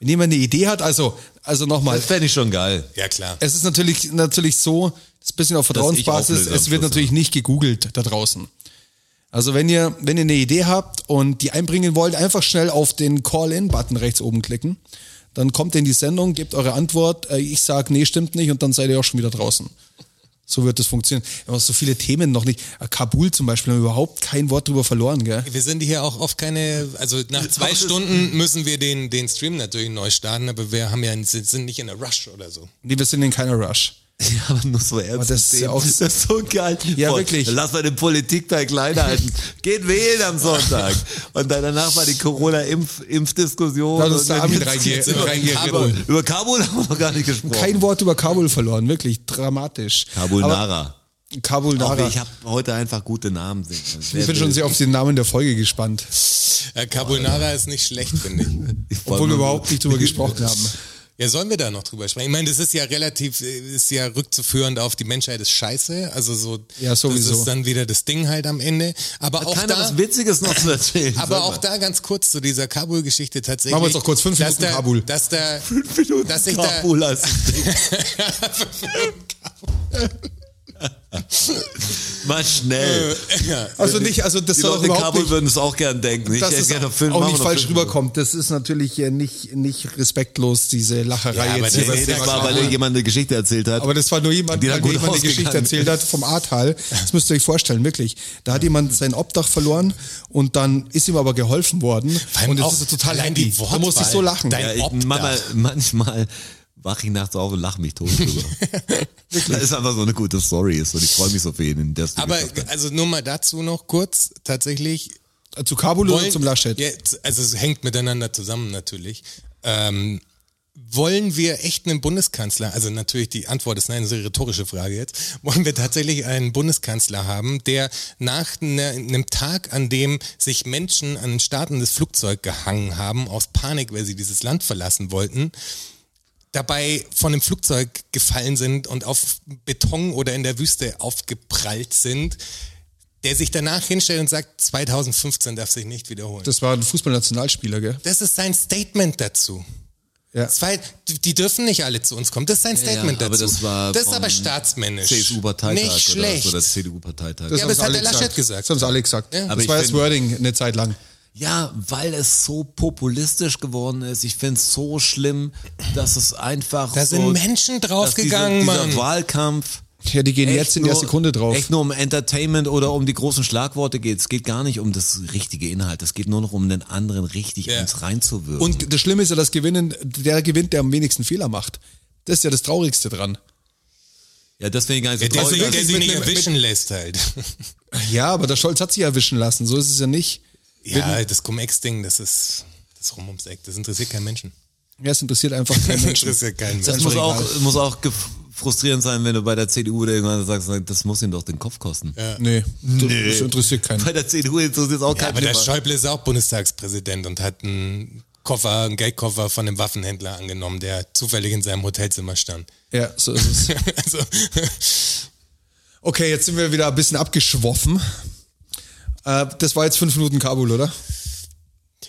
Wenn jemand eine Idee hat, also, also nochmal,
Das fände ich schon geil.
Ja, klar.
es ist natürlich, natürlich so, das ist ein bisschen auf Vertrauensbasis,
auflöse am
es wird
Schluss,
natürlich nicht gegoogelt da draußen. Also wenn ihr, wenn ihr eine Idee habt und die einbringen wollt, einfach schnell auf den Call-In-Button rechts oben klicken. Dann kommt ihr in die Sendung, gebt eure Antwort, äh, ich sag, nee, stimmt nicht und dann seid ihr auch schon wieder draußen. So wird das funktionieren. Wir haben so viele Themen noch nicht. Äh, Kabul zum Beispiel haben wir überhaupt kein Wort drüber verloren, gell?
Wir sind hier auch oft keine, also nach zwei Stunden müssen wir den, den Stream natürlich neu starten, aber wir haben ja, sind nicht in der Rush oder so.
Nee, wir sind in keiner Rush.
Ja, aber nur so ernst.
Oh, das ist ja auch-
das ist so geil.
Ja, wirklich.
Lass mal den Politikteil klein halten. Geht wählen am Sonntag. Und dann danach mal die Corona-Impfdiskussion.
Lass uns da Armin reinge- reingeritten.
Kabul. Über Kabul haben wir noch gar nicht gesprochen.
Kein Wort über Kabul verloren, wirklich dramatisch. Aber-
Kabulnara.
Kabul
Aber
Nara.
ich habe heute einfach gute Namen. singen können.
Ich
Wer
bin schon
will-
sehr auf den Namen der Folge gespannt,
Äh, Carbonara ist nicht schlecht, finde ich.
Ich wollte
obwohl wir
nur-
überhaupt nicht drüber gesprochen haben.
Ja, sollen wir da noch drüber sprechen? Ich meine, das ist ja relativ, äh, ist ja rückzuführend auf die Menschheit ist scheiße. Also so,
Ja, sowieso.
das ist dann wieder das Ding halt am Ende. Aber auch
Keiner
da,
was Witziges noch zu erzählen.
aber
Sag mal.
auch da ganz kurz zu dieser Kabul-Geschichte tatsächlich.
Machen wir jetzt noch kurz fünf
dass
Minuten
da,
Kabul.
Dass da,
Fünf Minuten
dass ich da,
Kabul als- Mal schnell.
Also nicht, also das
Die
soll
Leute
doch
in
überhaupt
Kabul
nicht,
würden es auch gern denken. Ich
dass
hätte
es
gerne noch fünf,
auch
machen
nicht
wir noch
falsch
fünf Minuten.
rüberkommt. Das ist natürlich äh, nicht, nicht respektlos, diese Lacherei
Ja, aber
jetzt.
das
hier, was
Nee,
ist
der
das
ja
gemacht
war, weil
hat.
dir jemand eine Geschichte erzählt hat.
Aber das war nur jemand,
Die
der
dann gut
jemand eine Geschichte
ausgegangen
erzählt hat vom Ahrtal. Das müsst ihr euch vorstellen, wirklich. Da hat jemand sein Obdach verloren und dann ist ihm aber geholfen worden.
allem
Und das
auch
ist total
allein
handy.
die
Da musste ich so
Wortwahl.
lachen.
Dein-
ja, ich,
Obdach.
manchmal, manchmal wache ich nachts auf und lache mich tot drüber. das ist einfach so eine gute Story. Ist und ich freue mich so für ihn. Der es
aber
geschafft hat.
also nur mal dazu noch kurz, tatsächlich,
Zu Kabul oder
wollen-
zum Laschet?
Ja, z- also es hängt miteinander zusammen natürlich. Ähm, wollen wir echt einen Bundeskanzler? Also natürlich die Antwort ist nein, das ist eine rhetorische Frage jetzt. Wollen wir tatsächlich einen Bundeskanzler haben, der nach ne, einem Tag, an dem sich Menschen an ein startendes Flugzeug gehangen haben, aus Panik, weil sie dieses Land verlassen wollten, dabei von einem Flugzeug gefallen sind und auf Beton oder in der Wüste aufgeprallt sind, der sich danach hinstellt und sagt, 2015 darf sich nicht wiederholen.
Das war ein Fußballnationalspieler, gell?
Das ist sein Statement dazu.
Ja.
Zwei, die die dürfen nicht alle zu uns kommen. Das ist sein Statement
ja, aber
dazu.
das war
das ist aber
vom
staatsmännisch.
CSU-Parteitag
Nicht
oder,
schlecht.
oder CDU-Parteitag.
Ja,
haben
das
sie
hat
alle
der Laschet gesagt.
Das haben sie alle gesagt.
Ja.
Das
Aber ich
war das
find-
Wording eine Zeit lang.
Ja, weil es so populistisch geworden ist. Ich find's so schlimm, dass es einfach.
Da
so,
sind Menschen draufgegangen,
dass dieser,
Mann.
dieser Wahlkampf.
Ja, die gehen
echt
jetzt in der
nur-
Sekunde drauf.
Echt nur um Entertainment oder um die großen Schlagworte geht. Es geht gar nicht um das richtige Inhalt. Es geht nur noch um den anderen richtig
Ja.
ins reinzuwirken.
Und das Schlimme ist ja, dass Gewinnen, der gewinnt, der am wenigsten Fehler macht. Das ist ja das Traurigste dran.
ja, das finde ich gar nicht so
Ja, der,
traurig.
sich- der
Also,
sich
mit
nicht
einem-
erwischen lässt halt.
Ja, aber der Scholz hat sich erwischen lassen. So ist es ja nicht.
Ja, das Cum-Ex-Ding, das ist das ist rum ums Eck. Das interessiert keinen Menschen.
Ja, es interessiert einfach keinen
Das
Menschen.
interessiert keinen
das
Menschen.
muss halt
egal.
auch, muss auch gef- frustrierend sein, wenn du bei der CDU oder irgendwann sagst, das muss ihm doch den Kopf kosten.
Nee, nee, das interessiert keinen.
Bei der CDU interessiert auch
Ja,
kein
aber der
Mensch.
Schäuble ist auch Bundestagspräsident und hat einen Koffer, einen Geldkoffer von einem Waffenhändler angenommen, der zufällig in seinem Hotelzimmer stand.
Ja, so ist es.
also,
Okay, jetzt sind wir wieder ein bisschen abgeschwoffen. Äh, das war jetzt fünf Minuten Kabul, oder?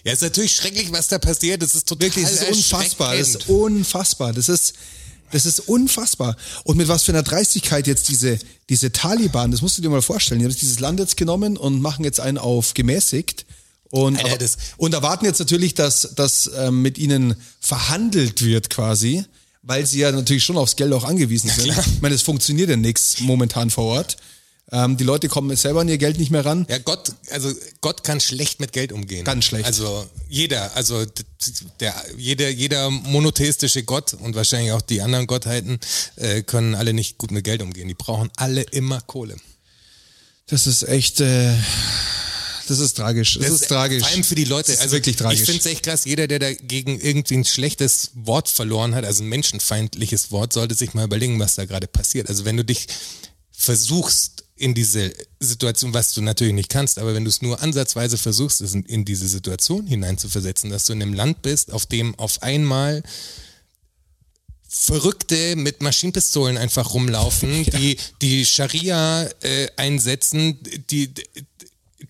ja, ist natürlich schrecklich, was da passiert. Das ist total
Wirklich, das ist unfassbar. Das ist
erschreckend.
unfassbar. Das ist, das ist unfassbar. Und mit was für einer Dreistigkeit jetzt diese, diese Taliban, das musst du dir mal vorstellen. Die haben dieses Land jetzt genommen und machen jetzt einen auf gemäßigt. Und,
Alter,
aber-
das-
und erwarten jetzt natürlich, dass, dass ähm, mit ihnen verhandelt wird quasi, weil sie ja natürlich schon aufs Geld auch angewiesen sind. Ich meine, es funktioniert ja nichts momentan vor Ort. Ähm, die Leute kommen selber an ihr Geld nicht mehr ran.
Ja, Gott, also Gott kann schlecht mit Geld umgehen.
Ganz schlecht.
Also jeder, also d- der, jeder, jeder monotheistische Gott und wahrscheinlich auch die anderen Gottheiten äh, können alle nicht gut mit Geld umgehen. Die brauchen alle immer Kohle.
Das ist echt, äh, das ist tragisch. Das, ist tragisch.
Vor allem für die Leute.
Das ist
also
wirklich tragisch.
Ich finde es echt krass. Jeder, der dagegen irgendwie ein schlechtes Wort verloren hat, also ein menschenfeindliches Wort, sollte sich mal überlegen, was da gerade passiert. Also wenn du dich versuchst in diese Situation, was du natürlich nicht kannst, aber wenn du es nur ansatzweise versuchst, es in- in diese Situation hineinzuversetzen, dass du in einem Land bist, auf dem auf einmal Verrückte mit Maschinenpistolen einfach rumlaufen, die die Scharia äh, einsetzen, die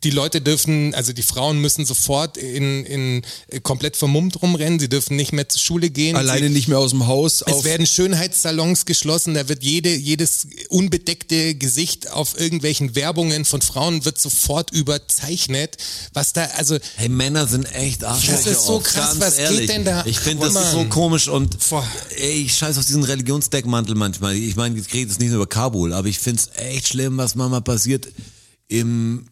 die Leute dürfen, also die Frauen müssen sofort in, in äh, komplett vermummt rumrennen, sie dürfen nicht mehr zur Schule gehen.
Alleine
sie,
nicht mehr aus dem Haus.
es
auf-
werden Schönheitssalons geschlossen, da wird jede, jedes unbedeckte Gesicht auf irgendwelchen Werbungen von Frauen wird sofort überzeichnet. Was da, also
Hey, Männer sind echt Arschlöcher.
Das ist so
oft,
krass,
ganz
was geht
ehrlich.
denn da-
Ich finde, das
Mann.
ist so komisch und
Boah.
ey, ich scheiß auf diesen Religionsdeckmantel manchmal. Ich meine, ich rede jetzt nicht nur über Kabul, aber ich finde es echt schlimm, was manchmal passiert im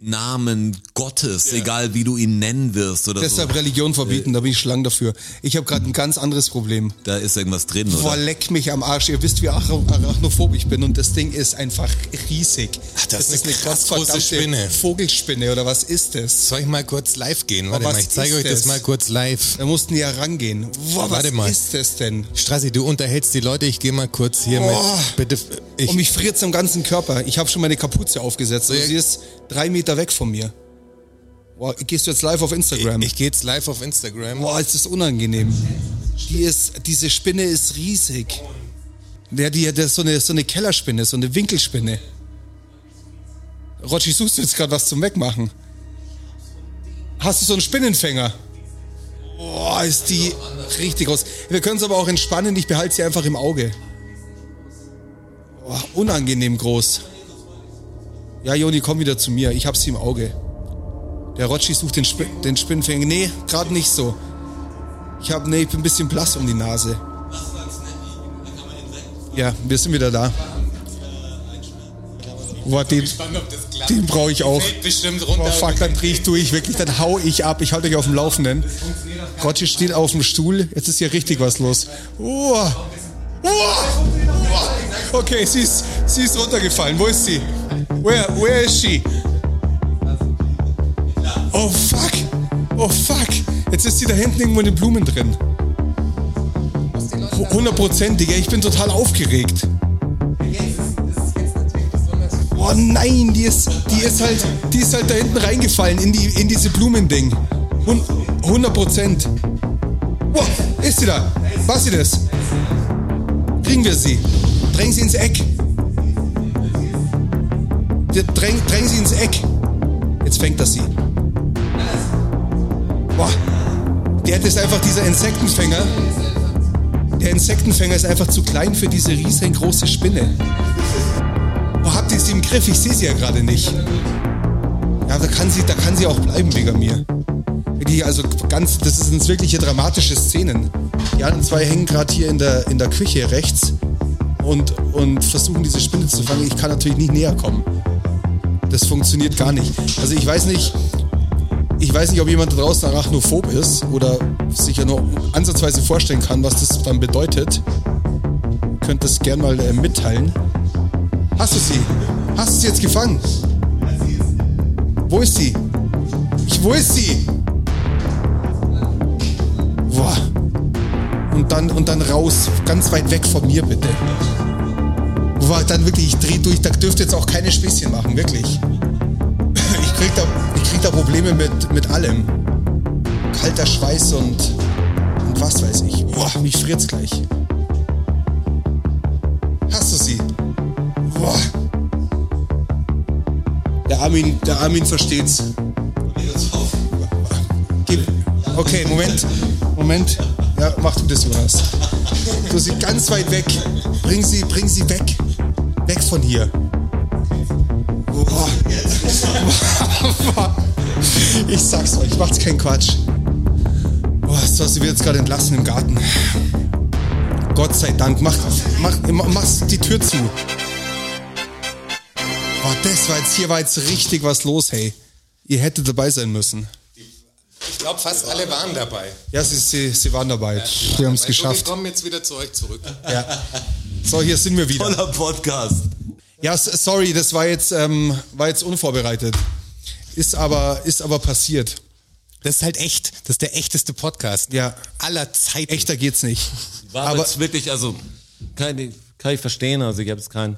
Namen Gottes, egal wie du ihn nennen wirst oder
Deshalb
so.
Religion verbieten, da bin ich schlang dafür. Ich habe gerade ein ganz anderes Problem.
Da ist irgendwas drin,
Boah,
oder?
leck mich am Arsch. Ihr wisst, wie arach- arachnophob ich bin und das Ding ist einfach riesig.
Ach, das ist eine krass große
gottverdammte
Spinne.
Vogelspinne oder was ist das?
soll ich mal kurz live gehen? Warte
Aber
mal,
was
ich zeige
ist
euch das
das?
mal kurz live.
Da mussten die ja rangehen. Boah,
Warte
was
mal.
ist das denn?
Strassi, du unterhältst die Leute, ich gehe mal kurz hier
Boah.
mit. Bitte, ich,
und Oh. Um mich friert's am ganzen Körper. Ich habe schon meine Kapuze aufgesetzt und
Ja.
sie ist drei Meter weg von mir. Boah, gehst du jetzt live auf Instagram?
ich, ich gehe jetzt live auf Instagram.
Boah, ist das unangenehm. Die ist, diese Spinne ist riesig. Ja, die, das ist so eine, so eine Kellerspinne, so eine Winkelspinne. Rotschi, suchst du jetzt gerade was zum Wegmachen? Hast du so einen Spinnenfänger? Boah, ist die richtig groß. Wir können es aber auch entspannen, ich behalte sie einfach im Auge. Boah, unangenehm groß. Ja, Joni, komm wieder zu mir, ich hab sie im Auge. Der Rotschi sucht den, Sp den Spinnenfänger. Nee, gerade nicht so. Ich hab, nee, ich bin ein bisschen blass um die Nase. Ja, wir sind wieder da. Boah, den, den brauche ich auch.
Fällt bestimmt runter.
Boah, Oh, fuck, dann dreh ich durch, wirklich, dann hau ich ab. Ich halte euch auf dem Laufenden. Rotschi steht auf dem Stuhl, jetzt ist hier richtig was los. Uah. Uah. Okay, sie ist, sie ist runtergefallen. Wo ist sie? Where, where is she? Oh fuck! Oh fuck! Jetzt ist sie da hinten irgendwo in den Blumen drin. Hundertprozentig, ey, ich bin total aufgeregt. Oh nein, die ist, die ist halt, die ist halt da hinten reingefallen in die, in diese Blumending. Hun- 100 Prozent. Wow, ist sie da? War sie das? Kriegen wir sie? Drängen sie ins Eck. Wir Dräng, drängen sie ins Eck. Jetzt fängt das sie. Boah, der hat jetzt einfach dieser Insektenfänger. Der Insektenfänger ist einfach zu klein für diese riesengroße Spinne. Wo habt ihr sie im Griff? Ich sehe sie ja gerade nicht. Ja, da kann sie, da kann sie auch bleiben wegen mir. Die, also ganz, das sind wirkliche dramatische Szenen. Die anderen zwei hängen gerade hier in der, in der Küche rechts und, und versuchen diese Spinne zu fangen. Ich kann natürlich nicht näher kommen. Das funktioniert gar nicht. Also ich weiß nicht, ich weiß nicht, ob jemand da draußen arachnophob ist oder sich ja nur ansatzweise vorstellen kann, was das dann bedeutet. Könnt das gern mal äh, mitteilen. Hast du sie? Hast du sie jetzt gefangen? Wo ist sie? Ich, wo ist sie? Boah. Und dann, und dann raus, ganz weit weg von mir bitte. Boah, dann wirklich, ich dreh durch, da dürfte jetzt auch keine Späßchen machen, wirklich. Ich krieg da, ich krieg da Probleme mit, mit allem. Kalter Schweiß und, und was weiß ich. Boah, mich friert's gleich. Hast du sie? Boah. Der Armin, der Armin versteht's. Gib. Okay, Moment. Moment. Ja, mach du das, Jonas. Du sie ganz weit weg. Bring sie, bring sie weg. Weg von hier. Oh. Boah. Boah. Ich sag's euch, macht's keinen Quatsch. Boah, so hast du jetzt gerade entlassen im Garten. Gott sei Dank, mach, mach, mach die Tür zu. Boah, das war jetzt, hier war jetzt richtig was los, hey. Ihr hättet dabei sein müssen.
Ich glaube, fast alle waren dabei.
Ja, sie, sie, sie waren dabei. wir haben es
Weil So, wir
geschafft.
kommen jetzt wieder zu euch zurück.
Ja. So, hier sind wir wieder.
Voller Podcast.
Ja, s- sorry, das war jetzt, ähm, war jetzt unvorbereitet. Ist aber, ist aber passiert.
Das ist halt echt. Das ist der echteste Podcast.
Ja.
Aller Zeiten.
Echter geht's nicht.
War aber
aber
jetzt wirklich, also kann, kann ich verstehen, also ich habe jetzt keinen.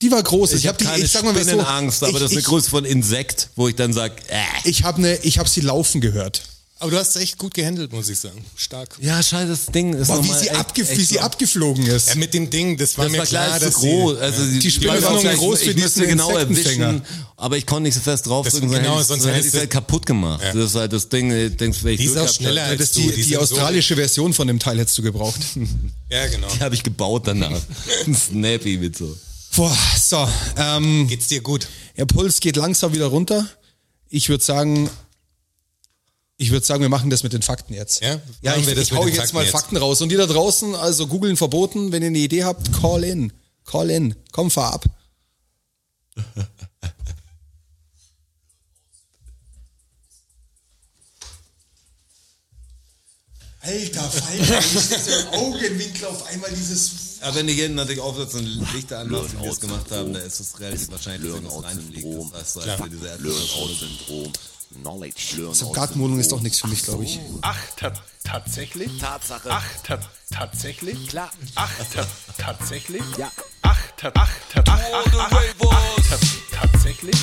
die war groß. Ich,
Ich
hab
habe
die,
keine
ich sag mal, was so,
Spinnenangst, aber
ich,
das ist eine
ich,
Größe von Insekt, wo ich dann sage, äh.
ich habe ne, ich hab sie laufen gehört.
Aber du hast es echt gut gehandelt, muss ich sagen. Stark.
Ja, scheiße, das Ding ist
Boah, wie
nochmal
sie,
echt-
abge
echt
wie sie
lang.
abgeflogen ist.
Ja, mit dem Ding, das war
Das
mir
war
klar,
klar,
dass
zu groß.
Sie,
also
ja.
die Spinne
ich
war
weiß
noch
nicht,
groß
ich
für
müsste
diesen
genau erwischen,
Insektenfänger.
aber ich konnte nicht so fest draufdrücken,
Das-
sonst
genau,
hätte ich-
sonst
sonst hätte ich es
hättest
halt
du-
kaputt gemacht.
Ja.
Das ist halt das Ding, ich denkst, wenn ich
Die ist
Glück
auch
gehabt
schneller
hätte,
als
das
du.
die,
die
die,
sind so-
australische Version von dem Teil hättest du gebraucht.
Ja, genau.
habe ich gebaut danach. Snappy mit so.
Boah, so. Ähm,
Geht's dir gut?
Der Puls geht langsam wieder runter. Ich würde sagen, ich würde sagen, wir machen das mit den Fakten jetzt.
Ja?
ja
Machen
ich,
wir das
ich
mit
hau
den
jetzt
Fakten
mal
jetzt.
Fakten raus. Und ihr da draußen, also googeln verboten. Wenn ihr eine Idee habt, call in. Call in. Komm, fahr ab. Alter Falter, diese Augenwinkel auf einmal dieses...
Aber wenn die hinten natürlich aufsetzen und Lichter anmachen, wie wir es gemacht haben, dann ist es relativ wahrscheinlich, dass irgendwas reinfliegt. Das heißt, also diese Erdbeeren-Syndrom.
So, Gartenwohnung ist doch nichts für mich, glaube ich.
Ach, ta tatsächlich? Tatsache. Ach, ta tatsächlich? Klar. Ach, ta tatsächlich? Ja. Ach, ta ach, ta ach, ach, ach, ach, ach, ta tatsächlich?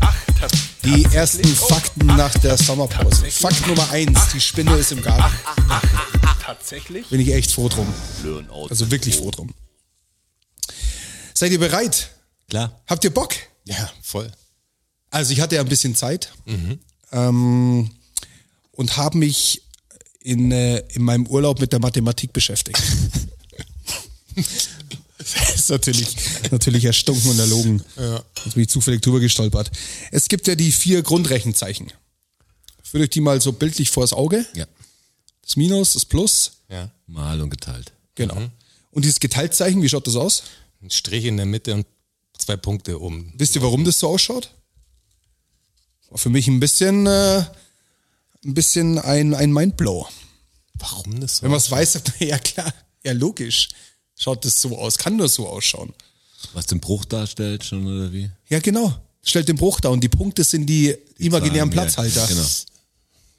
Ach, ta Oh.
Die ersten Fakten nach der Sommerpause. Fakt Nummer eins: die Spinne ist im Garten.
tatsächlich?
Bin ich echt froh drum. Also wirklich froh drum. Seid ihr bereit?
Klar.
Habt ihr Bock?
Ja, voll.
Also ich hatte ja ein bisschen Zeit ähm, und habe mich in, äh, in meinem Urlaub mit der Mathematik beschäftigt. Das ist natürlich, natürlich erstunken und erlogen. Jetzt bin ich zufällig drüber gestolpert. Es gibt ja die vier Grundrechenzeichen. Führt euch die mal so bildlich vors Auge.
Ja.
Das Minus, das Plus.
Ja.
Mal und geteilt.
Genau.
Mhm.
Und dieses Geteiltzeichen, wie schaut das aus?
Ein Strich in der Mitte und zwei Punkte oben.
Wisst ihr, warum das so ausschaut? War für mich ein bisschen, äh, ein bisschen ein, ein Mindblower.
Warum das so?
Wenn man es weiß, sagt man, ja klar, ja logisch. Schaut das so aus, kann nur so ausschauen.
Was den Bruch darstellt schon, oder wie?
Ja, genau. Stellt den Bruch da und die Punkte sind die, imaginären
Zahlen, ja.
Platzhalter.
Genau.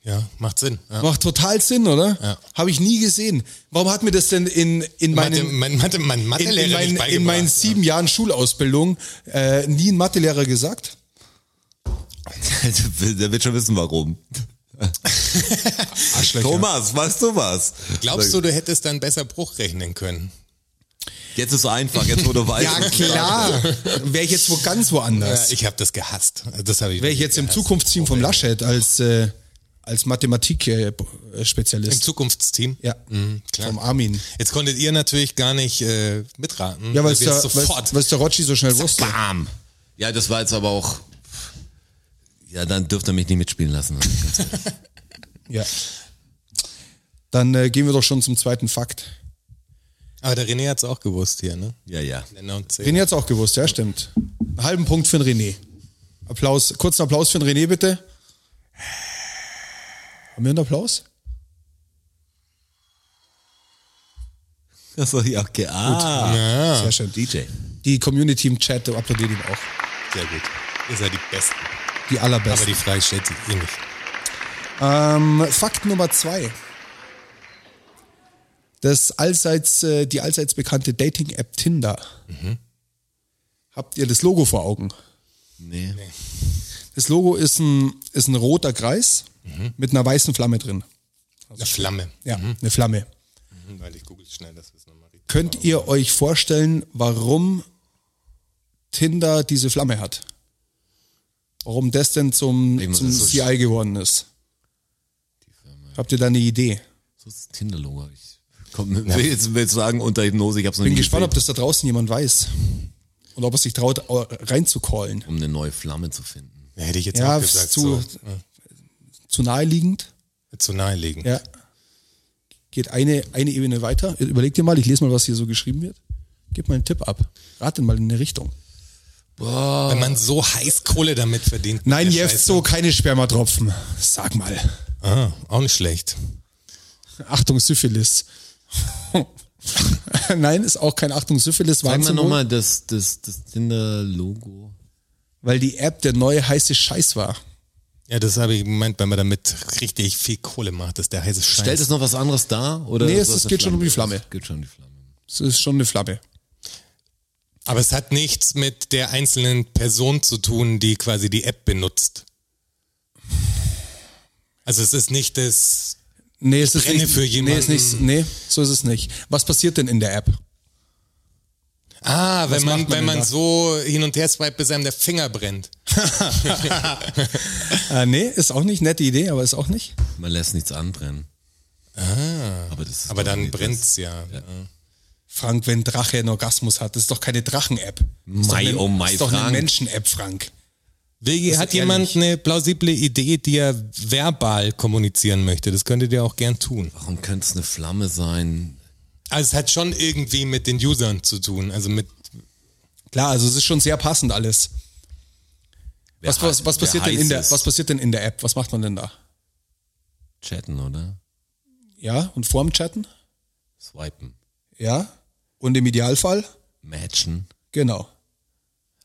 Ja, macht Sinn. Ja.
Macht total Sinn, oder?
Ja.
Habe ich nie gesehen. Warum hat mir das denn in, in
Mathe,
meinen
mein Mathe, mein
in, in,
Mathelehrer
meinen,
nicht
in meinen
beigebracht.
sieben Jahren Schulausbildung äh, nie ein Mathelehrer gesagt?
Der wird schon wissen, warum. Thomas, weißt du was?
Glaubst du, du hättest dann besser Bruch rechnen können?
Jetzt ist es einfach, jetzt wo du weißt.
Ja,
was du
klar. Wäre ich jetzt wo ganz
Ja,
woanders.
ich habe das gehasst. Das habe ich.
Wäre ich jetzt im
gehasst.
Zukunftsteam vom
Bruchrechnen.
Laschet als, äh, als
Im
Mathematik-Spezialist.
Zukunftsteam?
Ja,
klar.
vom Armin.
Jetzt konntet ihr natürlich gar nicht äh, mitraten.
Ja, weil es
wir
der,
sofort.
weil's- weil's der Rocci so schnell wusste.
Bam. Ja, das war jetzt aber auch. Ja, dann dürfte er mich nicht mitspielen lassen.
Ja. Dann äh, gehen wir doch schon zum zweiten Fakt.
Aber der René hat's auch gewusst hier, ne?
ja, ja.
Länder und Zähne.
René hat's auch gewusst, ja, stimmt. Einen halben Punkt für den René. Applaus, kurzen Applaus für den René, bitte. Haben wir einen Applaus?
Achso, ja, okay. Ah,
Sehr schön.
DJ.
Die Community im Chat applaudiert ihn auch.
Sehr gut. Ihr seid die Besten.
Die
Aber
allerbesten.
die Frage stellt sich eh nicht.
Ähm, Fakt Nummer zwei. Das allseits, äh, die allseits bekannte Dating-App Tinder. Habt ihr das Logo vor Augen?
Nee.
Das Logo ist ein, ist ein roter Kreis mit einer weißen Flamme drin.
Eine Flamme.
Ja, eine Flamme.
Mhm, Weil ich google schnell, dass wir es nochmal richtig.
Könnt ihr euch vorstellen, warum Tinder diese Flamme hat? Warum das denn zum,
Eben,
zum
das ist so
CI geworden ist? Habt ihr da eine Idee?
So ist das Tinder-Logo. Ich komm, will jetzt, will jetzt sagen, unter Hypnose, ich hab's noch
Bin
nie
gespannt, ob
gesehen,
das da draußen jemand weiß. Und ob er sich traut, au- reinzucallen.
um eine neue Flamme zu finden.
Hätte ich jetzt
Ja,
auch
ist
gesagt.
zu-
Zu, so,
Zu naheliegend.
äh, zu nahelegen.
Ja. Geht eine, eine Ebene weiter. Überlegt ihr mal, ich lese mal, was hier so geschrieben wird. Gebt mal einen Tipp ab. Ratet mal in eine Richtung.
Wenn man so heiß Kohle damit verdient. mit
Nein,
der
jetzt
Scheiße.
so keine Spermatropfen. Sag mal.
Ah, auch nicht schlecht.
Achtung, Syphilis. Nein, ist auch kein Achtung, Syphilis.
Sag mal
Warnsymbol,
nochmal das, das, das Tinder-Logo.
Weil die App der neue heiße Scheiß war.
Ja, das habe ich gemeint, wenn man damit richtig viel Kohle macht, ist der heiße Scheiß.
Stellt es noch was anderes dar? Oder
Nee,
ist das
es- es
eine
geht schon um die Flamme.
Es geht schon um die Flamme.
Das ist schon eine Flamme.
Aber es hat nichts mit der einzelnen Person zu tun, die quasi die App benutzt. Also es ist nicht das.
Nee, es ist
brenne
nicht,
für
nee, ist nicht,
jemanden.
nee, so ist es nicht. Was passiert denn in der App?
Ah, wenn man,
macht man denn
wenn man
da?
so hin und her swipet, bis einem der Finger brennt.
Äh, nee, ist auch nicht. Nette Idee, aber ist auch nicht.
Man lässt nichts anbrennen. Ah. Aber, das ist
Aber
doch
dann
nicht
brennt's ja.
Frank, wenn Drache einen Orgasmus hat, das ist doch keine Drachen-App. Das ist doch
Mei,
eine-
oh Mei,
Das ist doch eine
Frank.
Menschen-App, Frank.
Wilgi,
Das
hat
ist
jemand
ehrlich.
eine plausible Idee, die er verbal kommunizieren möchte? Das könntet ihr auch gern tun.
Warum könnte es eine Flamme sein?
Also es hat schon irgendwie mit den Usern zu tun. Also mit
Klar, also es ist schon sehr passend alles.
Wer
was, was, was,
heiß-
passiert
wer
denn in der,
heiß
was
ist?
passiert denn in der App? Was macht man denn da?
Chatten, oder?
Ja, und vorm Chatten?
Swipen.
Ja. Und im Idealfall?
Matchen.
Genau.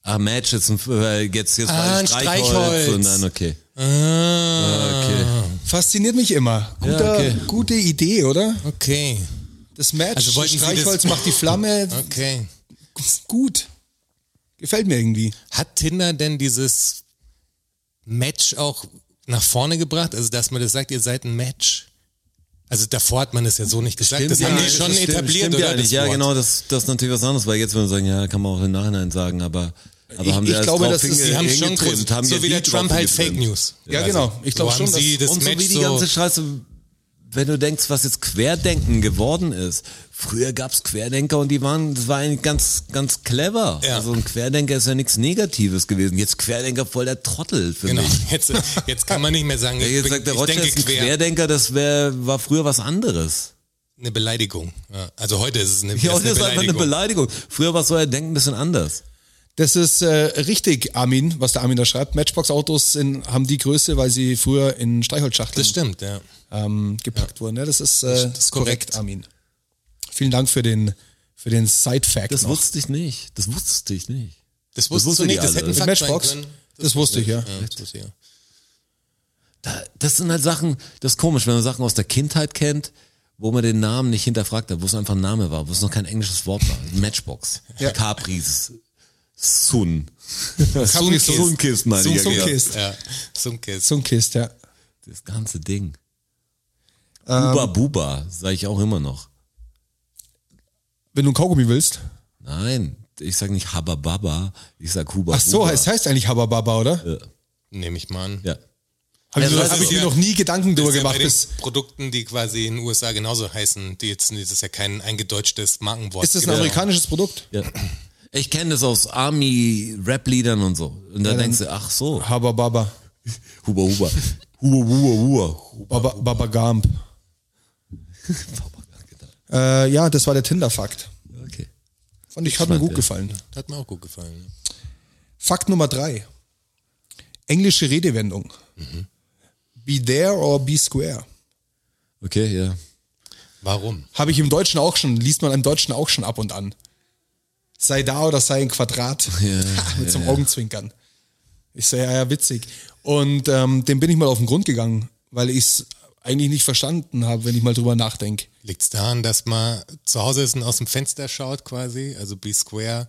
Ah, Match ist ein, äh, jetzt, jetzt
Ah,
war
ein
ein Streichholz.
Streichholz.
Und dann, okay.
Ah,
Ah, okay.
Fasziniert mich immer. Guter,
okay.
Gute Idee, oder?
Okay.
Das Match,
Also wollten Sie das-
Streichholz macht die Flamme.
Okay.
Ist Gut. Gefällt mir irgendwie.
Hat Tinder denn dieses Match auch nach vorne gebracht? Also, dass man das sagt, ihr seid ein Match? Also, davor hat man das ja so nicht gesagt. das haben die
das
schon
stimmt-
etabliert,
stimmt
oder?
Ja,
das
nicht. ja
Wort.
genau, das, das ist natürlich was anderes, weil jetzt würden wir sagen, ja, kann man auch im Nachhinein sagen, aber, aber
Ich-
haben die
ich
erst
glaube,
drauf
das ist-
hinge-
Die haben schon
hingetrimmt,
kurz,
haben
so
ihr
wie der
Lied
Trump
drauf
halt Fake
hingetrimmt.
News.
Ja, genau. Ich glaube
so
schon,
haben sie
dass-
das
und so
Match
wie die ganze Scheiße, wenn du denkst, was jetzt Querdenken geworden ist. Früher gab's Querdenker und die waren, das war eigentlich ganz, ganz clever.
Ja.
Also ein Querdenker ist ja nichts Negatives gewesen. Jetzt Querdenker voll der Trottel für
Genau,
mich.
jetzt, jetzt kann man nicht mehr sagen,
Ja,
ich,
jetzt
bin,
sagt der
ich
Roger
denke
ist ein
quer.
Querdenker, das wär, war früher was anderes.
Eine Beleidigung. Ja, also heute ist es eine,
Ja,
ist
und
eine
das ist einfach eine
Beleidigung.
Beleidigung. Früher war so euer Denken ein bisschen anders.
Das ist äh, richtig, Armin, was der Armin da schreibt. Matchbox-Autos sind- haben die Größe, weil sie früher in
das
Streichholzschachteln
stimmt, ja.
ähm, gepackt wurden. Ja, das ist, äh,
Das ist korrekt.
korrekt, Armin. Vielen Dank für den, für den Side-Fact.
Das
noch.
wusste ich nicht. Das wusste ich nicht.
Das wusstest
wusste
du
die
nicht, das
alle.
hätten
Mit
Fakt sein
Matchbox?
können.
Das wusste ich, ja.
ja das wusste ich, ja.
da, das sind halt Sachen, das ist komisch, wenn man Sachen aus der Kindheit kennt, wo man den Namen nicht hinterfragt hat, wo es einfach ein Name war, wo es noch kein englisches Wort war. Matchbox, Capris, Sun.
Sunkist.
Sunkist, meine ich. ja, genau.
Sunkist. Ja, Sunkist.
Sunkist, ja.
Das ganze Ding. Ähm. Buba Buba, sage ich auch immer noch.
Wenn du ein Kaugummi willst.
Nein, ich sag nicht Habababa, ich sag Huba
Ach so,
Buba.
es heißt eigentlich Habababa, oder?
Nehme ich mal an.
Ja.
Habe ich,
Also
mir-
das
hab
ist
ich mir
ja-
noch nie Gedanken
Das
drüber
ist ja
gemacht.
bei den
Ist,
Produkten, die quasi in den USA genauso heißen, die jetzt, das ist ja kein eingedeutschtes Markenwort.
ist das ein
Genau.
amerikanisches Produkt?
ja. Ich kenne das aus Army-Rap-Liedern und so. Und dann denkst du, ach so,
Ah. Habababa.
Huba Huba. Huba Huba Huba.
Baba, Baba Gamp. Äh, ja, das war der Tinder-Fakt.
genau. Okay.
Fand ich, hat mir
Spannend,
gut
ja.
gefallen.
Hat mir auch gut gefallen.
Fakt Nummer drei. Englische Redewendung.
Mhm.
Be there or be square.
Okay, ja.
Warum?
Habe ich im Deutschen auch schon, liest man im Deutschen auch schon ab und an. Sei da oder sei ein Quadrat. Mit so einem Augenzwinkern. Ich so, ja, ja, witzig. Und ähm, dem bin ich mal auf den Grund gegangen, weil ich es eigentlich nicht verstanden habe, wenn ich mal drüber nachdenke.
Liegt es daran, dass man zu Hause ist und aus dem Fenster schaut quasi, also be square.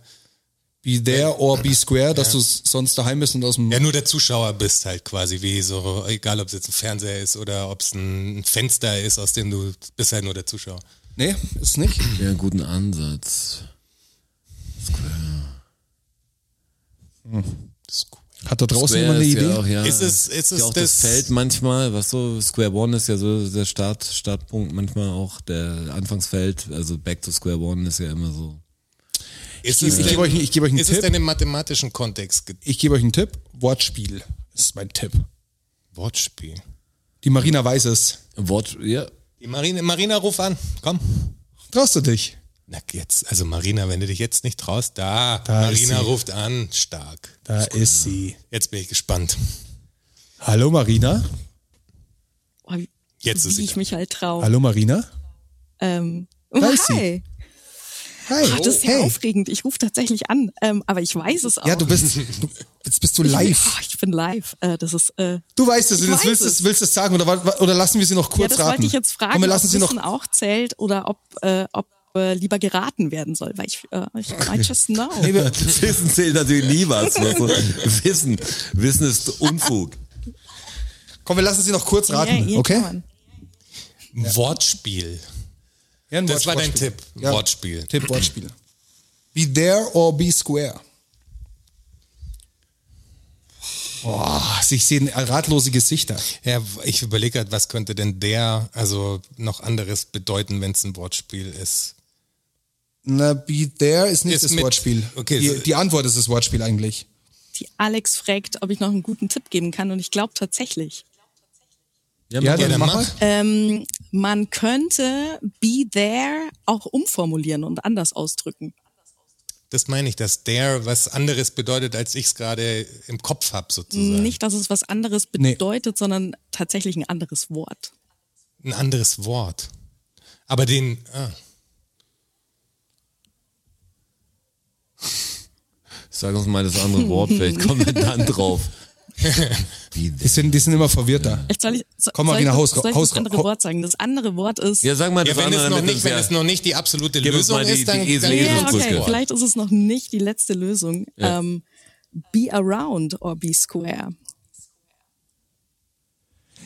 Be there or be square, dass du sonst daheim bist und aus dem
Ja, nur der Zuschauer bist halt quasi, wie so, egal ob es jetzt ein Fernseher ist oder ob es ein Fenster ist, aus dem du bist halt nur der Zuschauer.
Nee, ist nicht.
Ja, einen guten Ansatz.
Hat da draußen
Square
jemand eine
ist
Idee?
Ja auch, ja,
Ist es- ist es
ja auch das,
das-
Feld manchmal, was so, Square One ist ja so der Start, Startpunkt manchmal auch, der Anfangsfeld, also Back to Square One ist ja immer so.
Ist
Ich gebe euch- ich gebe euch einen
ist
Tipp.
es denn im mathematischen Kontext ge-
Ich gebe euch einen Tipp. Wortspiel ist mein Tipp.
Wortspiel?
Die Marina weiß es.
Wort, ja.
Die Marina, Marina, ruf an, komm.
Traust du dich?
Na jetzt, also Marina, wenn du dich jetzt nicht traust, da,
Da ist
Marina
sie.
ruft an, stark.
Da ist sie.
Jetzt bin ich gespannt.
Hallo Marina.
Oh, wie-
Jetzt ist
wie
sie
ich
da.
mich halt traue.
Hallo Marina.
Ähm,
Da ist sie.
hi.
Hi.
Ach, das ist ja aufregend. Ich rufe tatsächlich an, ähm, aber ich weiß es auch.
Ja, du bist, du, jetzt bist du live.
Oh, ich bin live. Äh, das ist äh,
Du weißt es,
Ich
und jetzt
weiß
willst du
es.
es, willst du es sagen oder, wa- oder lassen wir sie noch
ja,
kurz
das
raten?
wollte ich jetzt fragen,
Komm, wir
ob
lassen sie noch.
Wissen auch zählt oder ob, äh, ob äh, lieber geraten werden soll, weil ich, äh, ich I just know.
Nee, wir-
Wissen zählt natürlich nie was. weißt du. Wissen. Wissen ist Unfug.
Komm, wir lassen sie noch kurz raten,
Ja, ja,
okay?
kann man.
Wortspiel.
Ja, ein
Das
Wort-
war dein
Wortspiel.
Tipp.
Ja.
Wortspiel.
Tipp Wortspiel. Be there or be square. Boah, ich sehe ratlose Gesichter.
Ja, ich überlege halt, was könnte denn der, also noch anderes bedeuten, wenn es ein Wortspiel ist.
Na, be there ist nicht
Ist
das
mit-
Wortspiel.
okay,
die,
so-
die Antwort ist das Wortspiel eigentlich.
Die Alex fragt, ob ich noch einen guten Tipp geben kann und ich glaube tatsächlich.
Ja, dann
dann
mach
mach.
mal.
Ähm, man könnte be there auch umformulieren und anders ausdrücken.
Das meine ich, dass der was anderes bedeutet, als ich es gerade im Kopf habe, sozusagen.
Nicht, dass es was anderes
Nee.
bedeutet, sondern tatsächlich ein anderes Wort.
Ein anderes Wort. Aber den, ah,
Sag uns mal das andere Wort, vielleicht kommen wir dann drauf. Wie
Die sind, die sind immer verwirrter.
Echt, soll ich, so,
Komm,
soll ich,
Marina,
das-
haus ra-
soll ich
haus
das
ra-
andere
hau-
Wort sagen? Das andere Wort ist...
Ja, sag mal
ja,
das
wenn
andere.
es noch
damit
nicht, wenn
ja-
es noch nicht die absolute
Gib uns
Lösung
mal die-
ist, dann,
die
dann
Esel-
Ja, okay,
Lösungswort.
vielleicht ist es noch nicht die letzte Lösung.
Ja.
Ähm, be around or be square.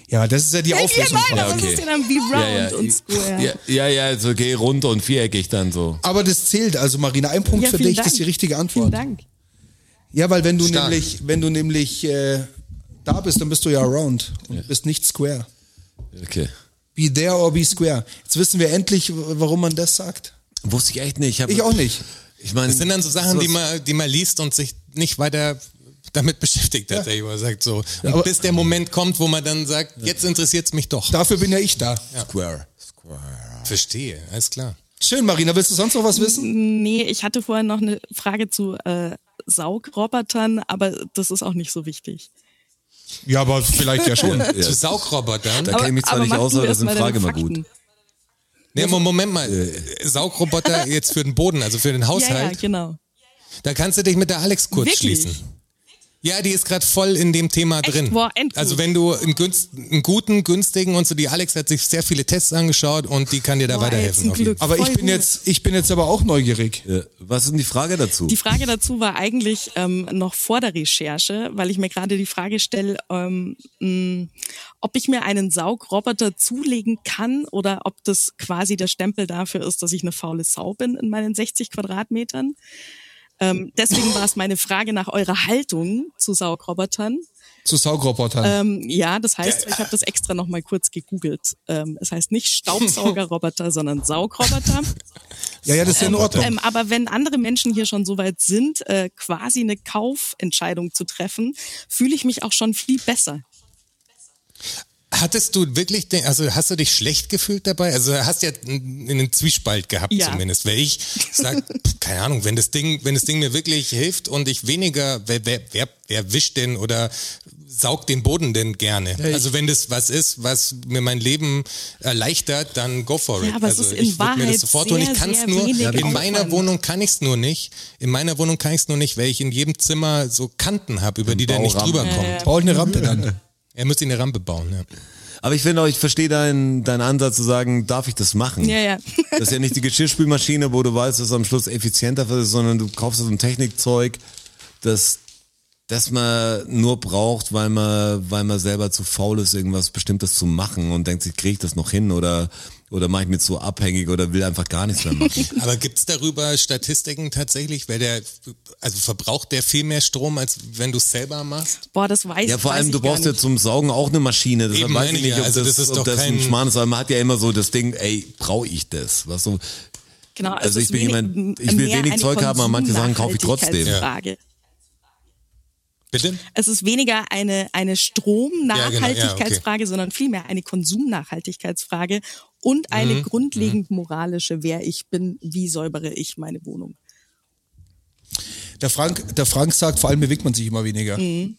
Ja, das ist ja die Auflösung.
Ja,
Ja,
was
okay.
ist denn dann be round
Ja, ja,
und square?
ja, ja, ja, ist okay, rund und viereckig dann so.
Aber das zählt. Also Marina, ein Punkt
Ja,
für
vielen
dich,
Dank.
das ist die richtige
Vielen
Antwort.
Dank.
Ja, weil wenn du
Stark.
nämlich, wenn du nämlich äh, da bist, dann bist du ja around und bist nicht square.
Okay.
Be there or be square. Jetzt wissen wir endlich, w- warum man das sagt.
Wusste ich echt nicht. Ich, hab,
Ich auch nicht.
Ich meine,
Das sind dann so Sachen, die man, die man liest und sich nicht weiter damit beschäftigt, tatsächlich. Man sagt so. Und
aber-
bis der Moment kommt, wo man dann sagt, jetzt interessiert es mich doch.
Dafür bin ja ich da.
Square. Square.
Verstehe, alles klar.
Schön, Marina. Willst du sonst noch was wissen?
Nee, ich hatte vorher noch eine Frage zu äh, Saugrobotern, aber das ist auch nicht so wichtig.
Ja, aber vielleicht ja schon.
Ja.
Zu Saugrobotern.
Da kenne ich mich zwar
aber
nicht
mach
aus,
du
aber das
erst
sind
mal deine
Frage mal
Fakten.
gut.
Nee, aber Moment mal. Saugroboter jetzt für den Boden, also für den
Äh. Ja, ja,
Haushalt.
genau.
Da kannst du dich mit der Alex kurz
Wirklich?
schließen. Ja, die ist gerade voll in dem Thema
Echt?
drin.
Boah, endgut.
also wenn du einen, günst, einen guten, günstigen und so, die Alex hat sich sehr viele Tests angeschaut und die kann dir da
Boah, ey,
weiterhelfen.
zum
auf jeden
Glück.
Fall.
Aber ich
Voll
bin
gut.
jetzt, ich bin jetzt aber auch neugierig.
Äh, was ist denn die Frage dazu?
Die Frage dazu war eigentlich ähm, noch vor der Recherche, weil ich mir gerade die Frage stelle, ähm, mh, ob ich mir einen Saugroboter zulegen kann oder ob das quasi der Stempel dafür ist, dass ich eine faule Sau bin in meinen 60 Quadratmetern. Ähm, deswegen war es meine Frage nach eurer Haltung zu Saugrobotern.
Zu Saugrobotern.
Ähm, ja, das heißt, ich habe das extra noch mal kurz gegoogelt. Ähm, es heißt nicht Staubsaugerroboter, sondern Saugroboter.
ja, ja, das ist ja in Ordnung.
Ähm, aber wenn andere Menschen hier schon so weit sind, äh, quasi eine Kaufentscheidung zu treffen, fühle ich mich auch schon viel besser.
Hattest du wirklich, den, also hast du dich schlecht gefühlt dabei? Also hast ja n- einen Zwiespalt gehabt
Ja.
zumindest, weil ich sag, pff, keine Ahnung, wenn das Ding, wenn das Ding mir wirklich hilft und ich weniger, wer, wer, wer, wer wischt denn oder saugt den Boden denn gerne? Also wenn das was ist, was mir mein Leben erleichtert, dann go for it.
Ja, aber es
also
ist in
ich würd mir
Wahrheit
das sofort tun. Ich
sehr,
kann es
sehr
nur,
wenig
in meiner
Aufwand.
Wohnung kann ich es nur nicht. In meiner Wohnung kann ich es nur nicht, weil ich in jedem Zimmer so Kanten habe, über die der nicht
Baurahmen.
drüber kommt.
Bau eine Rampe dann.
Er müsste eine Rampe bauen, ja.
Aber ich finde auch, ich verstehe deinen, deinen Ansatz zu sagen, darf ich das machen?
Ja, ja.
Das ist ja nicht die Geschirrspülmaschine, wo du weißt, dass es am Schluss effizienter wird, sondern du kaufst so ein Technikzeug, das, das man nur braucht, weil man, weil man selber zu faul ist, irgendwas Bestimmtes zu machen und denkt sich, kriege ich das noch hin oder, oder mache ich mich so abhängig oder will einfach gar nichts mehr machen.
Aber gibt's darüber Statistiken tatsächlich? Weil der, also verbraucht der viel mehr Strom, als wenn du es selber machst?
Boah, das weiß
Ja, vor
weiß
allem,
ich
du brauchst
gar
ja
nicht.
zum Saugen auch eine Maschine. Deshalb
Eben
weiß
meine
ich
ich
nicht,
ja.
ob
Also
das,
das ist
ob
doch
das ein
kein-
Schmarrn ist, weil man hat ja immer so das Ding, ey, brauche ich das? Weißt du?
Genau, es
also ich
ist
bin
wenig-
jemand, ich will
mehr
wenig
eine
Zeug haben, aber manche Sachen kaufe ich trotzdem.
Konsumnachhaltigkeitsfrage.
Bitte?
Es ist weniger eine, eine Stromnachhaltigkeitsfrage, sondern vielmehr eine Konsumnachhaltigkeitsfrage und eine grundlegend moralische, wer ich bin, wie säubere ich meine Wohnung.
Der Frank, der Frank sagt, vor allem bewegt man sich immer weniger.
Mhm.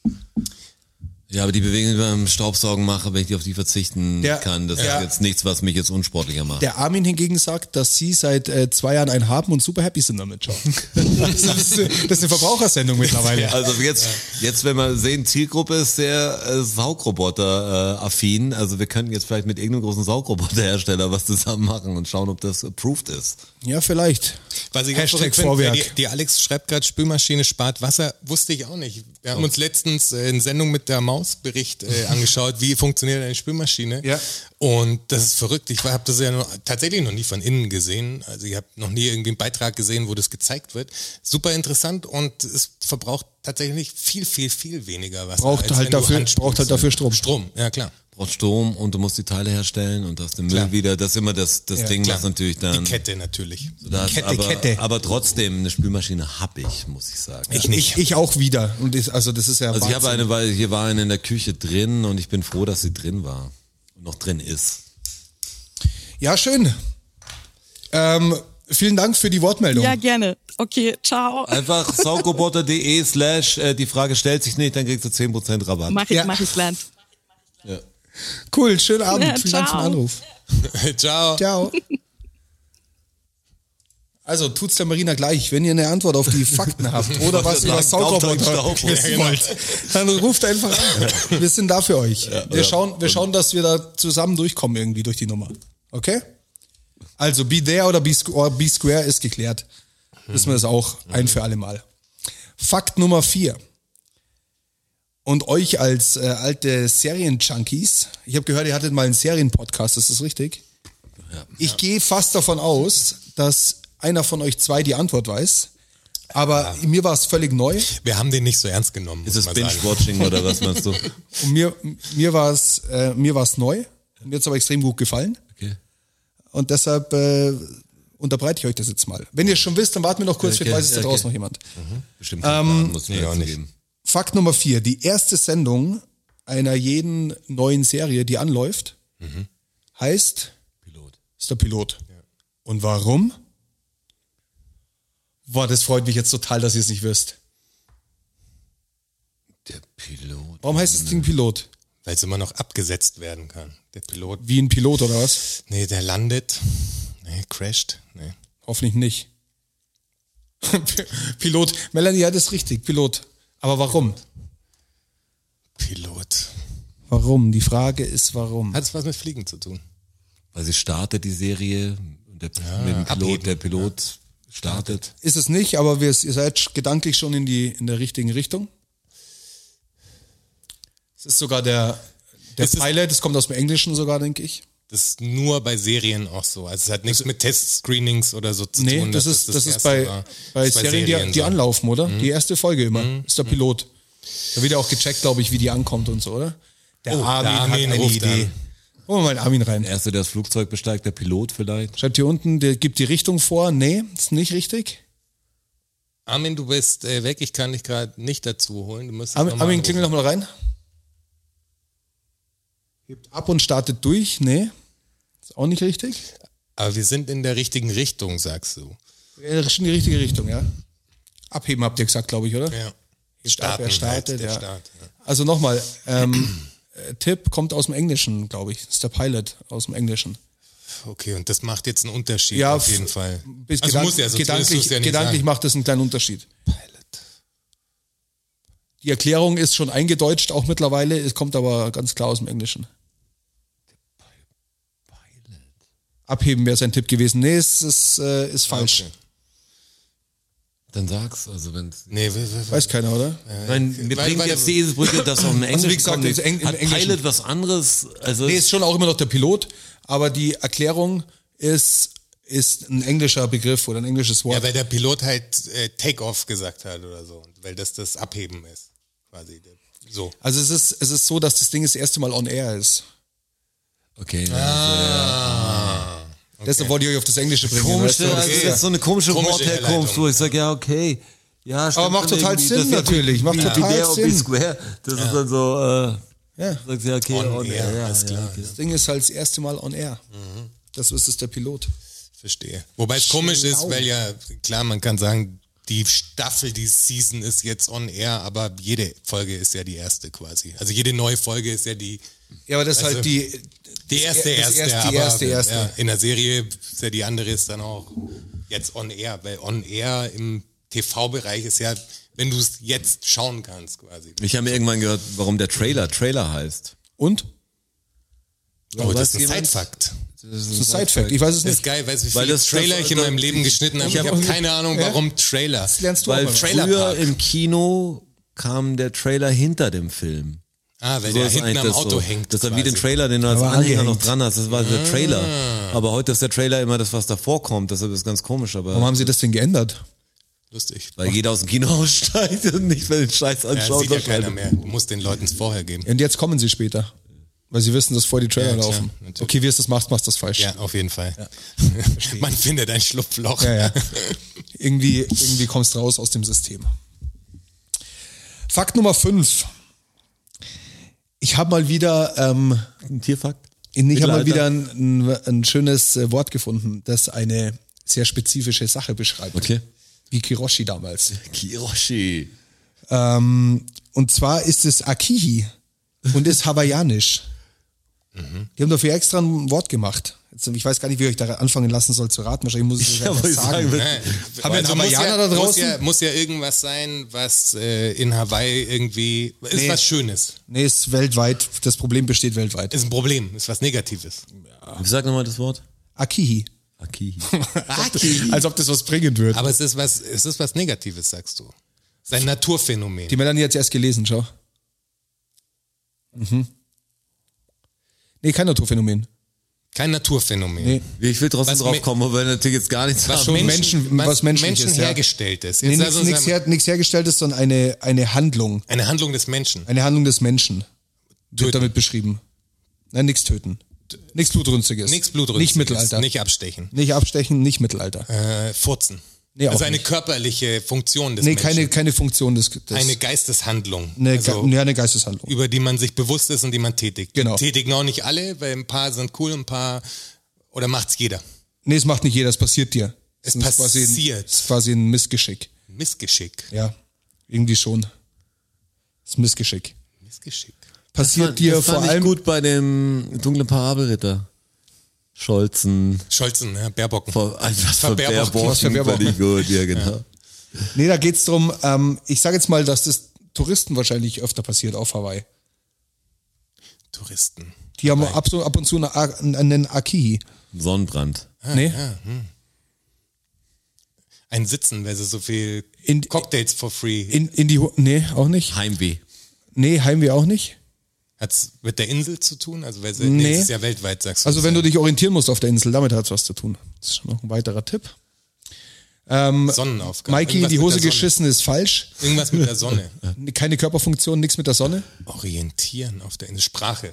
Ja, aber die Bewegung, die ich beim Staubsaugen mache, wenn ich die auf die verzichten
Der-
kann, das
ja.
ist jetzt nichts, was mich jetzt unsportlicher macht.
Der Armin hingegen sagt, dass sie seit äh, zwei Jahren einen haben und super happy sind damit. Schau. Das ist, äh, das ist eine Verbrauchersendung mittlerweile.
Also jetzt, jetzt, wenn wir sehen, Zielgruppe ist sehr äh, Saugroboter-affin. also wir könnten jetzt vielleicht mit irgendeinem großen Saugroboterhersteller was zusammen machen und schauen, ob das approved ist.
Ja, vielleicht.
Was
Hashtag
ich ganz verrückt finde,
Vorwerk.
weil die, die Alex schreibt gerade, Spülmaschine spart Wasser, wusste ich auch nicht. Wir haben uns letztens äh, in Sendung mit der Maus Bericht äh, angeschaut, wie funktioniert eine Spülmaschine.
Ja.
Und das ist verrückt. Ich habe das ja noch, tatsächlich noch nie von innen gesehen. Also ich habe noch nie irgendwie einen Beitrag gesehen, wo das gezeigt wird. Super interessant und es verbraucht tatsächlich viel, viel, viel weniger Wasser.
Braucht
als
halt
wenn du
dafür-
Hand
braucht halt dafür Strom.
Strom, ja klar.
Braucht Strom und du musst die Teile herstellen und hast den Müll
Klar.
wieder. Das ist immer das, das Ding, was natürlich dann...
Die Kette natürlich.
Das,
Kette,
aber,
Kette.
aber trotzdem, eine Spülmaschine habe ich, muss ich sagen.
Ich nicht.
Ich, ich auch wieder. Und das, also das ist ja
Also ich habe
Wahnsinn.
eine, weil hier war eine in der Küche drin und ich bin froh, dass sie drin war. Und noch drin ist.
Ja, schön. Ähm, vielen Dank für die Wortmeldung.
Ja, gerne. Okay, ciao.
Einfach saugroboter.de slash äh, die Frage stellt sich nicht, dann kriegst du 10% Rabatt.
Mach ich,
Ja.
mach ich Land.
Cool, schönen Abend.
Ja,
vielen Dank für den
ciao.
Anruf.
Ciao.
Ciao. Also tut's der Marina gleich, wenn ihr eine Antwort auf die Fakten habt oder was
wollte
über
sagen, kauft euch
Saugroboter
Staub.
wissen wollt, dann ruft einfach an. Wir sind da für euch. Wir schauen, wir schauen, dass wir da zusammen durchkommen irgendwie durch die Nummer. Okay? Also Be There oder Be, Squ- or be Square ist geklärt. Wissen wir das auch ein für alle Mal. Fakt Nummer vier. Und euch als äh, alte Serienjunkies, ich habe gehört, ihr hattet mal einen Serienpodcast, ist das richtig? Ich gehe fast davon aus, dass einer von euch zwei die Antwort weiß. Aber mir war es völlig neu
Wir haben den nicht so ernst genommen.
Ist es
muss man sagen.
Binge-Watching oder was meinst du?
und mir, mir war es äh, mir war's neu. Mir hat's aber extrem gut gefallen.
Okay.
Und deshalb äh, unterbreite ich euch das jetzt mal. Wenn ihr es schon wisst, dann warten wir noch kurz,
Okay,
vielleicht weiß es da
okay.
draußen noch jemand.
Bestimmt. Ähm, muss ich mir
nee, auch
dazu
nicht.
geben.
Fakt Nummer vier. Die erste Sendung einer jeden neuen Serie, die anläuft, heißt
Pilot.
ist der Pilot. Und warum? Boah, das freut mich jetzt total, dass ihr es nicht wisst.
Der Pilot.
Warum heißt das Ding Pilot?
Weil es immer noch abgesetzt werden kann. Der Pilot,
Wie ein Pilot oder was?
nee, der landet, nee, crasht, nee.
Hoffentlich nicht. Pilot. Melanie hat es richtig, Pilot. Aber warum?
Pilot.
Warum? Die Frage ist, warum?
Hat es was mit Fliegen zu tun?
Weil sie startet die Serie und der, mit dem Pilot,
abheben.
der Pilot startet.
Ist es nicht, aber wir, ihr seid gedanklich schon in, die, in der richtigen Richtung. Es ist sogar der, der
Es ist-
Pilot, es kommt aus dem Englischen sogar, denke ich.
Das ist nur bei Serien auch so. Also es hat nichts mit Testscreenings oder so zu
Nee,
tun.
das,
dass
ist, das ist
erste
bei,
war.
bei
Das ist
Serien, die, die
so. Mhm.
anlaufen, oder? Die erste Folge immer. Ist der Pilot. Da wird ja auch gecheckt, glaube ich, wie die ankommt und so, oder? Der
Oh,
Armin,
der Armin
hat eine
ruft
Idee.
an.
Holen wir mal den Armin rein.
Der Erste, der das Flugzeug besteigt, der Pilot vielleicht.
Schreibt hier unten, der gibt die Richtung vor. Nee, ist nicht richtig.
Armin, du bist äh, weg. Ich kann dich gerade nicht dazu holen. Du müsstest noch
Armin,
mal
Armin
anrufen.
klingel nochmal rein. Hebt ab und startet durch. Nee, ist auch nicht richtig.
Aber wir sind in der richtigen Richtung, sagst du.
Äh, Schon in die richtige Richtung, ja. Abheben habt ihr gesagt, glaube ich, oder?
Ja.
Hebt ab, er startet,
der
ja.
Start. Ja.
Also nochmal, ähm, äh, Tipp kommt aus dem Englischen, glaube ich. Ist der Pilot aus dem Englischen.
Okay, und das macht jetzt einen Unterschied
Ja,
auf
f-
jeden Fall.
Bis
also
gedank-
muss ja, sonst
gedanklich,
würdest du's ja nicht
gedanklich
sagen.
macht das einen kleinen Unterschied. Die Erklärung ist schon eingedeutscht, auch mittlerweile. Es kommt aber ganz klar aus dem Englischen. Abheben wäre sein Tipp gewesen. Nee, es ist, äh, ist falsch.
Okay.
Dann sag's, also wenn's.
Nee, wir- wir-
Weiß keiner, oder?
Nein, mir
Weil-
bringt
weil-
jetzt die Eselsbrücke, dass auf dem Englischen
Also gesagt,
kommt.
ins Eng- im
Hat
Englischen.
Pilot was anderes? Also
Nee, ist schon auch immer noch der Pilot, aber die Erklärung ist, ist ein englischer Begriff oder ein englisches Wort.
ja, weil der Pilot halt äh, Take-Off gesagt hat oder so. Und Weil das das Abheben ist. Quasi. So.
also es ist, es ist so, dass das Ding das erste Mal on air ist.
okay. Ah,
Deshalb wollte ich euch auf das Englische bringen.
komische,
weißt du?
also
okay.
jetzt so eine komische,
Komische
Wortherkunft, wo ich sage, ja, okay. Ja, stimmt
Aber macht
schon
total
irgendwie.
Sinn
Das ist
natürlich, macht
wie,
total
wie der ob die
Sinn.
Square. Das ist dann so, äh,
Ja.
sagst du, ja, okay,
On
on
air,
air, ja,
alles
ja,
klar.
okay.
Das Ding ist halt das erste Mal on air.
Mhm.
Das ist es der Pilot.
Verstehe. Wobei es komisch ist, weil ja, klar, man kann sagen, die Staffel, die Season ist jetzt on air, aber jede Folge ist ja die erste quasi. Also jede neue Folge ist ja die,
Ja, aber das ist
Also,
halt die.
die erste,
das
erste,
erste,
aber
erste, erste.
Ja, in der Serie ist ja die andere ist dann auch jetzt on air, weil on air im TV-Bereich ist ja, wenn du es jetzt schauen kannst quasi.
Ich habe mir irgendwann gehört, warum der Trailer Trailer heißt.
Und?
Oh, das
weiß
ist ein
jemand?
Side-Fact.
Das ist
Das ist ein Side-Fact. Ich weiß es
Das ist
nicht.
geil, weißt du, wie
Weil
viele
das-
Trailer
das-
ich in
das-
meinem Leben geschnitten habe. Ich
hab
habe
auch-
keine Ahnung,
Ja.
warum Trailer.
Das lernst du auch
Weil
mal.
Trailer
früher
Park.
im Kino kam der Trailer hinter dem Film.
Ah, weil
So
der
ist
hinten
eigentlich
am
das
Auto
so.
hängt.
Das ist dann wie den
quasi. Ah.
Trailer, den du als
Aber
Anhänger noch
angehängt.
dran hast. Das war der Trailer. Aber heute ist der Trailer immer das, was davor kommt. Deshalb ist es ganz komisch.
Warum
Aber
haben sie das denn geändert?
Lustig.
weil jeder aus dem Kino aussteigt und nicht mehr den Scheiß
Ja,
anschaut.
sieht ja
sondern-
keiner mehr. Du musst den Leuten es vorher geben.
Und jetzt kommen sie später. Weil sie wissen, dass vor die Trailer
Ja, klar,
laufen.
natürlich.
Okay, wie es das machst, machst das falsch.
Ja, auf jeden Fall. Man findet ein Schlupfloch.
Ja, ja. irgendwie, irgendwie kommst du raus aus dem System. Fakt Nummer 5. Ich habe mal wieder, ähm,
Ein Tierfakt.
ich habe mal
Mittelalter.
wieder ein, ein, ein schönes äh, Wort gefunden, das eine sehr spezifische Sache beschreibt.
Okay.
Wie Kiroshi damals.
Kiroshi.
Ähm, und zwar ist es Akihi und ist hawaiianisch.
Mhm.
Die haben dafür extra ein Wort gemacht. Jetzt, ich weiß gar nicht, wie ich euch da anfangen lassen soll zu raten. Wahrscheinlich muss ich es
Ja,
einfach
wollte ich
sagen.
ne?
sagen,
Haben wir einen
muss
Hawaiianer
ja,
da
Muss
draußen?
ja, muss ja irgendwas sein, was äh, in Hawaii irgendwie ist
Nee.
was Schönes.
Nee, ist weltweit. Das Problem besteht weltweit.
Ist ein Problem, ist was Negatives.
Wie Sag nochmal das Wort.
Akihi.
Akihi.
Als ob das was bringen würde.
Aber es ist was, es ist was Negatives, sagst du. Sein Naturphänomen.
Die Melanie hat es erst gelesen, schau. Mhm. Nee, kein Naturphänomen.
Kein Naturphänomen.
Nee. Ah,
Ich will trotzdem
Was
drauf
me-
kommen, obwohl wir natürlich jetzt gar nichts
Was
haben.
schon Menschen,
Menschen- was menschlich
Menschen
ist, ja.
hergestellt ist.
Nee,
Jetzt
nichts,
lass uns
nichts,
einmal-
her, nichts hergestelltes, sondern eine, eine Handlung.
eine Handlung des Menschen.
Eine Handlung des Menschen.
Töten.
Wird damit beschrieben. Nein, nichts töten. Nichts Blutrünstiges.
Nichts Blutrünstiges.
Nicht Mittelalter.
Nicht abstechen.
Nicht abstechen, nicht Mittelalter.
Äh, furzen.
Nee, auch
das ist eine
nicht.
körperliche Funktion des
nee,
Menschen.
keine, keine Funktion des. des
eine Geisteshandlung,
eine,
also,
Ge- ja, eine Geisteshandlung.
über die man sich bewusst ist und die man tätigt.
Genau.
Tätigen auch nicht alle, weil ein paar sind cool, ein paar oder macht's jeder.
Nee, es macht nicht jeder, es passiert dir.
Es
ist quasi ein,
passiert.
ist quasi ein Missgeschick.
Missgeschick.
Ja, irgendwie schon. Das Missgeschick.
Missgeschick.
Passiert dir
das
vor
fand
allem.
ich gut bei dem dunklen Parabelritter. Scholzen.
Scholzen, ja, Baerbocken.
Vor, was für
Verbeerbock.
Baerbock.
Was für Baerbock.
Fand ich gut, ja, genau.
Nee, da geht's drum, ähm, ich sage jetzt mal, dass das Touristen wahrscheinlich öfter passiert auf Hawaii.
Touristen.
Die haben ab, so, ab und zu eine, A- einen Akihi.
Sonnenbrand.
Ah,
nee?
Ein Sitzen, weil sie so viel
In-
Cocktails for free.
In, in die, Ho- nee, auch nicht.
Heimweh.
Nee, Heimweh auch nicht.
Hat's mit der Insel zu tun? Also weil sie
Nee.
nee. es ist ja weltweit, sagst du.
Also wenn du
das
dich orientieren musst auf der Insel, damit hat's was zu tun. Das ist noch ein weiterer Tipp.
ist ja Sonnenaufgang.
Mikey in
Irgendwas
die
mit
Hose
der Sonne.
geschissen ist falsch.
Irgendwas mit der Sonne.
Keine Körperfunktion, nichts mit der Sonne.
Orientieren auf der Insel. Sprache.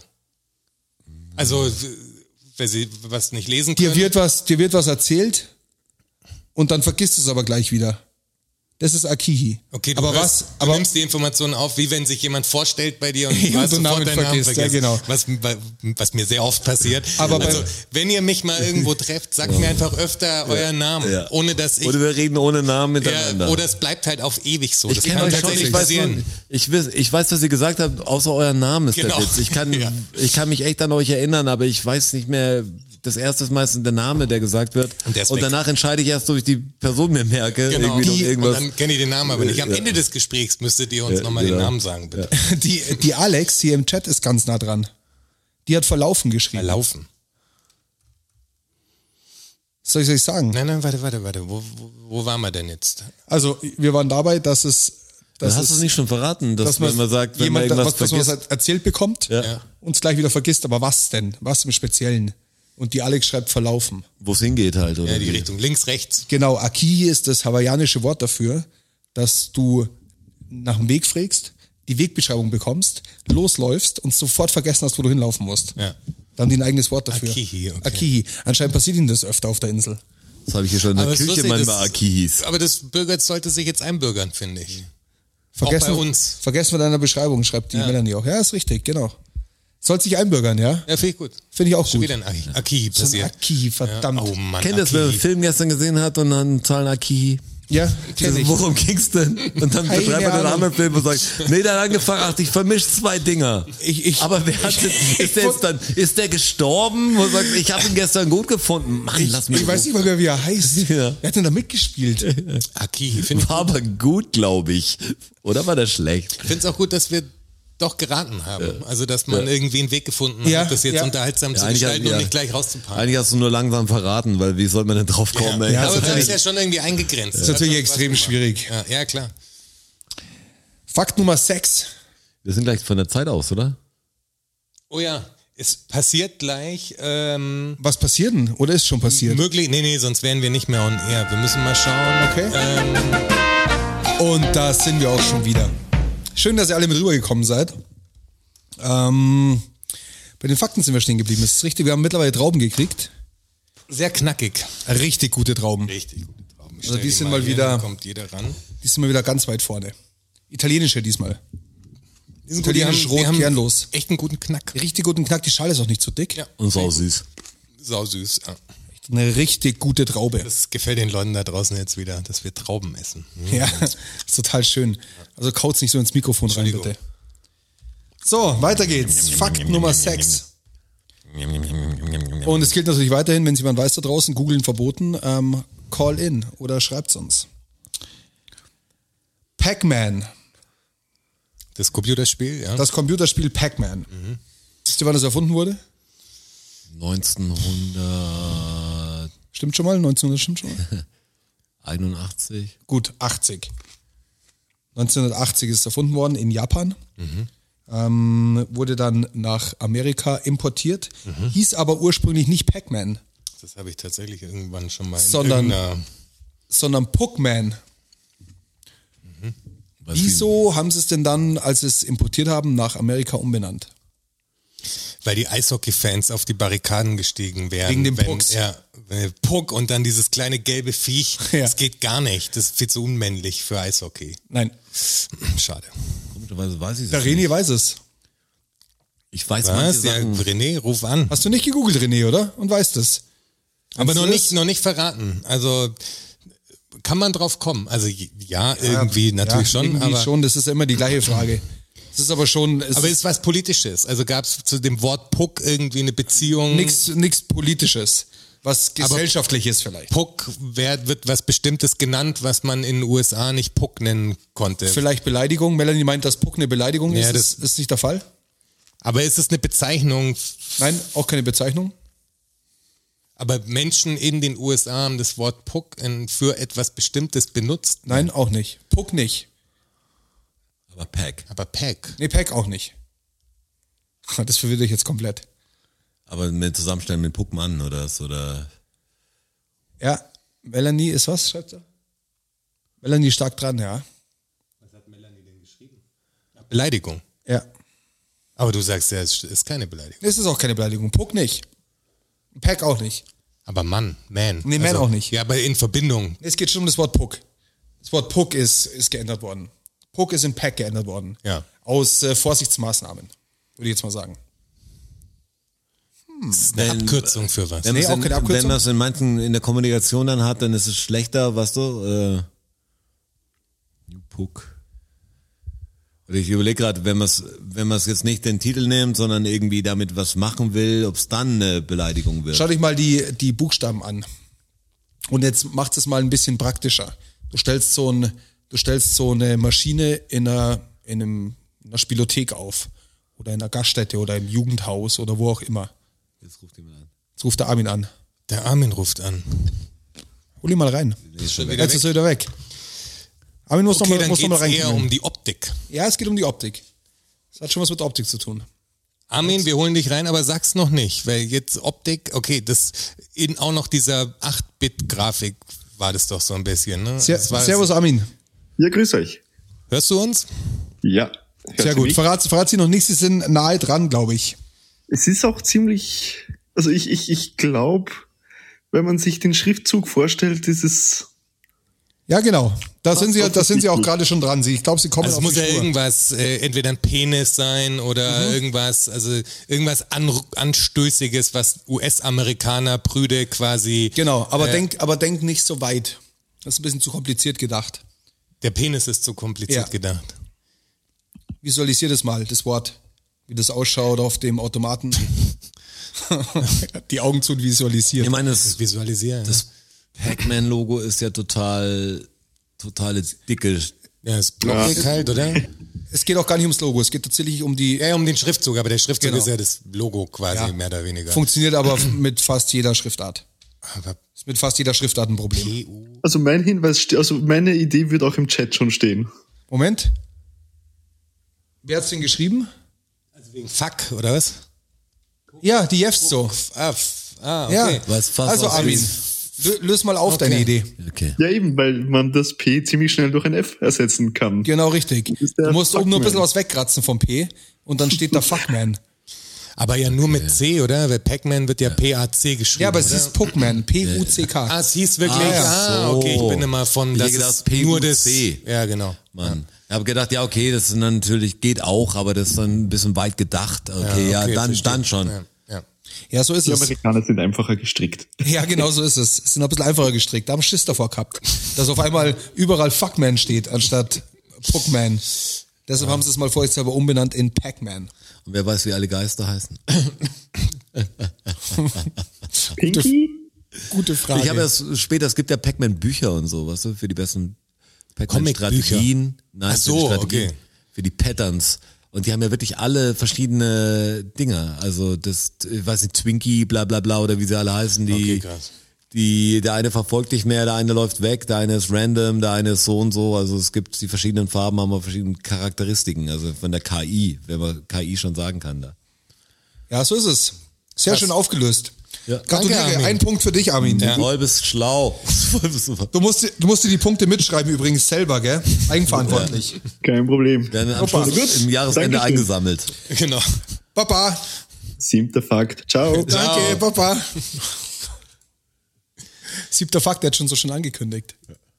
Also w- wer sie was nicht lesen
Dir
können.
wird was, dir wird was erzählt und dann vergisst du es aber gleich wieder. Das ist Akihi.
Okay, du,
aber
hörst,
was?
du
Aber
nimmst die Informationen auf, wie wenn sich jemand vorstellt bei dir und
Ja,
du hast
und den Namen
sofort deinen Namen
vergisst, ja, genau.
vergessen. was, was mir sehr oft passiert.
Aber bei-
also, wenn ihr mich mal irgendwo trefft, sagt mir einfach öfter euren Namen,
Ja.
ohne dass ich...
Oder wir reden ohne Namen miteinander.
ja, oder es bleibt halt auf ewig so.
Oh, ich
das
kenne
kann
euch schon,
tatsächlich
ich weiß,
passieren.
nur- ich, weiß, ich weiß, was ihr gesagt habt, außer euren Namen ist
Genau.
der Witz. Ich kann,
Ja.
ich kann mich echt an euch erinnern, aber ich weiß nicht mehr, das erste ist meistens der Name, der gesagt wird.
Und der ist weg.
danach entscheide ich erst, ob ich die Person mir merke.
Genau.
Irgendwie durch
Die, und
irgendwas.
dann kenne ich den Namen aber nicht. Am
Ja.
Ende des Gesprächs müsstet ihr uns
Ja,
nochmal den
genau.
Namen sagen, bitte.
die, die Alex hier im Chat ist ganz nah dran. Die hat verlaufen geschrieben.
Laufen.
Soll ich euch sagen?
Nein, nein, warte, warte, warte. Wo, wo, wo waren wir denn jetzt?
Also, wir waren dabei, dass es,
Dann
dass
hast du es
es,
nicht schon verraten, dass,
dass
man immer sagt, wenn man
jemand, da-
irgendwas
was, was man
vergisst.
erzählt bekommt,
Ja.
Ja.
und es gleich wieder vergisst, aber was denn? Was im Speziellen? Und die Alex schreibt verlaufen.
Wo es hingeht halt. Oder
Ja, die
wie.
Richtung links, rechts.
Genau, Akihi ist das hawaiianische Wort dafür, dass du nach dem Weg frägst, die Wegbeschreibung bekommst, losläufst und sofort vergessen hast, wo du hinlaufen musst.
Ja.
Da haben die ein eigenes Wort dafür.
Akihi, okay.
Akihi. Anscheinend passiert ihnen das öfter auf der Insel.
Das habe ich hier schon in der
Aber es ist
Küche
lustig,
manchmal
das-
Aki hieß.
Aber das Bürger sollte sich jetzt einbürgern, finde ich.
Vergessen,
Auch bei uns.
Vergessen wir deiner Beschreibung, schreibt die Melanie auch. Ja, ist richtig, genau. Soll sich einbürgern, ja?
Ja, finde ich gut.
Finde ich auch
Schon
gut.
wieder ein Aki- Aki
So ein
passiert.
Akihi, verdammt.
Ja, oh Mann,
Kennt ihr das, wenn man einen
Aki.
Film gestern gesehen hat und dann zahlen Aki?
Ja, kenn ich.
Worum ging's denn? Und dann
Keine
beschreibt man den
Ahnung.
anderen Film und sagt, nee, der hat angefangen, ach, ich vermisch zwei Dinger.
Ich- ich-
Aber wer hat denn, ist der jetzt dann, ist der gestorben? Und sagt, ich habe ihn gestern gut gefunden. Mann, lass mich.
Ich weiß nicht mal mehr, wie er heißt.
Ja.
Wer hat denn da mitgespielt?
Aki, finde
War aber gut, glaube ich. Oder war der schlecht?
ich finde es auch gut, dass wir doch geraten haben. Also, dass man irgendwie einen Weg gefunden
Ja,
hat, das jetzt
ja.
unterhaltsam
Ja,
zu
eigentlich
gestalten
hat- ja.
und um nicht gleich rauszupacken.
Eigentlich hast du nur langsam verraten, weil wie soll man denn drauf kommen? ey? Also,
Ja, ist
aber wir haben es
natürlich-
ja schon irgendwie eingegrenzt.
Ist natürlich extrem schwierig.
Ja, ja, klar.
Fakt Nummer 6.
Wir sind gleich von der Zeit aus, oder?
Oh ja, es passiert gleich. Ähm,
Was passiert denn? Oder ist schon passiert?
möglich, nee, nee, sonst wären wir nicht mehr on air. Wir müssen mal schauen.
Okay.
Ähm,
Und da sind wir auch schon wieder. Schön, dass ihr alle mit rübergekommen seid. Ähm, bei den Fakten sind wir stehen geblieben. Das ist richtig. Wir haben mittlerweile Trauben gekriegt.
sehr knackig.
Richtig gute Trauben.
Richtig gute Trauben.
Also die sind mal wieder-
Hin, kommt jeder ran.
Die sind mal wieder ganz weit vorne. Italienische diesmal.
Die sind
Italienisch rot, kernlos.
Echt einen guten Knack.
Richtig guten Knack. Die Schale ist auch nicht zu dick.
Ja.
Und sau süß.
Sau süß. Ja.
Eine richtig gute Traube.
Das gefällt den Leuten da draußen jetzt wieder, dass wir Trauben essen. Hm.
Ja, ist total schön. Also kaut's nicht so ins Mikrofon rein,
Entschuldigung.
bitte. So, weiter geht's. Fakt Nummer 6. Und es gilt natürlich weiterhin, wenn es jemand weiß da draußen, googeln verboten, ähm, call in oder schreibt's uns. Pac-Man,
Das Computerspiel, ja.
das Computerspiel Pac-Man. Wisst ihr, wann das erfunden wurde?
1981.
Stimmt schon mal? 1900 stimmt schon mal? Gut, 80. 1980 ist es erfunden worden in Japan.
Mhm.
Ähm, wurde dann nach Amerika importiert,
Mhm.
hieß aber ursprünglich nicht Pac-Man,
Das habe ich tatsächlich irgendwann schon mal in
Sondern-
irgendeiner-
sondern Puckman.
Mhm.
Wieso haben sie es denn dann, als sie es importiert haben, nach Amerika umbenannt?
Weil die Eishockey-Fans auf die Barrikaden gestiegen wären.
Wegen dem
wenn,
Pucks.
Ja, äh, Puck und dann dieses kleine gelbe Viech.
Ja.
Das geht gar nicht. Das ist viel zu unmännlich für Eishockey.
Nein,
Schade.
Komischerweise weiß ich
der
es nicht.
René weiß es.
Ich weiß manche
Was? Ja,
Sachen.
René, ruf an.
Hast du nicht gegoogelt, René, oder? Und weißt es.
Aber
Hast
noch
du
nicht,
das?
noch nicht verraten. Also kann man drauf kommen. Also j- ja, irgendwie natürlich
ja,
schon.
Irgendwie
aber,
schon, das ist ja immer die gleiche Frage. Es ist aber schon, es
Aber
ist
ist was Politisches? Also gab es zu dem Wort Puck irgendwie eine Beziehung?
nichts nichts Politisches, was gesellschaftliches vielleicht.
Puck wer, wird was Bestimmtes genannt, was man in den USA nicht Puck nennen konnte.
Vielleicht Beleidigung. Melanie meint, dass Puck eine Beleidigung
Ja,
ist.
das-
ist. Ist nicht der Fall?
Aber ist es eine Bezeichnung?
Nein, auch keine Bezeichnung.
Aber Menschen in den USA haben das Wort Puck in, für etwas Bestimmtes benutzt.
Nein, auch nicht. Puck nicht.
Aber Pack.
Aber Pack.
Nee, Pack auch nicht. Das verwirrt dich jetzt komplett.
Aber mit Zusammenstellen mit Puckmann oder das oder
Ja, Melanie ist was, schreibt er? Melanie stark dran, ja.
Beleidigung.
Ja.
Aber du sagst ja, es ist keine Beleidigung.
Es ist auch keine Beleidigung. Puck nicht. Pack auch nicht.
Aber Mann, Man. Also,
Nee, Man auch nicht.
Ja, aber in Verbindung.
Es geht schon um das Wort Puck. Das Wort Puck ist, ist geändert worden. Puck ist in Pack geändert worden.
Ja.
Aus äh, Vorsichtsmaßnahmen, würde ich jetzt mal sagen.
Das ist eine Abkürzung für was.
wenn
Nee,
man's
auch
in,
keine Abkürzung.
wenn man es in manchen in der Kommunikation dann hat, dann ist es schlechter, weißt du? Äh, you Puck. Und ich überlege gerade, wenn man es wenn man's jetzt nicht den Titel nimmt, sondern irgendwie damit was machen will, ob es dann eine Beleidigung wird.
Schau dich mal die, die Buchstaben an. Und jetzt macht es mal ein bisschen praktischer. Du stellst so, ein, du stellst so eine Maschine in einer, in, einem, in einer Spielothek auf. Oder in einer Gaststätte oder im Jugendhaus oder wo auch immer.
Jetzt ruft jemand an.
Jetzt ruft der Armin an.
Der Armin ruft an.
Hol ihn mal rein.
Ist schon
Jetzt ist er wieder weg. Armin muss
Okay,
nochmal
dann
noch
geht
mal
es eher
rein.
um die Optik.
ja, es geht um die Optik. Es hat schon was mit Optik zu tun.
Armin, wir holen dich rein, aber sag's noch nicht, weil jetzt Optik, okay, das in auch noch dieser 8-Bit-Grafik war das doch so ein bisschen, ne?
Ser
Das war-
Servus, Armin.
Ja, grüß euch.
Hörst du uns?
Ja. Hört
Sehr
ihr
gut.
mich?
Verrat, verrat sie noch nichts, sie sind nahe dran, glaube ich.
Es ist auch ziemlich, also ich, ich, ich glaube, wenn man sich den Schriftzug vorstellt, ist es,
Ja, genau. Da sind sie, da sind sie auch
offensichtlich.
gerade schon dran. Sie, ich glaube, sie kommen
Also es
auf
muss
die
ja
Spur. Mhm.
irgendwas, äh, entweder ein Penis sein oder irgendwas, also irgendwas an, Anstößiges, was US-Amerikaner Brüde quasi.
Genau, aber, denk, aber denk nicht so weit. Das ist ein bisschen zu kompliziert gedacht.
Der Penis ist zu kompliziert
Ja.
gedacht.
Visualisier das mal, das Wort. Wie das ausschaut auf dem Automaten. die Augen zu
Ich
visualisieren.
meine, das,
Visualisieren.
das Pac-Man-Logo ist ja total, totale dicke.
ne? ja, ist blockig halt, oder?
Es geht auch gar nicht ums Logo, es geht tatsächlich um die.
Ja, um den Schriftzug, aber der Schriftzug
Genau.
ist ja das Logo quasi,
Ja.
mehr oder weniger.
Funktioniert aber mit fast jeder Schriftart.
Aber
Ist mit fast jeder Schriftart ein Problem.
EU.
also mein Hinweis, ste- also meine Idee wird auch im Chat schon stehen.
Moment. Wer hat's denn geschrieben?
Also wegen Fuck, oder was?
Ja, die Jeffso.
Ah, f- ah
Ja.
okay.
Was fast
also
aus-
Armin, lö- löse mal auf deine Idee.
Okay.
Ja, eben, weil man das P ziemlich schnell durch ein F ersetzen kann.
Genau richtig.
ist der
Du musst oben nur ein
Fuckman.
bisschen was wegkratzen vom P und dann steht da Fuckman.
Aber ja nur mit C, oder? Weil Pac-Man wird ja PAC geschrieben.
Ja, aber es
oder?
ist Puckman.
Ah,
P-U-C-K.
es hieß wirklich.
Ah,
Ah,
so.
okay, ich bin immer von
Ich
das
hätte
ist
gedacht,
nur das.
PUC.
Ja, genau.
Mann. Ich habe gedacht, ja, okay, das ist dann natürlich geht auch, aber das ist dann ein bisschen weit gedacht. Okay, ja,
okay,
dann,
verstehe.
dann schon.
Ja, ja.
Ja, so ist
Die
es.
Amerikaner sind einfacher gestrickt.
Ja, genau so ist es. Sind ein bisschen einfacher gestrickt. Da haben Schiss davor gehabt, dass auf einmal überall Fuckman steht, anstatt Puckman. Deshalb haben sie es mal vorsichtshalber umbenannt in Pac-Man.
Und wer weiß, wie alle Geister heißen.
Pinky?
Gute Frage.
Ich habe erst später, es gibt ja Pac-Man-Bücher und so, weißt du, für die besten Pac-Man-Strategien. Nein, für
Ach
die
so,
Strategien,
okay.
Für die Patterns. Und die haben ja wirklich alle verschiedene Dinger. Also das, ich weiß nicht, Twinkie, bla bla bla oder wie sie alle heißen, die.
Okay, krass.
Die, der eine verfolgt dich mehr, der eine läuft weg, der eine ist random, der eine ist so und so. Also es gibt die verschiedenen Farben, haben wir verschiedene Charakteristiken. Also von der KI, wenn man KI schon sagen kann da.
ja, so ist es. Sehr schön aufgelöst.
Ja.
Gratuliere.
Danke, Armin.
Ein Punkt für dich, Armin.
Voll bist schlau. Voll bist super.
Du, musst, dir- du musst dir die Punkte mitschreiben übrigens selber, gell? Eigenverantwortlich.
Kein Problem.
Dann am
Super,
Schluss
gut.
im Jahresende
Dankeschön.
eingesammelt.
Genau.
Papa,
Siebter Fakt. Ciao.
danke, Papa. Siebter Fakt, der hat schon so schön angekündigt.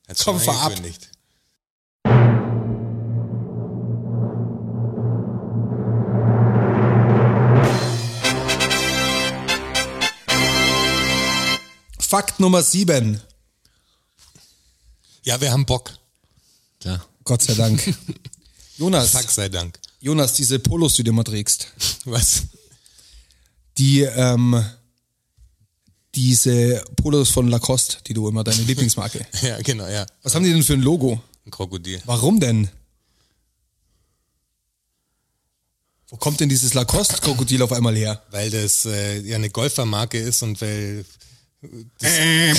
Hat's
Komm,
schon
fahr ab.
angekündigt.
Fakt Nummer sieben.
Ja, wir haben Bock.
Klar.
Gott sei Dank. Jonas,
Fuck sei Dank.
Jonas, diese Polos, die du immer trägst,
Was?
die, ähm, diese Polos von Lacoste, die du immer, deine Lieblingsmarke.
Ja, genau, ja.
Was haben die denn für ein Logo?
Ein Krokodil.
Warum denn? Wo kommt denn dieses Lacoste-Krokodil auf einmal her?
weil das äh, ja eine Golfermarke ist und weil
Äh.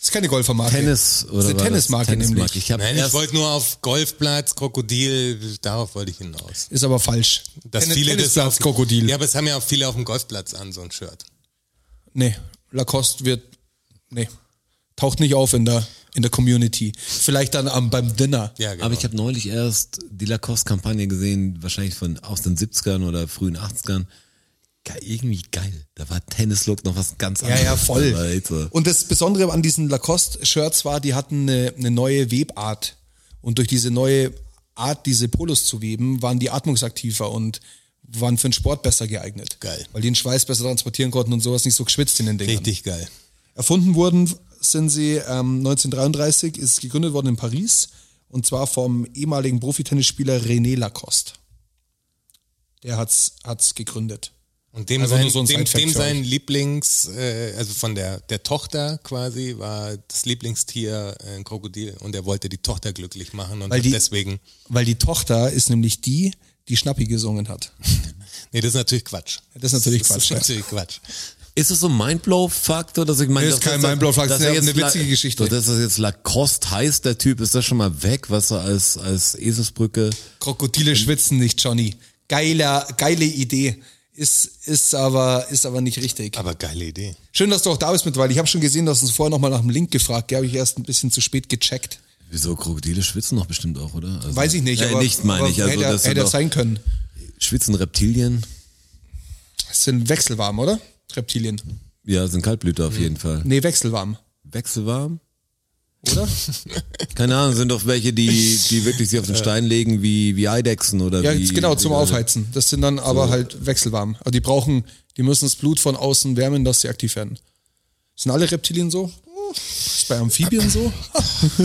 Das ist keine Golfermarke.
Tennis oder
Das ist eine
war
Tennismarke
das?
nämlich.
Tennismarke. Ich habe
Nein, ich
erst
wollte nur auf Golfplatz, Krokodil, darauf wollte ich hinaus.
Ist aber falsch.
Dass
Tennis-
viele das auf,
Tennisplatz-Krokodil.
Ja, aber es haben ja auch viele auf dem Golfplatz an, so ein Shirt.
Nee, Lacoste wird, nee, taucht nicht auf in der, in der Community. Vielleicht dann am, beim Dinner.
Ja, genau.
Aber ich habe neulich erst die Lacoste-Kampagne gesehen, wahrscheinlich von aus den 70ern oder frühen 80ern. Ge irgendwie geil. Da war Tennis-Look noch was ganz
Ja,
anderes.
ja, voll.
Alter.
Und das Besondere an diesen Lacoste-Shirts war, die hatten eine, eine neue Webart. Und durch diese neue Art, diese Polos zu weben, waren die atmungsaktiver und waren für den Sport besser geeignet.
Geil.
Weil die den Schweiß besser transportieren konnten und sowas nicht so geschwitzt in den Dingern.
Richtig geil.
Erfunden wurden sind sie ähm, 1933, ist gegründet worden in Paris und zwar vom ehemaligen Profitennisspieler René Lacoste. Der hat's, hat's gegründet.
Und dem
Also
sein,
nur so ein
dem,
Sidefact
dem
für
sein Lieblings, äh, also von der, der Tochter quasi, war das Lieblingstier äh, ein Krokodil und er wollte die Tochter glücklich machen und
Weil die-
deswegen.
Weil die Tochter ist nämlich die, die Schnappi gesungen hat.
Nee, das ist natürlich Quatsch.
Das ist natürlich
Das
Quatsch.
ist natürlich Quatsch.
Ist das so ein Mindblow-Faktor, dass ich meine,
Ist
dass
kein
das-
Mindblow-Faktor,
dass
ist
er
eine
jetzt La-
witzige Geschichte.
So, dass das jetzt Lacoste heißt, der Typ, ist das schon mal weg, was er als, als Eselsbrücke.
Krokodile schwitzen nicht, Johnny. Geiler, geile Idee. Ist, ist, aber, ist aber nicht richtig.
Aber geile Idee.
Schön, dass du auch da bist mittlerweile. Ich habe schon gesehen, dass du uns vorher nochmal nach dem Link gefragt. Ja, habe ich erst ein bisschen zu spät gecheckt.
Wieso Krokodile schwitzen noch bestimmt auch, oder? Also,
Weiß ich nicht.
Nein,
aber,
nicht meine
aber
ich. Also
hätte
das sind
hätte
doch,
das sein können.
schwitzen Reptilien.
Das sind wechselwarm, oder? Reptilien.
Ja, sind Kaltblüter auf jeden Fall.
Nee, wechselwarm,
Wechselwarm.
oder?
Keine Ahnung, sind doch welche, die, die wirklich sich auf den Stein legen, wie, wie Eidechsen oder
ja,
wie.
genau, zum
wie,
Aufheizen. Das sind dann aber halt wechselwarm. Also die brauchen, die müssen das Blut von außen wärmen, dass sie aktiv werden. Sind alle Reptilien so? Ist bei Amphibien so?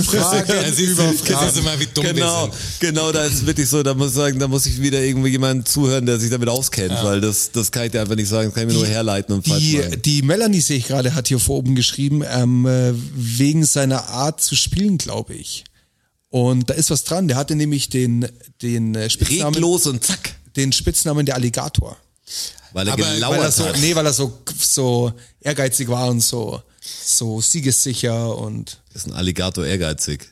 Fragen
Also,
über
das ist
Fragen.
immer wie dumm
Genau,
wir sind.
genau, da ist wirklich so, da muss ich sagen, da muss ich wieder irgendwo jemanden zuhören, der sich damit auskennt, weil das, das kann ich dir einfach nicht sagen, das kann ich mir nur herleiten und falsch
Die,
machen.
die Melanie, sehe ich gerade, hat hier vor oben geschrieben, ähm, äh, wegen seiner Art zu spielen, glaube ich. Und da ist was dran. Der hatte nämlich den, den, äh, Spitznamen,
Reglos und zack,
den Spitznamen der Alligator.
weil er
Aber-
weil er
gelauert
so,
hat.
nee, weil er so, so ehrgeizig war und so, so siegessicher und
Ist ein Alligator ehrgeizig.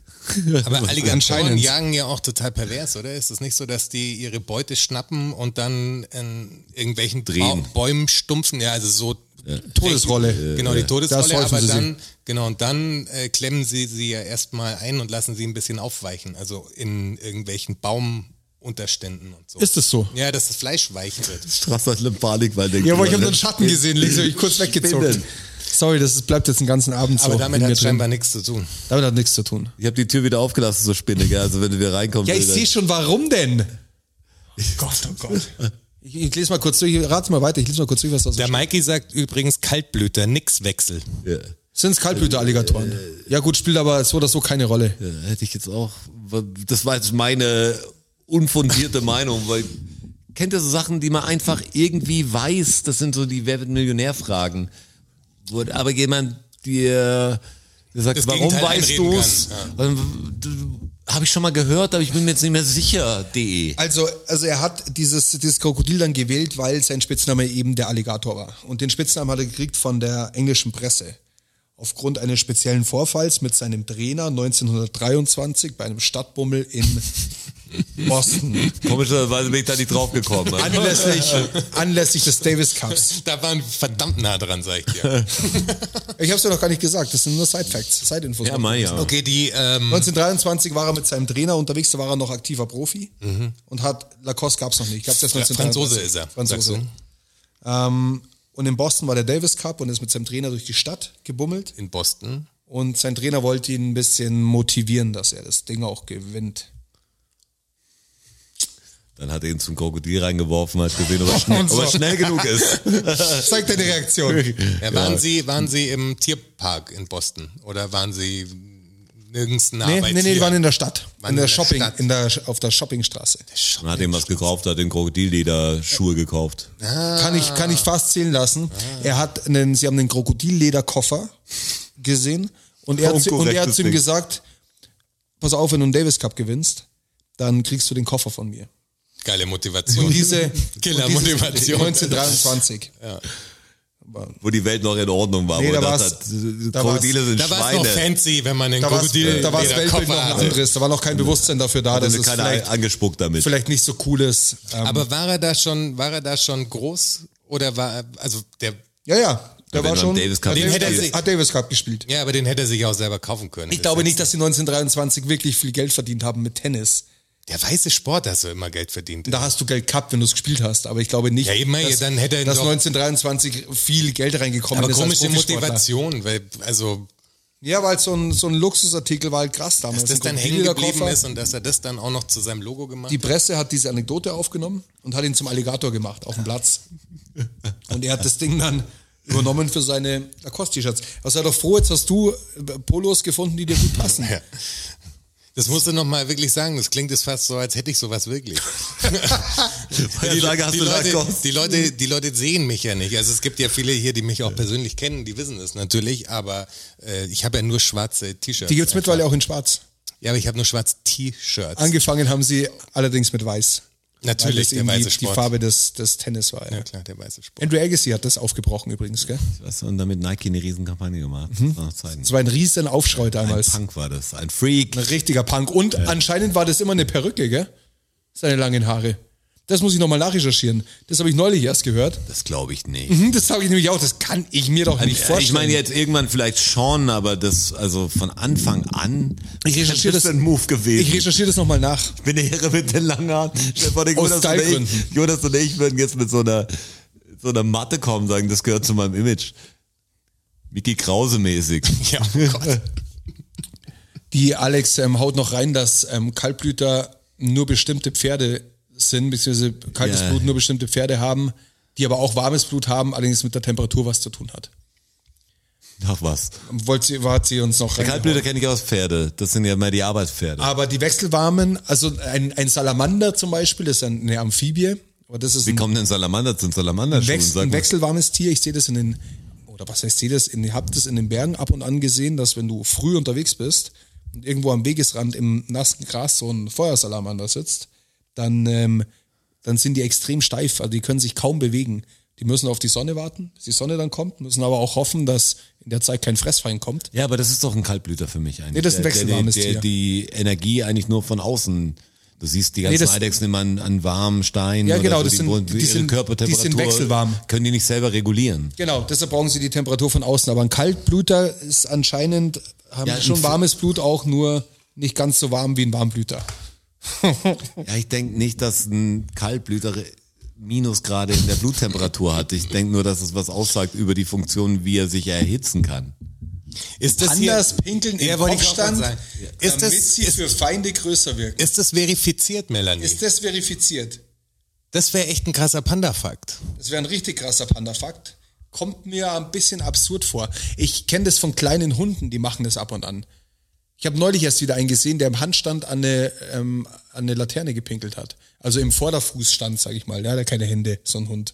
Aber Alligatoren
Anscheinend.
jagen ja auch total pervers, oder? Ist es nicht so, dass die ihre Beute schnappen und dann in irgendwelchen
Drehen.
Ba- Bäumen stumpfen? Ja, also so.
Todesrolle.
Genau, die
Äh, Das
Todesrolle,
wollten
aber
sie
dann, genau, und dann äh, klemmen sie sie ja erstmal ein und lassen sie ein bisschen aufweichen, also in irgendwelchen Baumunterständen und so.
Ist es so?
Ja, dass das Fleisch weich wird.
Straße hat eine Panik, weil der
Ja, aber ich habe den Schatten gesehen, links habe ich kurz weggezogen.
Spinnen.
Sorry, das ist, bleibt jetzt den ganzen Abend so.
Aber damit
in
hat
mir
es
drin.
scheinbar nichts zu tun.
damit hat nichts zu tun.
Ich habe die Tür wieder aufgelassen, so spinnig, gell? also wenn du wieder reinkommst.
Ja, ich
Alter.
sehe schon, warum denn?
Gott, oh Gott.
Ich, ich lese mal kurz durch, rat's mal weiter, ich lese mal kurz durch, was da so
Der Mikey sagt übrigens Kaltblüter, nix Wechsel.
Ja.
Sind es Kaltblüteralligatoren?
Äh,
Ja gut, spielt aber so oder so keine Rolle.
Ja, hätte ich jetzt auch. Das war jetzt meine unfundierte Meinung, weil kennt ihr so Sachen, die man einfach irgendwie weiß? Das sind so die Wer wird Millionär Fragen. Wo- Aber jemand dir der sagt,
Das
warum
Gegenteil
weißt
einreden
du es?
kann,
Habe ich schon mal gehört, aber ich bin mir jetzt nicht mehr sicher. E. De.
Also, also er hat dieses, dieses Krokodil dann gewählt, weil sein Spitzname eben der Alligator war. Und den Spitznamen hat er gekriegt von der englischen Presse. Aufgrund eines speziellen Vorfalls mit seinem Trainer 1923 bei einem Stadtbummel in Boston.
Komischerweise bin ich da nicht drauf gekommen.
Anlässlich, anlässlich des Davis Cups.
Da waren wir verdammt nah dran, sag ich dir.
Ich habe es ja noch gar nicht gesagt, das sind nur Side-Facts, Side-Infos.
Ja, mei, ja.
Okay, die, ähm,
1923 war er mit seinem Trainer unterwegs, da war er noch aktiver Profi und hat Lacoste gab's noch nicht. Gab's erst
Mhm.
1933.
Fra- Franzose ist er,
Franzose.
sagst
Ähm, und in Boston war der Davis Cup und ist mit seinem Trainer durch die Stadt gebummelt
in Boston.
und sein Trainer wollte ihn ein bisschen motivieren, dass er das Ding auch gewinnt.
Dann hat er ihn zum Krokodil reingeworfen, hat gesehen, ob er schnell,
Und so.
ob er schnell genug ist.
Äh,
Zeig deine Reaktion.
Ja, waren, Sie, waren Sie im Tierpark in Boston oder waren Sie nirgends nah
Nee,
bei
nee, nee, die
Tieren?
waren in der Stadt.
Waren
in der
in der
Shopping,
Stadt.
in der, auf der Shoppingstraße.
Dann hat ihm was gekauft, hat den Krokodilleder Schuhe gekauft.
Kann ich, kann ich fast zählen lassen. Er hat einen, sie haben den Krokodillederkoffer gesehen und er, hat, zu- und er hat
Unkorrektes
zu ihm
Ding.
gesagt, pass auf, wenn du einen Davis Cup gewinnst, dann kriegst du den Koffer von mir.
Geile Motivation.
Und diese
Killer-Motivation.
1923.
wo die Welt noch in Ordnung war.
Nee,
wo
da
man
war's-
dachte,
da
Krokodile sind
Da war es
Schweine.
noch fancy, wenn man einen
Da war
Krokodil
da war's
leder
Weltbild
Koffer
noch ein
hatte.
anderes. Da war noch kein Bewusstsein dafür da,
Da
dass
sind
es
keiner
vielleicht,
angespuckt damit.
halt vielleicht nicht so cool ist. Ähm,
Aber war er da schon, war er da schon groß oder war also der
ja, ja. Der
Wenn
war
du
schon.
am Davis Cup
hat,
spielst.
Davis, hat Davis Cup gespielt.
ja, aber den hätte er sich auch selber kaufen können.
Ich
Das
glaube
ist
nicht, dass sie 1923 wirklich viel Geld verdient haben mit Tennis.
der weiße Sport, da hast du immer Geld verdient.
Da hast du Geld gehabt, wenn du es gespielt hast. Aber ich glaube nicht,
Ja, eben,
dass,
dann hätte er
dass
doch-
1923 viel Geld reingekommen
aber
ist. als
komische
Profisportler.
Motivation, weil also
Ja, weil so ein, so ein Luxusartikel war halt krass damals.
dass das
Ein
dann
Krokodil
hängen
der
geblieben
Koffer.
ist und dass er das dann auch noch zu seinem Logo gemacht
Die
hat.
Presse hat diese Anekdote aufgenommen und hat ihn zum Alligator gemacht auf dem Platz. Und er hat das Ding dann übernommen für seine Lacoste-T-Shirts. Aber sei doch froh, jetzt hast du äh, Polos gefunden, die dir gut passen.
Ja. Das musst du noch mal wirklich sagen. Das klingt jetzt fast so, als hätte ich sowas wirklich.
Weil die Lage hast
die,
du
Leute,
Lacoste.
die, Leute, die Leute sehen mich ja nicht. Also es gibt ja viele hier, die mich auch persönlich kennen, die wissen es natürlich, aber äh, ich habe ja nur schwarze T-Shirts.
Die gibt's
einfach.
mittlerweile auch in schwarz.
Ja, aber ich habe nur schwarze T-Shirts.
Angefangen haben sie allerdings mit weiß. weil
Natürlich,
das
der
eben
weiße
die, die
Sport.
Farbe des, des Tennis war. Ja.
Ja klar, der weiße Sport.
Andrew Agassi hat das aufgebrochen übrigens, gell?
Weißt du, und damit Nike eine Riesenkampagne gemacht.
Mhm.
Das waren noch Zeiten.
Das war ein riesen Aufschrei
Ein
damals.
Punk war das. Ein Freak.
Ein richtiger Punk. Und anscheinend war das immer eine Perücke, gell? Seine langen Haare. Das muss ich nochmal nachrecherchieren. Das habe ich neulich erst gehört.
Das glaube ich nicht.
Hm, Das sage ich nämlich auch, das kann ich mir doch nicht
Ja,
vorstellen.
äh, ich meine jetzt irgendwann vielleicht schon, aber das, also von Anfang an,
Ich recherchiere
das ist
das-
ein Move gewesen.
ich recherchiere das nochmal nach.
Ich bin der Ehre mit den langen Haaren. Stell dir vor, der
Aus
Jonas, und
Stylgründen.
ich, Jonas und ich würden jetzt mit so einer, so einer Matte kommen und sagen, das gehört zu meinem Image. Mickey Krause mäßig.
Ja, oh Gott.
Die Alex ähm, haut noch rein, dass ähm, Kaltblüter nur bestimmte Pferde sind, beziehungsweise kaltes
Ja.
Blut nur bestimmte Pferde haben, die aber auch warmes Blut haben, allerdings mit der Temperatur was zu tun hat.
Ach was.
Wollt sie, war sie uns noch
Kaltblüter
reingehauen.
kenne ich aus Pferde. Das sind ja mal die Arbeitspferde.
Aber die wechselwarmen, also ein, ein Salamander zum Beispiel, das ist ein- eine Amphibie, aber das ist
Wie
ein
kommt denn Salamander zu Salamanderschuhen?
Wechsel,
Sag
ein
mal.
wechselwarmes Tier. Ich sehe das in den, oder was heißt, ich sehe das, in, ich hab das in den Bergen ab und an gesehen, dass wenn du früh unterwegs bist und irgendwo am Wegesrand im nassen Gras so ein Feuersalamander sitzt, dann, ähm, dann sind die extrem steif, also die können sich kaum bewegen. Die müssen auf die Sonne warten, bis die Sonne dann kommt, müssen aber auch hoffen, dass in der Zeit kein Fressfeind kommt.
Ja, aber das ist doch ein Kaltblüter für mich eigentlich.
Nee, das ist ein
Der- der-
wechselwarmes
der,
Tier.
der, Die Energie eigentlich nur von außen. Du siehst die ganzen
Nee, das-
Eidechsen immer an, an warmen Steinen.
Ja, genau,
oder so,
das
die,
sind-
wo-
die
ihre
sind-
Körpertemperatur
die sind wechselwarm.
Können die nicht selber regulieren.
Genau, deshalb brauchen sie die Temperatur von außen. Aber ein Kaltblüter ist anscheinend, haben
Ja,
schon
ein-
warmes Blut auch, nur nicht ganz so warm wie ein Warmblüter.
Ja, ich denke nicht, dass ein Kaltblüter Minusgrade in der Bluttemperatur hat. Ich denke nur, dass es was aussagt über die Funktion, wie er sich erhitzen kann.
Ist das hier,
Pandas pinkeln im
Ja,
ja,
wollte ich auch
Kopfstand,
gerade sagen.
ist
Ist
damit
das-
sie
ist-
für Feinde größer wirken.
ist das verifiziert, Melanie?
Ist das verifiziert?
das wäre echt ein krasser Panda-Fakt.
Das wäre ein richtig krasser Panda-Fakt. Kommt mir ein bisschen absurd vor. Ich kenne das von kleinen Hunden, die machen das ab und an. Ich habe neulich erst wieder einen gesehen, der im Handstand an eine, ähm, an eine Laterne gepinkelt hat. Also im Vorderfußstand, sage ich mal. Der hat ja keine Hände, so ein Hund.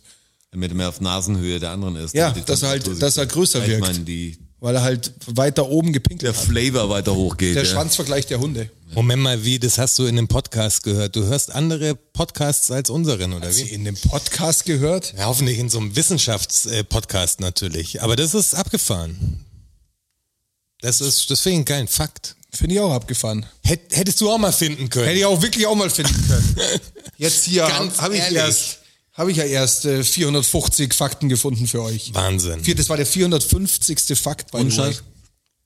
Damit er auf Nasenhöhe der anderen ist.
Ja,
damit die
dass er halt-
Temperatur sich-
dass er größer
Vielleicht
wirkt.
man die,
Weil er halt weiter oben
der
gepinkelt hat.
Flavor weiter hochgeht.
Der
ja.
Schwanzvergleich der Hunde.
Moment mal, wie, das hast du in dem Podcast gehört. Du hörst andere Podcasts als unseren, oder wie?
In dem Podcast gehört?
Ja, hoffentlich in so einem Wissenschaftspodcast natürlich. Aber das ist abgefahren. Das ist, das finde ich einen geilen Fakt.
Finde ich auch abgefahren.
Hätt, hättest du auch mal finden können.
Hätte ich auch wirklich auch mal finden können. Jetzt hier
Ganz
habe ich
ehrlich.
erst, habe ich ja erst äh, 450 Fakten gefunden für euch.
Wahnsinn.
Vier, das war der 450. Fakt bei
Ohne
euch.
Scheiß.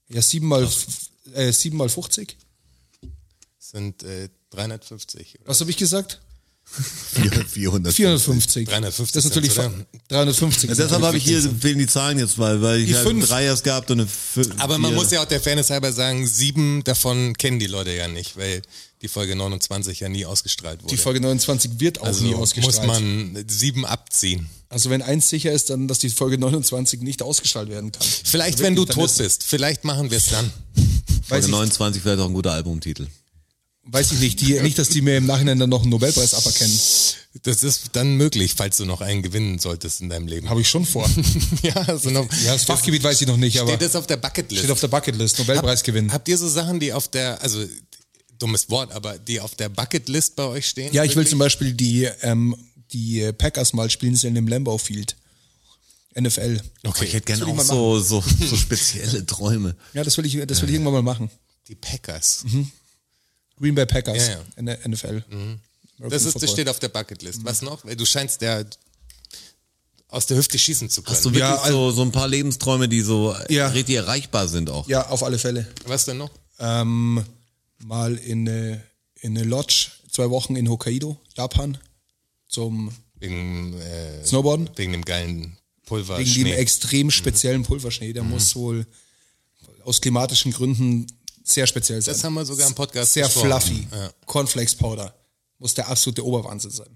Ja, siebenmal, f- äh, siebenmal 50.
Das sind äh, 350. Oder?
Was habe ich gesagt?
400.
450.
350
Das ist natürlich
sind's, oder?
fa- 350.
Ja, deshalb habe ich hier fehlen die Zahlen jetzt mal, weil ich
Die
habe
fünf.
drei erst gehabt und eine fünf.
Aber man muss ja auch der Fairness halber sagen, sieben davon kennen die Leute ja nicht, weil die Folge 29 ja nie ausgestrahlt wurde.
die Folge 29 wird auch
also
nie ausgestrahlt.
muss man sieben abziehen.
also wenn eins sicher ist, dann, dass die Folge 29 nicht ausgestrahlt werden kann.
Vielleicht, wenn du
dann
tot
ist-
bist. Vielleicht machen wir es dann.
Weiß
Folge
ich,
29 wäre doch ein guter Albumtitel.
weiß ich nicht. Die, nicht, dass die mir im Nachhinein dann noch einen Nobelpreis aberkennen.
Das ist dann möglich, falls du noch einen gewinnen solltest in deinem Leben.
Habe ich schon vor.
ja, also noch,
Ja, das Fachgebiet weiß ich noch nicht, aber
steht das auf der Bucketlist.
steht auf der Bucketlist, Nobelpreis gewinnen.
Habt ihr so Sachen, die auf der, also dummes Wort, aber die auf der Bucketlist bei euch stehen?
Ja, ich will
wirklich?
zum Beispiel die, ähm, die Packers mal spielen sehen im Lambeau Field. NFL.
Okay. Ich hätte gerne
Das will
auch
ich
so, so, so spezielle Träume.
Ja, das will ich, das will ich irgendwann mal machen.
Die Packers.
Green Bay Packers,
Ja, ja.
N- NFL. American
Das, ist, das
Football.
steht auf der Bucketlist. Was noch? Du scheinst ja aus der Hüfte schießen zu können.
Hast du wirklich
Ja, also-
so, so ein paar Lebensträume, die so
Ja.
richtig erreichbar sind auch?
Ja, auf alle Fälle.
Was denn noch?
Ähm, mal in eine, in eine Lodge, zwei Wochen in Hokkaido, Japan, zum
Wegen, äh,
Snowboarden.
wegen dem geilen Pulver.
Wegen dem
Mhm.
extrem speziellen Pulverschnee. Der muss wohl aus klimatischen Gründen sehr speziell sein.
Das haben wir sogar im Podcast
Sehr
besprochen.
fluffy.
Ja.
Cornflakes Powder. Muss der absolute Oberwahnsinn sein.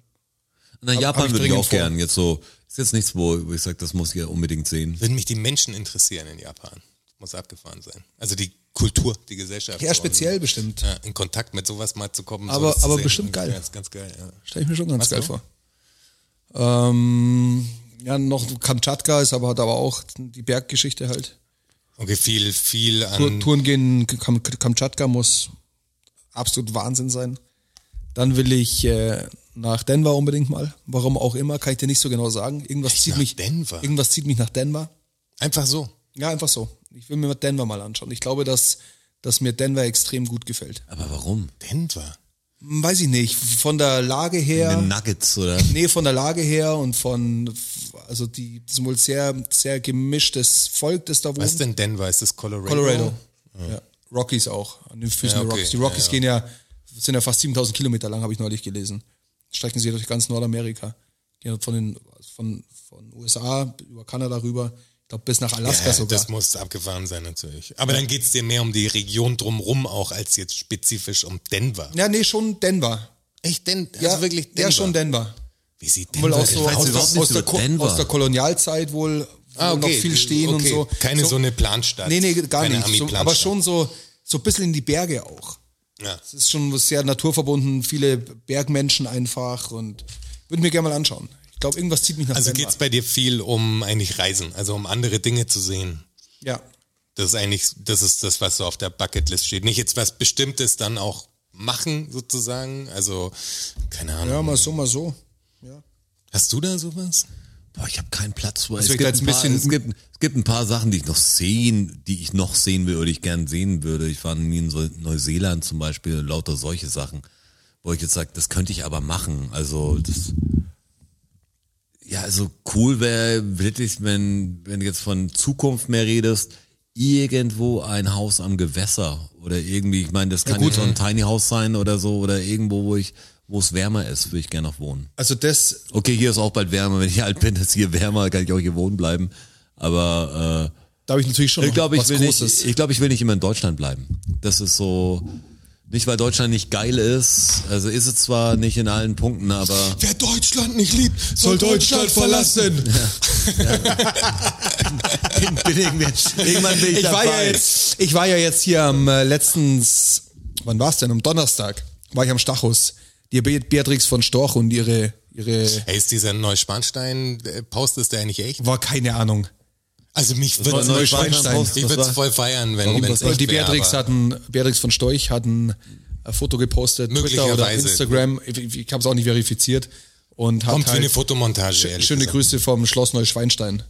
Na,
hab
Japan
ich
würde ich
dringend
auch
vor.
gern. Jetzt so, ist jetzt nichts, wo ich sage, das muss ihr unbedingt sehen.
Würden mich die Menschen interessieren in Japan. Muss abgefahren sein. Also die Kultur, die Gesellschaft.
Ja, speziell bestimmt.
Ja, in Kontakt mit sowas mal zu kommen.
Aber-
sowas zu
aber
sehen.
bestimmt geil.
Ja, ist ganz geil, ja.
Stelle ich mir schon ganz
Was
geil
noch?
vor. Ähm, ja, noch Kamtschatka ist aber, hat aber auch die Berggeschichte halt.
Okay, viel, viel
Tour,
an.
Touren gehen, Kam, Kamtschatka muss absolut Wahnsinn sein. Dann will ich äh, nach Denver unbedingt mal. Warum auch immer, kann ich dir nicht so genau sagen. Irgendwas zieht
nach
mich
Denver?
Irgendwas zieht mich nach Denver.
Einfach so.
Ja, einfach so. Ich will mir mal Denver mal anschauen. Ich glaube, dass, dass mir Denver extrem gut gefällt.
Aber warum?
Denver.
Hm, Weiß ich nicht. Von der Lage her.
Mit Nuggets oder?
Nee, von der Lage her und von, also die das ist wohl sehr, sehr gemischtes Volk, das da wohnt.
Was ist denn Denver? Ist das Colorado?
Colorado. Ja. Rockies auch, an den Füßen
Ja, okay.
der Rockies. Die
Ja,
Rockies
ja.
gehen ja, sind ja fast 7000 Kilometer lang, habe ich neulich gelesen. Strecken sie durch ganz Nordamerika. Gehen halt von den, von, von USA über Kanada rüber, ich glaube bis nach Alaska
Ja,
sogar.
das muss abgefahren sein natürlich. Aber dann geht's dir mehr um die Region drumrum auch, als jetzt spezifisch um Denver.
Ja, nee, schon Denver.
Echt Den
Ja,
also wirklich Denver.
Ja, schon Denver.
Wie sieht
Wohl
Denver
auch so
aus?
weiß
aus,
überhaupt
der,
nicht
aus, der
über
Ko-
Denver.
aus der Kolonialzeit wohl, wo
Ah, okay.
noch viel stehen und
okay.
so.
Keine so, eine Planstadt.
Nee, nee, gar
Keine
nicht. So,
Ami-Planstadt.
aber schon so, so ein bisschen in die Berge auch.
Ja.
Es ist schon sehr naturverbunden, viele Bergmenschen einfach und würde mir gerne mal anschauen. Ich glaube, irgendwas zieht mich nach
Also
Denver.
geht's bei dir viel um eigentlich Reisen, also um andere Dinge zu sehen.
Ja.
Das ist eigentlich, das ist das, was so auf der Bucketlist steht. Nicht jetzt was Bestimmtes dann auch machen, sozusagen. Also, keine Ahnung.
ja, mal so, mal so.
Hast du da sowas?
Boah, ich habe keinen Platz. Wo. Es,
wird
gibt
jetzt
ein
ein
paar,
bisschen-
es, gibt, es gibt ein paar Sachen, die ich noch sehen, die ich noch sehen will oder ich gern sehen würde. Ich war nie in so- Neuseeland zum Beispiel, lauter solche Sachen, wo ich jetzt sage, das könnte ich aber machen. Also das ja, also cool wäre wirklich, wenn, wenn du jetzt von Zukunft mehr redest, irgendwo ein Haus am Gewässer oder irgendwie, ich meine, das kann jetzt so ein Tiny House sein oder so oder irgendwo, wo ich, wo es wärmer ist, würde ich gerne noch wohnen.
Also das,
Okay, hier ist auch bald wärmer. Wenn ich alt bin, ist hier wärmer, kann ich auch hier wohnen bleiben. Aber
da habe ich natürlich schon
äh, ich glaube, ich,
was
will nicht-
Großes.
ich, glaub, ich will nicht immer in Deutschland bleiben. Das ist so. Nicht, weil Deutschland nicht geil ist. Also ist es zwar nicht in allen Punkten, aber
Wer Deutschland nicht liebt, soll,
bin, bin irgendwann, irgendwann bin ich,
Ich
dabei.
war, ja jetzt, ich war ja jetzt hier am äh, letztens, wann war's denn? Am Donnerstag war ich am Stachus. Die Be- Beatrix von Storch und ihre, ihre
Hey, ist dieser Neuschwanstein-Post, ist der nicht echt?
war keine Ahnung.
Also mich
war
würde
Neuschwanstein.
es ich würd's
Das war-
voll feiern, wenn wenn's
Die
echt wär,
Beatrix
aber-
hat ein, Beatrix von Storch hat ein äh, Foto gepostet, Twitter oder
Möglicherweise.
Instagram. Ich, ich habe es auch nicht verifiziert und hat
Kommt für eine
halt
Fotomontage,
sch
ehrlich
schöne
gesagt.
Grüße vom Schloss Neuschweinstein.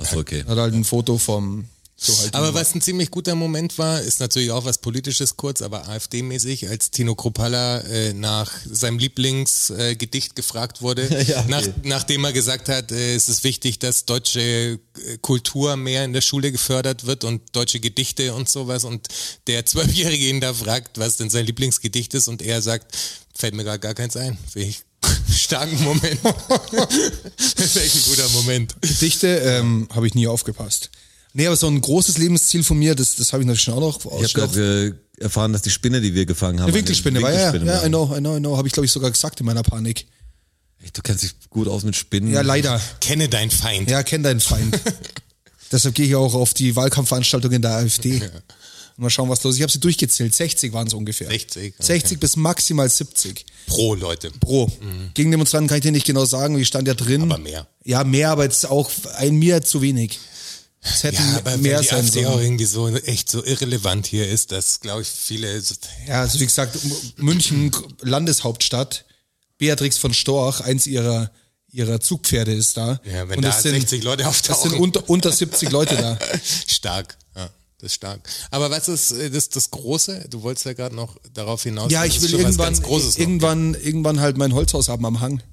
Achso, okay.
Hat halt ein Foto vom so halt
Aber was ein ziemlich guter Moment war, ist natürlich auch was Politisches kurz, aber AfD-mäßig, als Tino Kropalla äh, nach seinem Lieblingsgedicht äh, Gedicht gefragt wurde,
Ja, okay.
nach, nachdem er gesagt hat, äh, es ist wichtig, dass deutsche äh, Kultur mehr in der Schule gefördert wird und deutsche Gedichte und sowas und der Zwölfjährige ihn da fragt, was denn sein Lieblingsgedicht ist und er sagt, fällt mir gar, gar keins ein. Finde ich starken Moment. das ist echt ein guter Moment.
Dichte ähm, habe ich nie aufgepasst. Nee, aber so ein großes Lebensziel von mir, das, das habe ich natürlich schon auch noch
Ich habe gerade äh, erfahren, dass die Spinne, die wir gefangen haben,
Eine Winkelspinne, war ja,
Winkelspinne
ja, I
war.
know, I know, I know, habe ich glaube ich sogar gesagt in meiner Panik.
Du kennst dich gut aus mit Spinnen.
Ja, leider.
Kenne deinen Feind.
Ja, kenn deinen Feind. Deshalb gehe ich auch auf die Wahlkampfveranstaltung in der AfD. Mal schauen, was los ist. Ich habe sie durchgezählt. 60 waren es ungefähr.
60, okay.
60 bis maximal 70
Pro, Leute.
pro.
Mhm.
Gegen Demonstranten kann ich dir nicht genau sagen, wie stand ja drin.
Aber mehr.
Ja, mehr, aber jetzt auch ein mir zu wenig. Es
Ja,
hätten
aber
mehr
wenn die
sein
AfD auch
sollen.
irgendwie so echt so irrelevant hier ist, dass glaube ich viele so,
Ja, also wie gesagt, M- München, Gr- Landeshauptstadt, Beatrix von Storch, eins ihrer, ihrer Zugpferde ist da.
ja, wenn
Und
da
es sind,
60 Leute
es sind
auftauchen,
unter, unter 70 Leute da.
stark. Ja, das ist stark. Aber was ist äh, das, das Große? Du wolltest ja gerade noch darauf hinaus.
Ja,
dass
ich
es
will
schon was
irgendwann,
ganz Großes. noch
irgendwann, irgendwann halt mein Holzhaus haben am Hang.
gibt.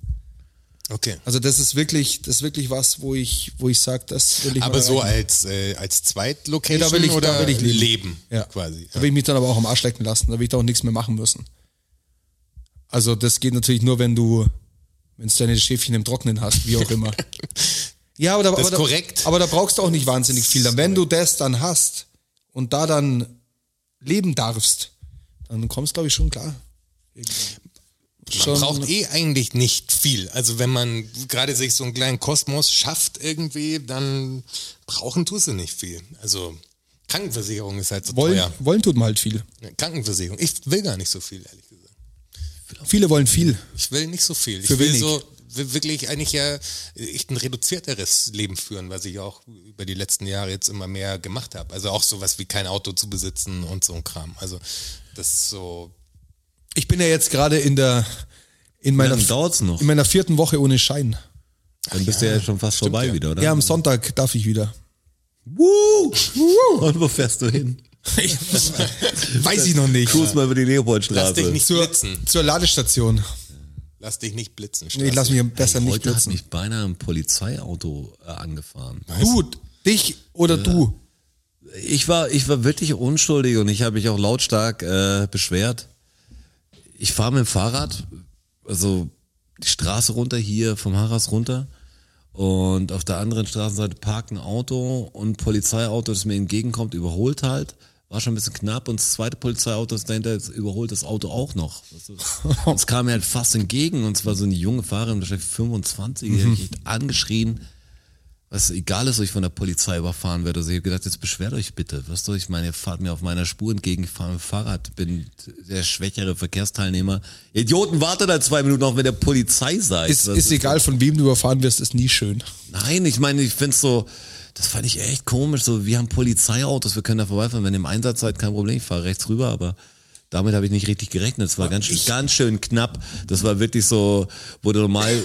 Okay.
Also das ist wirklich, das ist wirklich was, wo ich, wo ich sage, das will ich
Aber
mal
so
erreichen.
als, äh, als Zweitlocation
Ja, da will ich- da
oder
will ich leben. Ja.
quasi.
Da will ich mich dann aber auch am Arsch lecken lassen, da will ich da auch nichts mehr machen müssen. Also das geht natürlich nur, wenn du, wenn du deine Schäfchen im Trocknen hast, wie auch immer. ja, aber da, aber,
ist
da,
korrekt.
aber da brauchst du auch nicht wahnsinnig viel. Dann, wenn du das dann hast und da dann leben darfst, dann kommst glaube ich schon klar.
Man braucht eh eigentlich nicht viel. Also wenn man gerade sich so einen kleinen Kosmos schafft irgendwie, dann brauchen tust du nicht viel. Also Krankenversicherung ist halt so
Wollen,
teuer.
wollen tut man halt viel.
Krankenversicherung. Ich will gar nicht so viel, ehrlich gesagt.
Viele wollen viel.
Ich will nicht so viel.
Für
ich will
wenig.
so will wirklich eigentlich ja echt ein reduzierteres Leben führen, was ich auch über die letzten Jahre jetzt immer mehr gemacht habe. Also auch sowas wie kein Auto zu besitzen und so ein Kram. Also das ist so
Ich bin ja jetzt gerade in der in meiner,
Dann dauert's noch.
in meiner vierten Woche ohne Schein.
Dann bist du ja schon fast vorbei wieder, oder?
Ja, am Sonntag darf ich wieder.
Woo! Woo! Und wo fährst du hin?
Weiß ich noch nicht.
Cruise mal über die Leopoldstraße.
lass dich nicht
Zur,
blitzen.
zur Ladestation.
Lass dich nicht blitzen.
Nee, ich lass mich besser nicht
Heute hat
blitzen.
mich beinahe ein Polizeiauto äh, angefahren.
Du, dich oder du.
Ich war, ich war wirklich unschuldig und ich habe mich auch lautstark äh, beschwert. Ich fahre mit dem Fahrrad, also die Straße runter hier, vom Harras runter. Und auf der anderen Straßenseite parkt ein Auto und ein Polizeiauto, das mir entgegenkommt, überholt halt. War schon ein bisschen knapp und das zweite Polizeiauto ist dahinter, jetzt überholt das Auto auch noch. Weißt du? Es kam mir halt fast entgegen und es war so eine junge Fahrerin, wahrscheinlich 25, die hat mich echt angeschrien was egal ist, ob ich von der Polizei überfahren werde. Also ich habe gedacht, jetzt beschwert euch bitte. Was soll ich meine, ihr fahrt mir auf meiner Spur entgegen, ich fahre mit dem Fahrrad, bin der schwächere Verkehrsteilnehmer. Idioten, wartet da zwei Minuten noch, wenn der Polizei seid.
Ist,
Was
ist egal, von wem du überfahren wirst, ist nie schön.
Nein, ich meine, ich find's so, das fand ich echt komisch. So, wir haben Polizeiautos, wir können da vorbeifahren. Wenn ihr im Einsatz seid, kein Problem, ich fahre rechts rüber, aber damit habe ich nicht richtig gerechnet. Es war ganz, schön- ganz schön knapp. Das war wirklich so, wo du normal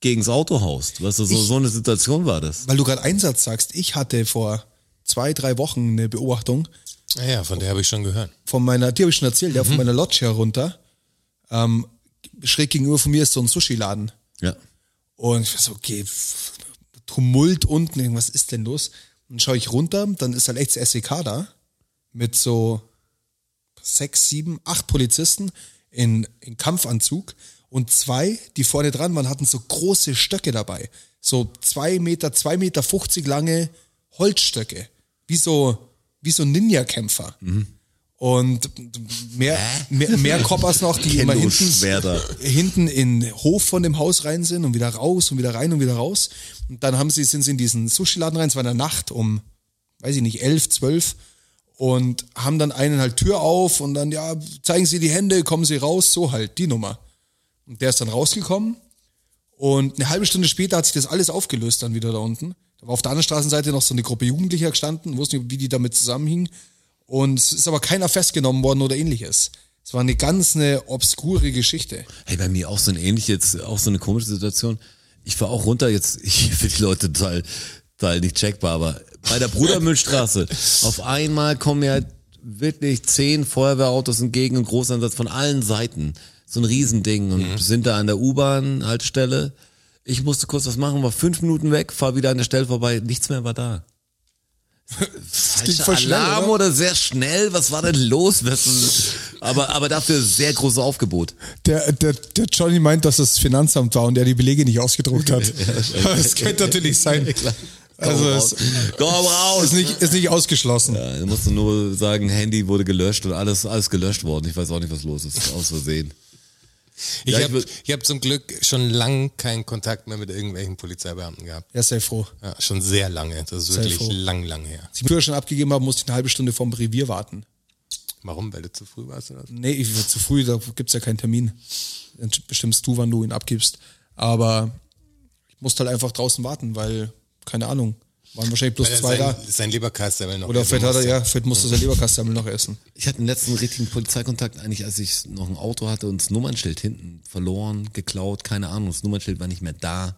gegens Auto haust. Weißt du, so, so eine Situation war das.
Weil du gerade Einsatz sagst, ich hatte vor zwei, drei Wochen eine Beobachtung
Naja, Ah von der habe ich schon gehört. Mhm.
von meiner, die habe ich schon erzählt, ja, von meiner Lodge herunter. Ähm, schräg gegenüber von mir ist so ein Sushi-Laden.
Ja.
Und ich war so, okay, pff, Tumult unten, irgendwas ist denn los? Und dann schaue ich runter, dann ist halt echt das SEK da mit so sechs, sieben, acht Polizisten in, in Kampfanzug und zwei, die vorne dran waren, hatten so große Stöcke dabei. So zwei Meter, zwei Meter 50 lange Holzstöcke. Wie so, wie so Ninja-Kämpfer. Und mehr, mehr, mehr Koppers noch, die immer hinten,
Kendo-Schwerter.
hinten in den Hof von dem Haus rein sind und wieder raus und wieder rein und wieder raus. Und dann haben sie, sind sie in diesen Sushi-Laden rein, es war in der Nacht um, weiß ich nicht, elf, zwölf und haben dann einen halt Tür auf und dann, ja, zeigen sie die Hände, kommen sie raus, so halt, die Nummer. Und der ist dann rausgekommen und eine halbe Stunde später hat sich das alles aufgelöst dann wieder da unten. Da war auf der anderen Straßenseite noch so eine Gruppe Jugendlicher gestanden, wussten nicht, wie die damit zusammenhingen. Und es ist aber keiner festgenommen worden oder ähnliches. Es war eine ganz eine obskure Geschichte.
Hey, bei mir auch so ein ähnlich jetzt, auch so eine komische Situation. Ich war auch runter jetzt, ich für die Leute total, total nicht checkbar, aber bei der Brudermüllstraße. auf einmal kommen mir halt wirklich zehn Feuerwehrautos entgegen und Großeinsatz von allen Seiten. So ein Riesending
Mhm.
und sind da an der U-Bahn-Haltestelle. Ich musste kurz was machen, war fünf Minuten weg, fahr wieder an der Stelle vorbei, nichts mehr war da.
klingt
Falscher
voll schnell,
Alarm
oder?
oder? sehr schnell, was war denn los? Das ist- Aber, aber dafür sehr großes Aufgebot.
Der, der, der Johnny meint, dass das Finanzamt war und er die Belege nicht ausgedruckt hat. das könnte natürlich sein. Also es
Komm raus!
ist nicht, ist nicht ausgeschlossen.
Ja, da musst du nur sagen, Handy wurde gelöscht und alles, alles gelöscht worden. Ich weiß auch nicht, was los ist. Aus Versehen.
Ich
Ja, ich
habe
würd-
hab zum Glück schon lang keinen Kontakt mehr mit irgendwelchen Polizeibeamten gehabt.
Ja, sei froh.
Ja, schon sehr lange. Das ist
Sei
wirklich
froh.
lang, lang her.
Als ich Führerschein abgegeben habe, musste ich eine halbe Stunde vorm Revier warten.
Warum? Weil du zu früh warst oder so?
Nee, ich war zu früh, da gibt's ja keinen Termin. Dann bestimmst du, wann du ihn abgibst. Aber ich musste halt einfach draußen warten, weil, keine Ahnung, Waren wahrscheinlich bloß zwei
Weil er sein,
da.
sein Leberkassemmel noch.
Oder
essen
vielleicht, hat er,
musste.
ja, vielleicht musste sein Leberkassemmel noch essen.
Ich hatte den letzten richtigen Polizeikontakt eigentlich, als ich noch ein Auto hatte und das Nummernschild hinten verloren, geklaut, keine Ahnung. Das Nummernschild war nicht mehr da.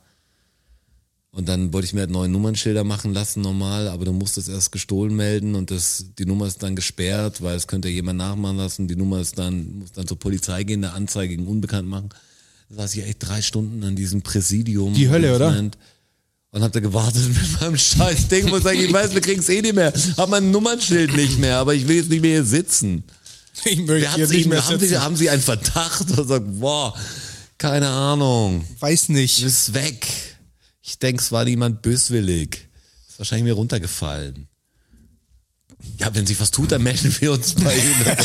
Und dann wollte ich mir halt neue Nummernschilder machen lassen, normal, aber du musst es erst gestohlen melden und das, die Nummer ist dann gesperrt, weil es könnte jemand nachmachen lassen. Die Nummer ist dann, muss dann zur Polizei gehen, eine Anzeige gegen Unbekannt machen. Da saß ich echt drei Stunden in diesem Präsidium.
Die Hölle, oder?
Management Und hab da gewartet mit meinem scheiß Ding, wo ich sage, ich weiß, wir kriegen's eh nicht mehr. Hab mein Nummernschild nicht mehr, aber ich will jetzt nicht mehr hier sitzen.
Ich möchte
Wer hat sie, haben, sie, haben sie einen Verdacht und sagt, boah, keine Ahnung,
Weiß nicht.
ist weg. Ich denke, es war niemand böswillig. Ist wahrscheinlich mir runtergefallen. Ja, wenn sie was tut, dann melden wir uns bei ihnen.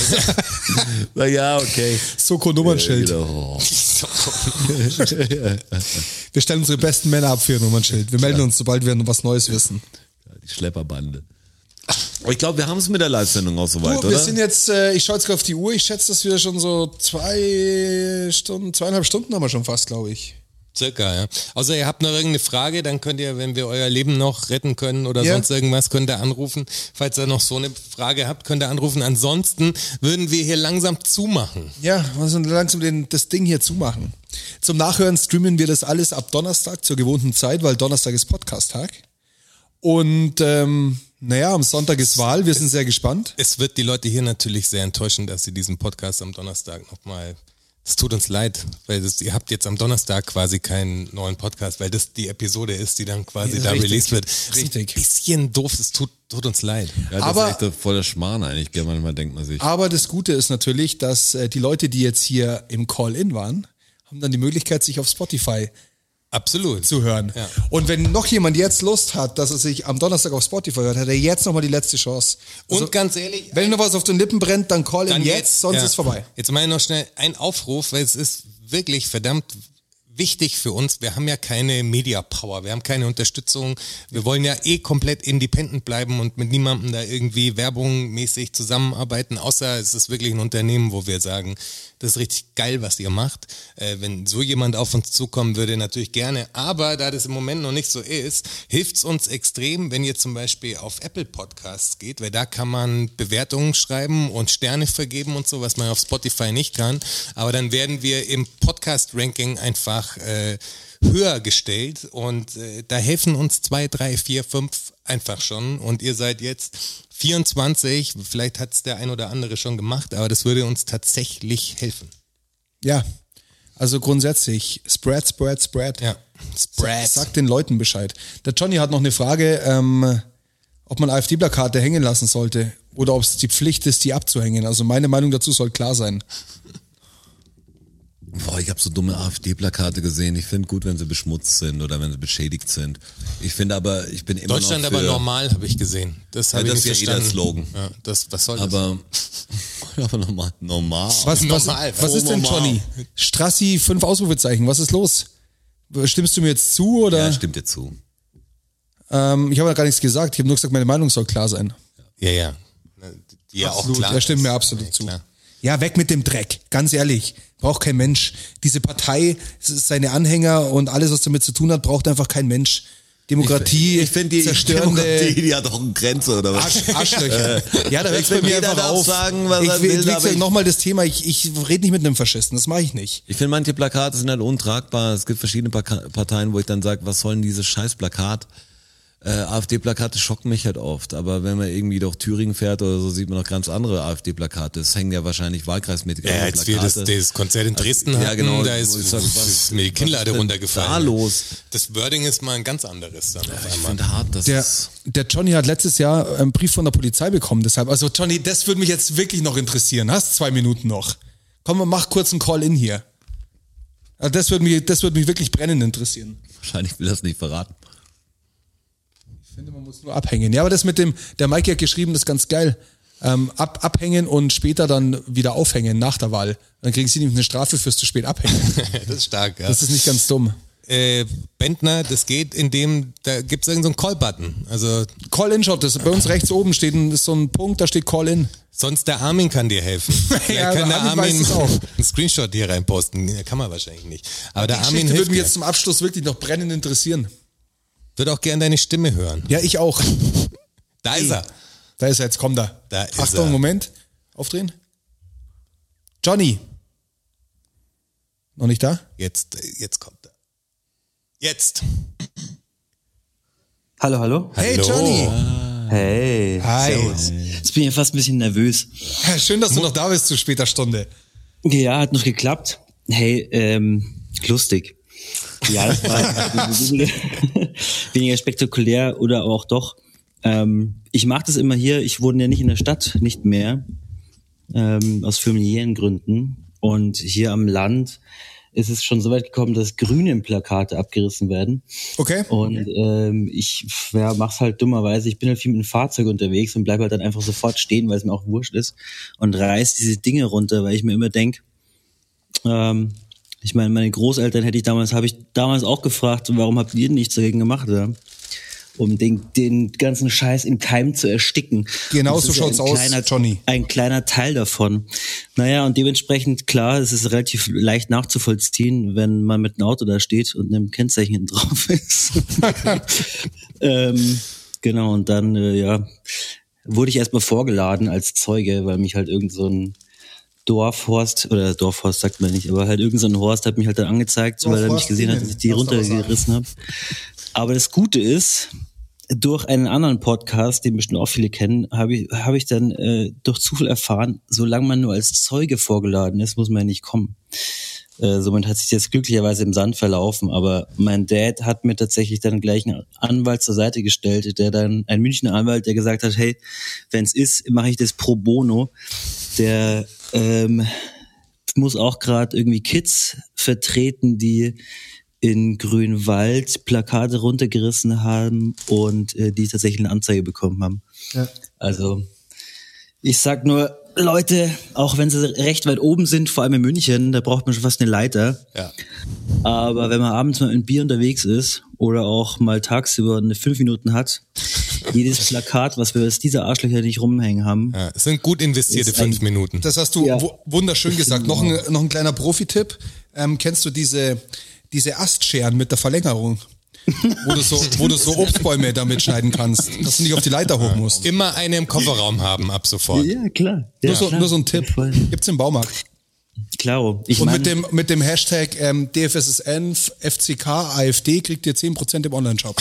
Na ja, okay.
Soko-Nummernschild.
Wieder, oh.
Wir stellen unsere besten Männer ab für ihr Nummernschild. Wir melden uns, sobald wir was Neues wissen.
Die Schlepperbande. Aber ich glaube, wir haben es mit der Live-Sendung auch
Du,
soweit,
wir
oder?
sind jetzt, äh, ich schaue jetzt gerade auf die Uhr, ich schätze, dass wir schon so zwei Stunden, zweieinhalb Stunden haben wir schon fast, glaube ich.
Circa, ja. Außer ihr habt noch irgendeine Frage, dann könnt ihr, wenn wir euer Leben noch retten können oder
Ja.
sonst irgendwas, könnt ihr anrufen. Falls ihr noch so eine Frage habt, könnt ihr anrufen. Ansonsten würden wir hier langsam zumachen.
Ja, wir müssen langsam den, das Ding hier zumachen. Zum Nachhören streamen wir das alles ab Donnerstag zur gewohnten Zeit, weil Donnerstag ist Podcast-Tag. Und ähm, naja, am Sonntag ist Wahl, wir sind sehr gespannt.
Äh,
Es wird die Leute hier natürlich sehr enttäuschen, dass sie diesen Podcast am Donnerstag nochmal. Es tut uns leid, weil das, ihr habt jetzt am Donnerstag quasi keinen neuen Podcast, weil das die Episode ist, die dann quasi
Ja,
da
richtig.
released wird. Das ist
Richtig.
Ein bisschen doof, es tut, tut uns leid.
ja, das
aber-
ist echt äh, voll der Schmarrn eigentlich, gell? manchmal denkt man sich.
Aber das Gute ist natürlich, dass äh, die Leute, die jetzt hier im Call-In waren, haben dann die Möglichkeit, sich auf Spotify
Absolut.
zu hören.
Ja.
Und wenn noch jemand jetzt Lust hat, dass er sich am Donnerstag auf Spotify hört, hat er jetzt nochmal die letzte Chance. Also,
Und ganz ehrlich,
wenn noch was auf den Lippen brennt, dann call in
Dann
jetzt, sonst
ja.
ist vorbei.
Jetzt mal noch schnell ein Aufruf, weil es ist wirklich verdammt wichtig für uns. Wir haben ja keine Media Power, wir haben keine Unterstützung. Wir wollen ja eh komplett independent bleiben und mit niemandem da irgendwie werbungmäßig zusammenarbeiten, außer es ist wirklich ein Unternehmen, wo wir sagen, das ist richtig geil, was ihr macht. Äh, wenn so jemand auf uns zukommen würde, natürlich gerne. Aber da das im Moment noch nicht so ist, hilft's uns extrem, wenn ihr zum Beispiel auf Apple Podcasts geht, weil da kann man Bewertungen schreiben und Sterne vergeben und so, was man auf Spotify nicht kann. Aber dann werden wir im Podcast-Ranking einfach äh, höher gestellt und äh, da helfen uns zwei, drei, vier, fünf einfach schon und ihr seid jetzt 24, vielleicht hat's der ein oder andere schon gemacht, aber das würde uns tatsächlich helfen.
Ja. Also grundsätzlich, spread, spread, spread.
Ja. Spread.
Sag den Leuten Bescheid. Der Johnny hat noch eine Frage, ähm, ob man AfD-Plakate hängen lassen sollte oder ob es die Pflicht ist, die abzuhängen. Also meine Meinung dazu soll klar sein.
Boah, ich habe so dumme AfD-Plakate gesehen. Ich finde gut, wenn sie beschmutzt sind oder wenn sie beschädigt sind. Ich finde aber, ich bin immer
Deutschland
noch für,
aber normal, habe ich gesehen. Das habe
Ja,
ich
das
nicht
ist ja eh der
verstanden.
Slogan.
Ja, das, was soll
Aber, aber normal. Normal.
Was, was,
Normal.
was ist denn, Johnny? Strassi, fünf Ausrufezeichen, was ist los? Stimmst du mir jetzt zu oder?
Ja, stimmt dir zu.
ähm, ich habe ja gar nichts gesagt, ich habe nur gesagt, meine Meinung soll klar sein.
das? Ja, ja. Na, Die ja auch
Absolut,
klar.
da stimmt mir
ist.
absolut
Ja,
zu.
klar.
Ja, weg mit dem Dreck, ganz ehrlich. Braucht kein Mensch. Diese Partei, es ist seine Anhänger und alles, was damit zu tun hat, braucht einfach kein Mensch. Demokratie,
ich finde die
zerstörende
Demokratie, die hat auch eine Grenze oder was?
Arsch, Arschlöcher. ja, da hört
Wenn
bei mir
jeder
einfach
darf
auf.
sagen, was
ich
er
will,
will,
wie
aber
gesagt,
ich-
nochmal das Thema, ich, ich rede nicht mit einem Faschisten, das mache ich nicht.
Ich finde, manche Plakate sind halt untragbar. Es gibt verschiedene Parka Parteien, wo ich dann sage, was soll denn dieses scheiß Plakat? Äh, AfD-Plakate schocken mich halt oft. Aber wenn man irgendwie durch Thüringen fährt oder so, sieht man noch ganz andere AfD-Plakate. Es hängen ja wahrscheinlich wahlkreismäßig
Ja,
andere
als wir das, das Konzert in Dresden hatten,
ja, genau.
da ist,
Wo ich sag, was-
ist mir die
was ist
Kinnlade
denn
runtergefallen.
da los?
Das Wording ist mal ein ganz anderes dann auf
Ich
einmal.
finde hart, dass
Der,
es-
der Johnny hat letztes Jahr einen Brief von der Polizei bekommen, deshalb. Also Johnny, das würde mich jetzt wirklich noch interessieren. Hast zwei Minuten noch? Komm, mach kurz einen Call-In hier. Also das würde mich, das würde mich wirklich brennend interessieren.
wahrscheinlich will das nicht verraten.
Ich finde, man muss nur abhängen. Ja, aber das mit dem, der Mike hat geschrieben, das ist ganz geil. Ähm, ab, abhängen und später dann wieder aufhängen nach der Wahl. Dann kriegen sie nämlich eine Strafe fürs zu spät abhängen.
das ist stark, ja.
Das ist nicht ganz dumm.
äh, Bentner, das geht, indem da gibt es irgendeinen so Call-Button. Also
Call-In-Shot, das bei uns rechts oben steht ein, ist so ein Punkt, da steht Call-In.
sonst der Armin kann dir helfen. Vielleicht
Ja,
kann
aber
der
Armin
Armin,
weiß es auch.
einen Screenshot hier reinposten. Ja, Kann man wahrscheinlich nicht. Aber der
Die
Armin
Geschichte
hilft
würde mich
dir.
jetzt zum Abschluss wirklich noch brennend interessieren.
Würde auch gerne deine Stimme hören.
Ja, eh. ich auch.
Da ist er.
Da ist er, jetzt komm da.
Da ist
Achtung,
er.
Moment. Aufdrehen. Johnny. Noch nicht da?
Jetzt, äh, jetzt kommt er. Jetzt.
Hallo, hallo.
Hey, Johnny.
Hey.
Hi.
Jetzt bin ich ja fast ein bisschen nervös.
Schön, dass du noch da bist zu später Stunde.
Ja, hat noch geklappt. Hey, ähm, lustig. Ja, das war weniger, weniger spektakulär oder auch doch. Ähm, ich mache das immer hier. Ich wohne ja nicht in der Stadt, nicht mehr. Ähm, aus familiären Gründen. Und hier am Land ist es schon so weit gekommen, dass grüne Plakate abgerissen werden.
Okay.
Und ähm, ich pf, ja, mach's halt dummerweise. Ich bin halt viel mit dem Fahrzeug unterwegs und bleib halt dann einfach sofort stehen, weil es mir auch wurscht ist und reiß diese Dinge runter, weil ich mir immer denk, ähm, ich meine, meine Großeltern hätte ich damals, habe ich damals auch gefragt, warum habt ihr nichts dagegen gemacht, ja? um den, den ganzen Scheiß im Keim zu ersticken.
Genau
Das
so
ist ja
schaut's
ein
aus,
kleiner,
Johnny.
Ein kleiner Teil davon. Naja, und dementsprechend, klar, es ist relativ leicht nachzuvollziehen, wenn man mit einem Auto da steht und einem Kennzeichen hinten drauf ist. ähm, genau, und dann, äh, ja, wurde ich erstmal vorgeladen als Zeuge, weil mich halt irgend so ein Dorfhorst, oder Dorfhorst sagt man nicht, aber halt irgend so ein Horst hat mich halt dann angezeigt, weil er mich
Dorfhorst
gesehen hat,
Ihnen,
dass ich die
darfst du aber
runtergerissen habe. Aber das Gute ist, durch einen anderen Podcast, den bestimmt auch viele kennen, habe ich, habe ich dann äh, durch Zufall erfahren, solange man nur als Zeuge vorgeladen ist, muss man ja nicht kommen. Äh, somit hat sich das glücklicherweise im Sand verlaufen, aber mein Dad hat mir tatsächlich dann gleich einen Anwalt zur Seite gestellt, der dann, ein Münchner Anwalt, der gesagt hat, hey, wenn's ist, mache ich das pro bono. Der ähm, muss auch gerade irgendwie Kids vertreten, die in Grünwald Plakate runtergerissen haben und äh, die tatsächlich eine Anzeige bekommen haben. Also ich sag nur, Leute, auch wenn sie recht weit oben sind, vor allem in München, da braucht man schon fast eine Leiter.
Ja.
Aber wenn man abends mal ein Bier unterwegs ist oder auch mal tagsüber eine fünf Minuten hat, jedes Plakat, was wir aus dieser Arschlöcher nicht rumhängen haben,
ja. Es sind gut investierte
Ist
fünf
ein-
Minuten.
Das hast du
Ja.
wu- wunderschön gesagt. Noch ein, noch ein kleiner Profi-Tipp. Ähm, kennst du diese, diese Astscheren mit der Verlängerung? wo, du so, wo du so Obstbäume damit schneiden kannst, dass du nicht auf die Leiter hoch musst.
Immer eine im Kofferraum haben ab sofort.
Ja, klar. Ja,
Nur, so,
klar.
nur so ein Tipp.
Voll.
Gibt's im Baumarkt.
Klaro. Ich
Und
meine,
mit dem, mit dem Hashtag ähm, DFSSN, FCK, AfD kriegt ihr 10% im Online-Shop.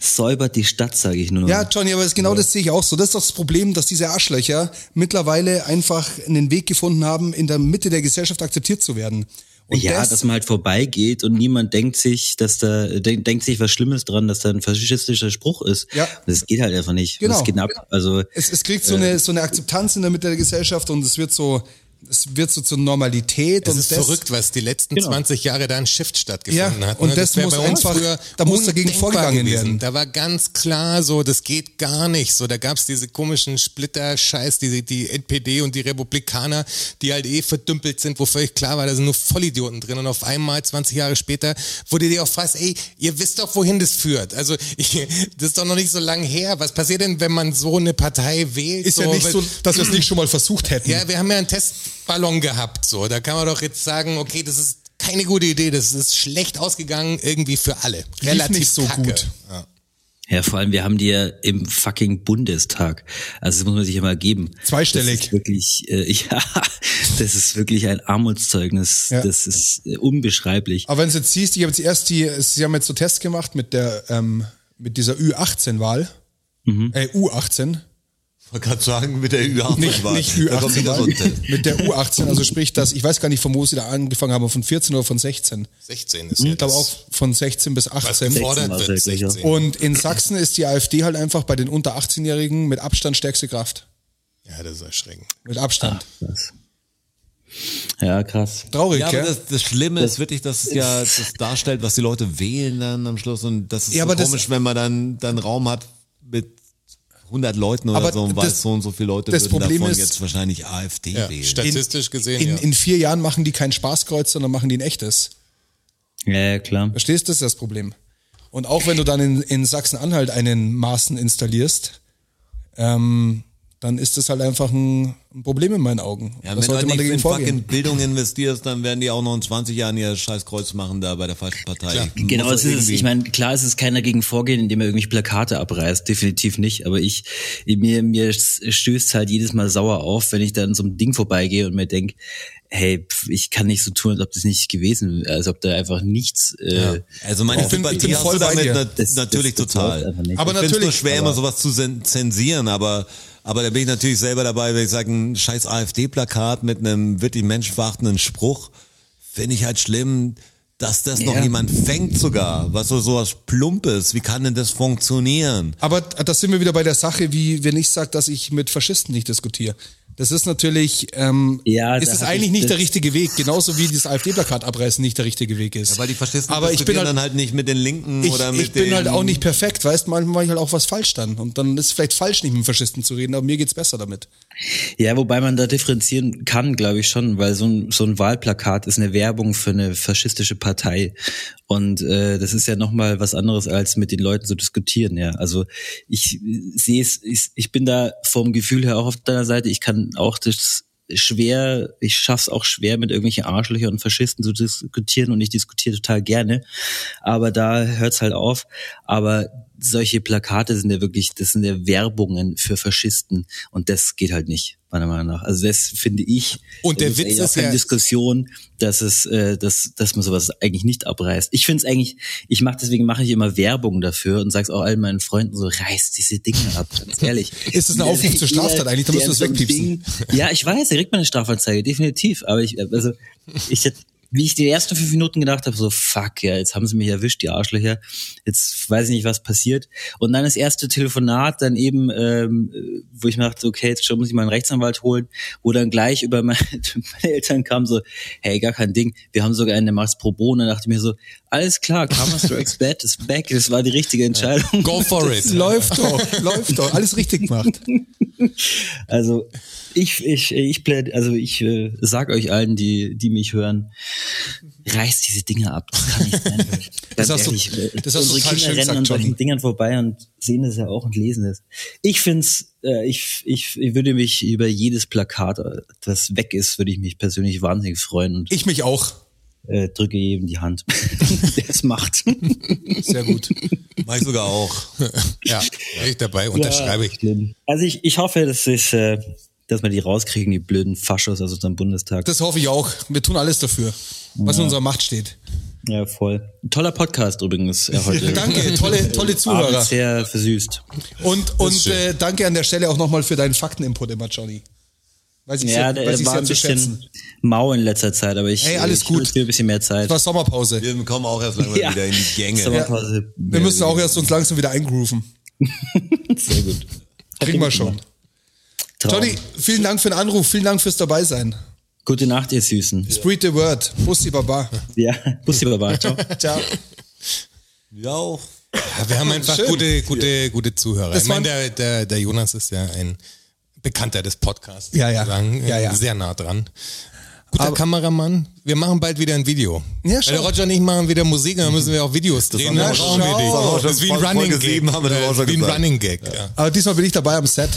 säubert die Stadt, sage ich nur.
Ja, Johnny, aber das, genau das sehe ich auch so. Das ist doch das Problem, dass diese Arschlöcher mittlerweile einfach einen Weg gefunden haben, in der Mitte der Gesellschaft akzeptiert zu werden. Und
ja,
das,
dass man halt vorbeigeht und niemand denkt sich, dass da denk, denkt sich was Schlimmes dran, dass da ein faschistischer Spruch ist.
Ja.
Und Das geht halt einfach nicht.
Genau.
Das geht ab. Also
es, es kriegt so
Äh.
eine, so eine Akzeptanz in der Mitte der Gesellschaft und es wird so, es wird so zur Normalität.
Es
und
ist
das,
verrückt, was die letzten
Genau.
20 Jahre da ein Shift
Ja,
stattgefunden hat.
und
ne?
das
wär
muss
bei uns
einfach-
früher
da muss dagegen
undenkbar
vorgegangen werden.
Da war ganz klar so, das geht gar nicht. So, da gab's diese komischen Splitter-Scheiß, die, die NPD und die Republikaner, die halt eh verdümpelt sind, wo völlig klar war, da sind nur Vollidioten drin. Und auf einmal, 20 Jahre später, wurde dir auch fragst, ey, ihr wisst doch, wohin das führt. Also, ich, das ist doch noch nicht so lang her. Was passiert denn, wenn man so eine Partei wählt?
Ist ja nicht
weil-
so, dass wir es nicht schon mal versucht hätten.
ja, wir haben ja einen Testballon gehabt, so. Da kann man doch jetzt sagen, okay, das ist keine gute Idee, das ist schlecht ausgegangen, irgendwie für alle. Relativ
nicht so
kacke.
gut.
Ja.
ja, vor allem wir haben die ja im fucking Bundestag. Also das muss man sich ja mal geben.
Zweistellig.
Das ist wirklich, äh, ja, das ist wirklich ein Armutszeugnis.
Ja.
Das ist äh, unbeschreiblich.
Aber wenn du jetzt siehst, ich habe jetzt erst die, sie haben jetzt so Tests gemacht mit der, ähm, mit dieser Ü18-Wahl.
Mhm.
Äh, U18.
Man kann sagen, mit der Ü18
Nicht,
war.
nicht
Da kommt
Ü18
wieder so
Wahl.
ein Test.
Mit der U18, also sprich, dass, ich weiß gar nicht, von wo sie da angefangen haben, von 14 oder von 16.
16 ist ja
Ich glaube
das,
auch von 16 bis
was
18.
gefordert wird,
16 war's wirklich, ja.
16.
Und in Sachsen ist die AfD halt einfach bei den unter 18-Jährigen mit Abstand stärkste Kraft.
ja, das ist erschreckend.
Mit Abstand.
Ja, krass.
Traurig,
Ah. Ja, aber
gell?
das, das Schlimme ist wirklich, dass es ja das darstellt, was die Leute wählen dann am Schluss und das ist
Ja,
so
aber das-
komisch, wenn man dann dann Raum hat mit 100 Leuten oder
Aber
so und
das-
weiß so und so viele Leute
das
würden
Problem
davon
ist-
jetzt wahrscheinlich AfD
Ja,
wählen.
statistisch gesehen,
In,
ja.
in vier Jahren machen die kein Spaßkreuz, sondern machen die ein echtes.
Ja, ja, klar.
Verstehst du, das ist das Problem. Und auch wenn du dann in, in Sachsen-Anhalt einen Maßen installierst, ähm, dann ist das halt einfach ein, ein Problem in meinen Augen.
Ja,
da
wenn du
sollte
halt
man
nicht
dagegen
in fucking
vorgehen.
Bildung investierst, dann werden die auch noch in 20 Jahren ihr scheiß Kreuz machen da bei der falschen Partei. Muss
Genau,
das
das ist es.
irgendwie-
Ich meine, klar ist es keiner gegen vorgehen, indem er irgendwie Plakate abreißt. Definitiv nicht. Aber ich, mir, mir stößt halt jedes Mal sauer auf, wenn ich dann an so einem Ding vorbeigehe und mir denk, hey, pf, ich kann nicht so tun, als ob das nicht gewesen wäre, als ob da einfach nichts, äh,
Also meine
Ich bin-
Sympathie
ich bin
hast
voll
du
bei
damit
dir.
na,
Das-
natürlich
das- das läuft
total.
einfach nicht.
Aber
Aber
ich finde es nur
natürlich,
schwer, immer sowas zu sen- zensieren, aber aber da bin ich natürlich selber dabei, wenn ich sage, ein scheiß AfD-Plakat mit einem wirklich menschenverachtenden Spruch, finde ich halt schlimm, dass das noch
Ja.
jemand fängt sogar, was so sowas Plumpes, wie kann denn das funktionieren?
Aber das sind wir wieder bei der Sache, wie wenn ich sage, dass ich mit Faschisten nicht diskutiere. Das ist natürlich, ähm,
Ja,
ist
da
es
hab
eigentlich
ich
nicht der
das-
richtige Weg, genauso wie das AfD-Plakat abreißen nicht der richtige Weg ist.
Weil die Faschisten
Aber ich bin
diskutieren
halt,
dann halt nicht mit den Linken
ich,
oder mit
ich bin
den
halt auch nicht perfekt, weißt, manchmal mache ich halt auch was falsch dann. Und dann ist es vielleicht falsch, nicht mit dem Faschisten zu reden, aber mir geht's besser damit.
Ja, wobei man da differenzieren kann, glaube ich schon, weil so ein, so ein Wahlplakat ist eine Werbung für eine faschistische Partei. Und äh, das ist ja nochmal was anderes, als mit den Leuten zu diskutieren, ja. Also ich sehe es, ich, ich bin da vom Gefühl her auch auf deiner Seite, ich kann auch das schwer, ich schaff's auch schwer, mit irgendwelchen Arschlöchern und Faschisten zu diskutieren und ich diskutiere total gerne. Aber da hört's halt auf. Aber solche Plakate sind ja wirklich, das sind ja Werbungen für Faschisten und das geht halt nicht, meiner Meinung nach. Also das finde ich.
Und der
das
Witz
eigentlich auch
ist
keine
ja-
Diskussion, dass es, äh, dass, dass man sowas eigentlich nicht abreißt. Ich finde es eigentlich, ich mache deswegen mache ich immer Werbung dafür und sag's auch allen meinen Freunden so, reißt diese Dinge ab, ganz ehrlich.
Ist das eine Aufruf zur Straftat eigentlich? Da musst du
Der-
es
der so ein
wegpiepsen.
Ding- Ja, ich weiß, er kriegt mal eine Strafanzeige, definitiv. Aber ich, also, ich hätte, wie ich die ersten fünf Minuten gedacht habe, so, fuck, ja, jetzt haben sie mich erwischt, die Arschlöcher. Jetzt weiß ich nicht, was passiert. Und dann das erste Telefonat, dann eben, ähm, äh, wo ich mir dachte, okay, jetzt schon muss ich mal einen Rechtsanwalt holen, wo dann gleich über meine, meine Eltern kam so, hey, gar kein Ding, wir haben sogar einen, der macht's pro bono. Und dann dachte ich mir so, alles klar, Karma Strikes Bad ist back, das war die richtige Entscheidung.
Go for it.
Läuft doch, läuft doch, alles richtig gemacht.
Also ich, ich, ich pläd, also ich äh, sag euch allen, die, die mich hören, reißt diese Dinge ab. Das kann nicht sein.
Das
Ganz
hast du-
ehrlich, äh,
das hast du
unsere
total
Kinder
schön
rennen
gesagt,
an solchen
Johnny.
Dingern vorbei und sehen das ja auch und lesen das. Ich find's, äh, ich, ich, ich würde mich über jedes Plakat, äh, das weg ist, würde ich mich persönlich wahnsinnig freuen und
Ich mich auch.
äh, drücke jedem die Hand, der es macht.
Sehr gut.
mach ich sogar auch.
Ja, bin ich dabei, unterschreibe ich.
Schlimm. Also ich, ich hoffe, das ist, äh, dass wir die rauskriegen, die blöden Faschos aus unserem Bundestag.
Das hoffe ich auch. Wir tun alles dafür, was in unserer Macht steht.
Ja, voll. Ein toller Podcast übrigens äh, heute.
Danke, tolle, tolle
Abend
Zuhörer.
sehr versüßt.
Und, und äh, danke an der Stelle auch nochmal für deinen Fakteninput immer, Johnny. Weiß ich sehr,
Ja, der
weiß ich
war
sehr
ein
zu schätzen.
bisschen mau in letzter Zeit, aber ich,
Hey, alles
ich
gut.
hatte ein bisschen mehr Zeit.
Es war Sommerpause. Wir,
Wir kommen auch erst langsam
Ja.
wieder in die Gänge.
Sommerpause.
müssen auch erst uns langsam wieder eingrooven.
Sehr gut.
Kriegen wir schon.
Traum.
Johnny, vielen Dank für den Anruf, vielen Dank fürs Dabeisein.
Gute Nacht, ihr Süßen.
Spread the word. Bussi Baba.
Ja, Bussi Baba. Ciao.
Ciao.
Ja, auch.
Ja, wir haben einfach
Schön.
gute, gute, gute Zuhörer.
Das
ich meine,
waren-
der, der, der Jonas ist ja ein Bekannter des Podcasts.
Ja, ja.
sozusagen.
Ja, ja.
Sehr nah dran. Guter Kameramann. Wir machen bald wieder ein Video.
Ja,
Weil
schau.
der Roger und ich machen wieder Musik, dann müssen wir auch Videos drehen.
haben wir
Dann
schon-
brauchen wir
das haben
dich.
wir auch schon
Das ist wie ein
Folge
Running
sieben
Gag.
haben wir doch auch schon
Äh, wie ein
gesagt.
Running Gag. Ja.
Aber diesmal bin ich dabei am Set.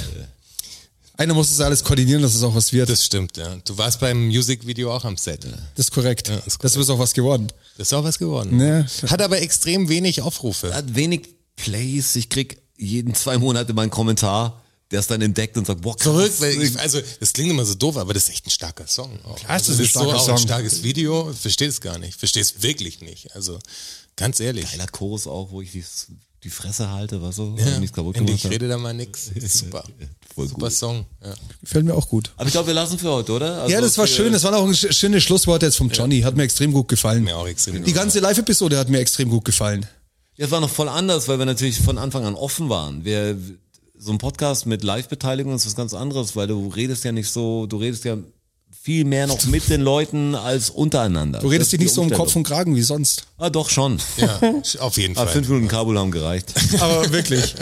Einer muss das alles koordinieren, dass es auch was wird. Das
Das stimmt, ja. Du warst beim Music-Video auch am Set.
ist korrekt.
ist korrekt.
Das ist auch was geworden.
Das ist auch was geworden.
Ja.
Hat aber extrem wenig Aufrufe.
hat wenig Plays. Ich krieg jeden zwei Monate mal einen Kommentar, der es dann entdeckt und sagt, boah, krass.
Zurück, weil ich, also das klingt immer so doof, aber das ist echt ein starker Song. Auch.
das
also,
ist ein
so
starker
auch
Song.
ein starkes Video. Verstehe es gar nicht. Verstehe es wirklich nicht. Also ganz ehrlich.
Geiler Chorus auch, wo ich die, die Fresse halte, was so.
Ja,
und nichts kaputt
Andy,
gemacht
ich
habe.
rede da mal nix. Super.
Voll
Super Song. Ja.
Gefällt mir auch gut.
Aber ich glaube, wir lassen für heute, oder? Also
Ja, das war
für-
schön. Das waren auch ein sch- schöne Schlussworte jetzt vom Johnny. Hat mir extrem gut gefallen.
Mir auch extrem
Die
gut
ganze Live-Episode hat mir extrem gut gefallen.
Das war noch voll anders, weil wir natürlich von Anfang an offen waren. Wir, so ein Podcast mit Live-Beteiligung ist was ganz anderes, weil du redest ja nicht so, du redest ja viel mehr noch mit den Leuten als untereinander.
Du redest dich nicht so um Kopf und Kragen wie sonst.
Ah, doch schon.
Ja, auf jeden
Ah,
Fall.
fünf Minuten Kabul haben gereicht.
Aber wirklich.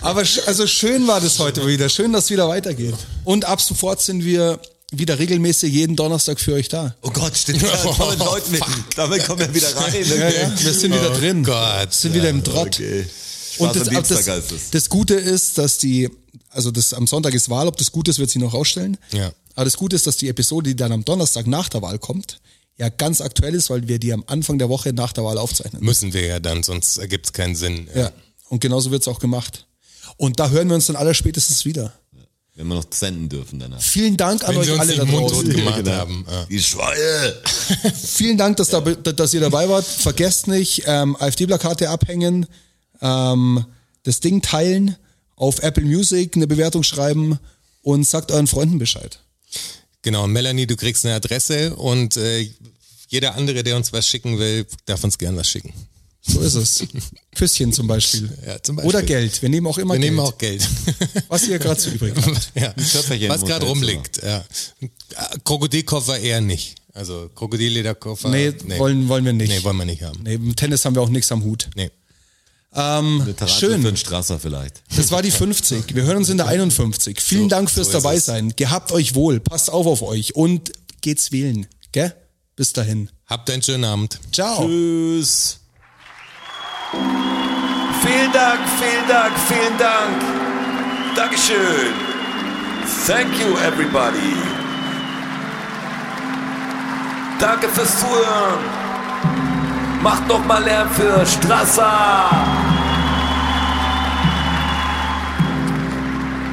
Aber sch- also schön war das heute wieder. Schön, dass es wieder weitergeht. Und ab sofort sind wir wieder regelmäßig jeden Donnerstag für euch da.
Oh Gott, stimmt. Ja, tollen
Oh,
Leuten mit.
fuck.
Damit kommen wir wieder rein.
Ja, ja, wir sind wieder drin.
Gott.
Sind wieder im Trott.
Okay.
Spaß am
ab-
Dienstag heißt es.
das Gute ist, dass die, also das am Sonntag ist Wahl, ob das gut ist, wird sie noch rausstellen.
Ja.
Aber das Gute ist, dass die Episode, die dann am Donnerstag nach der Wahl kommt, ja ganz aktuell ist, weil wir die am Anfang der Woche nach der Wahl aufzeichnen.
Müssen wir ja dann, sonst ergibt es keinen Sinn.
Ja. Und genauso wird's auch gemacht. Und da hören wir uns dann aller spätestens wieder.
Wenn wir noch senden dürfen danach.
Vielen Dank an
Wenn
euch
sie uns
alle
nicht
da
mundtot
draußen.
gemacht
Genau.
haben. Ja.
Die Schweine!
Vielen Dank, dass, da, dass ihr dabei wart. Vergesst nicht, ähm, AfD-Plakate abhängen, ähm, das Ding teilen, auf Apple Music eine Bewertung schreiben und sagt euren Freunden Bescheid.
Genau, Melanie, du kriegst eine Adresse und äh, jeder andere, der uns was schicken will, darf uns gern was schicken.
So ist es. Küsschen zum Beispiel.
Ja, zum Beispiel.
Oder Geld. Wir nehmen auch immer
Wir
Geld.
nehmen auch Geld.
was ihr gerade zu übrig habt.
ja.
Töpferchen
Was
im
gerade
Hotelzimmer.
rumliegt. Ja. Äh, Krokodilkoffer eher nicht. Also Krokodillederkoffer.
Nee, wollen, wollen wir nicht.
Nee, wollen wir nicht haben.
Nee, im Tennis haben wir auch nichts am Hut.
Nee.
Ähm,
Tarate
schön.
Für einen Strasser vielleicht.
Das war die 50. Wir hören uns in der 51. Vielen
So-
Dank fürs
so ist
dabei
es.
sein. Gehabt euch wohl. Passt auf auf euch und geht's wählen. Gell? Bis dahin.
Habt einen schönen Abend.
Ciao.
Tschüss.
Vielen Dank, vielen Dank, vielen Dank. Dankeschön. Thank you, everybody. Danke fürs Zuhören. Macht noch mal Lärm für Strasser.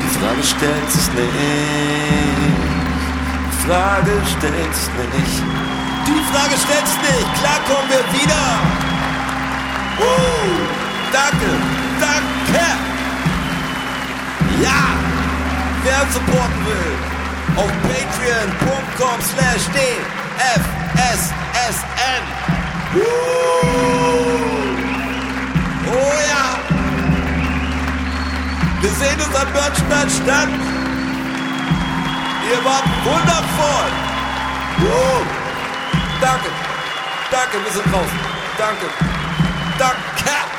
Die Frage stellt sich nicht. Die Frage stellt sich nicht. Die Frage stellt sich nicht. Klar kommen wir wieder. Uh, danke, danke. Ja, wer uns supporten will, auf patreon.com slash dfssn. Uh, oh ja. Wir sehen uns am Börnstein statt. Ihr wart wundervoll. Uh, danke, danke, wir sind draußen. Danke. Danke.